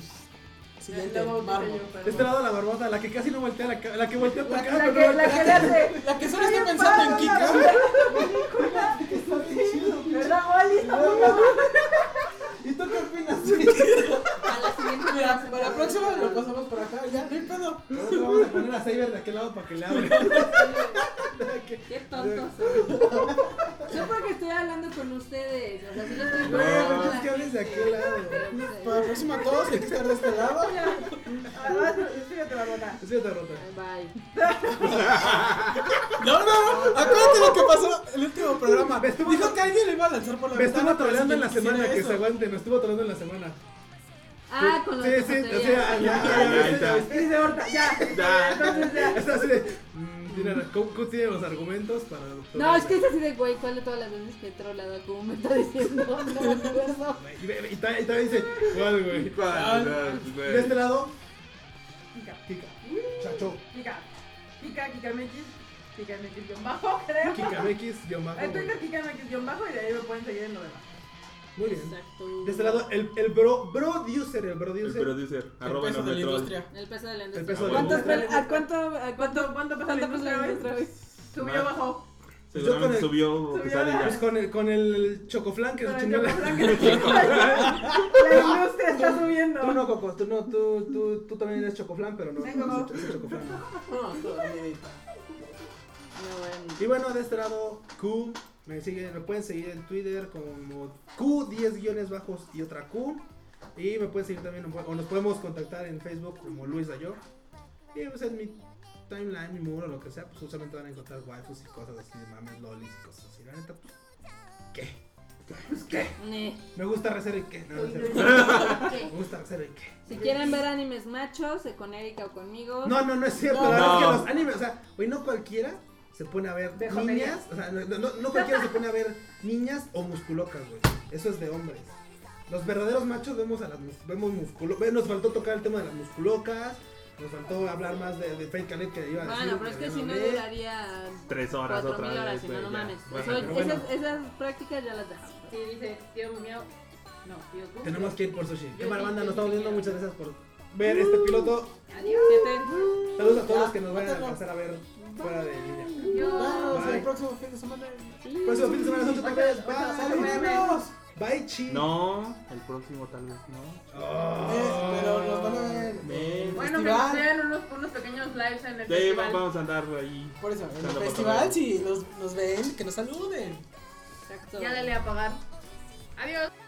Siguiente,
Luego dije
Marvel.
yo, pero
De este lado la barbota, la que casi no voltea, la que, la que voltea para
La,
acá,
la
pero no
que,
voltea.
la que le hace.
La que solo está pensando en Kika.
¿Verdad, Wally?
[laughs]
¿Y tú qué opinas?
A la siguiente.
Mira, para la próxima lo pasamos por acá. Ya, no hay pedo.
Nosotros vamos a poner a Saber de aquel lado para que le abra.
Qué tontos son. Yo porque estoy hablando con ustedes. O sea, sí lo estoy
No,
No, pues, es que
hablando.
hables de aquel lado.
Para la próxima todos hay que estar de este lado.
Fíjate la boca.
Así de rota.
Bye.
No, no, no. Acuérdate lo que pasó en el último programa.
Me estuvo-
Dijo que alguien le iba a lanzar por la
Me estuvo
ventana. pero
troleando
sin
en la
quisiera
semana, que
eso.
se aguante, me estuvo troleando en la semana.
Ah, con los
Sí, sí, o sea, ya, ya, ya,
Ahí está.
ya, ya.
Dice Horta, ya.
Ya.
Entonces ya.
Es así de. mm, tiene ra- Q- Q tiene los argumentos para.
No, es que es así de güey, ¿cuál de todas las veces que he trolado como me está diciendo? No me acuerdo.
Y ve- Y ta- y también dice, ¿cuál, güey? Y De este lado,
Kika,
Kika. Chacho.
Kika. Kika, Kika MX. Kika MX guión bajo, creo.
Kika MX, guión bajo,
En
güey.
Twitter Kika MX guión bajo y de ahí me pueden seguir en lo demás.
Muy bien.
Exacto.
De este lado, el, el bro, producer, el
El
producer.
producer.
El
Arroba
peso de la
Nometrol.
industria.
El peso de la
El
industria.
peso de la
¿Cuántos
¿Cuánto,
industria.
pe-
¿A cuánto, a cuánto,
¿Cuánto, cuánto pasó la
cuánto pues la
industria
otra
otra vez?
vez?
Subió,
Más.
bajó.
Seguramente
Yo con
subió
Subió.
Pues
pesadilla.
con el, con el chocoflan que
Pero
se
yo
chingó la. [laughs]
pensaba que La industria está subiendo.
Tú no, Coco, tú no, tú, tú, tú también eres chocoflan, pero no.
Sí,
no
Coco.
eres chocoflan.
No, no, nenita.
No, bueno.
Y bueno, de este lado, Q. Me, siguen, me pueden seguir en Twitter como Q, 10 guiones bajos y otra Q. Y me pueden seguir también, o nos podemos contactar en Facebook como Luis Dayo. Y pues en mi timeline, mi muro, lo que sea, pues usualmente van a encontrar waifus y cosas así de mames, lolis y cosas así. La neta, pues, ¿qué? Pues, ¿qué?
Ne.
Me gusta rezar el qué. No, no es cierto.
¿Qué?
Me gusta rezar el qué.
Si quieren ver animes machos, eh, con Erika o conmigo.
No, no, no es cierto.
No.
La verdad es que
No.
los animes, o sea, güey, no cualquiera se pone a ver
De jotería.
niñas. O sea, no, no- no cualquiera se pone a ver niñas o musculocas, güey. Eso es de hombres. Los verdaderos machos vemos a las mus- vemos musculo ve, Nos faltó tocar el tema de las musculocas. Nos faltó hablar más de, de Faith Canet que iba a decir.
Bueno, pero es que si no
hablé.
duraría
Tres horas
cuatro
otra
mil horas,
vez.
si
güey,
no, no
ya.
mames.
Bueno,
Eso-
pero
esas, esas prácticas ya las dejamos.
Sí, dice, tío miau. No, tío Q.
Tenemos que ir por sushi. Qué mala
dije
banda, nos
que Uh.
estamos viendo.
sí.
Muchas gracias por ver este piloto.
Adiós.
Siete.
Saludos a todos los que nos
Ya,
vayan a
cuéntalo.
alcanzar a ver fuera de línea.
Vamos
Bye. Pues,
el próximo fin de semana.
Próximo fin de semana, nosotros otra vez. Bye.
¡Saludos!
Bye, chi.
No, el próximo tal vez no.
É,
Eh, Pero nos van a ver.
Ven.
Bueno, que nos
Festival.
vean unos, unos pequeños lives en el
De ahí va-
festival.
vamos a andar ahí.
Por eso, en el
Claro,
festival,
para
si nos, nos ven, que nos saluden.
Exacto.
Ya dale a pagar. Adiós.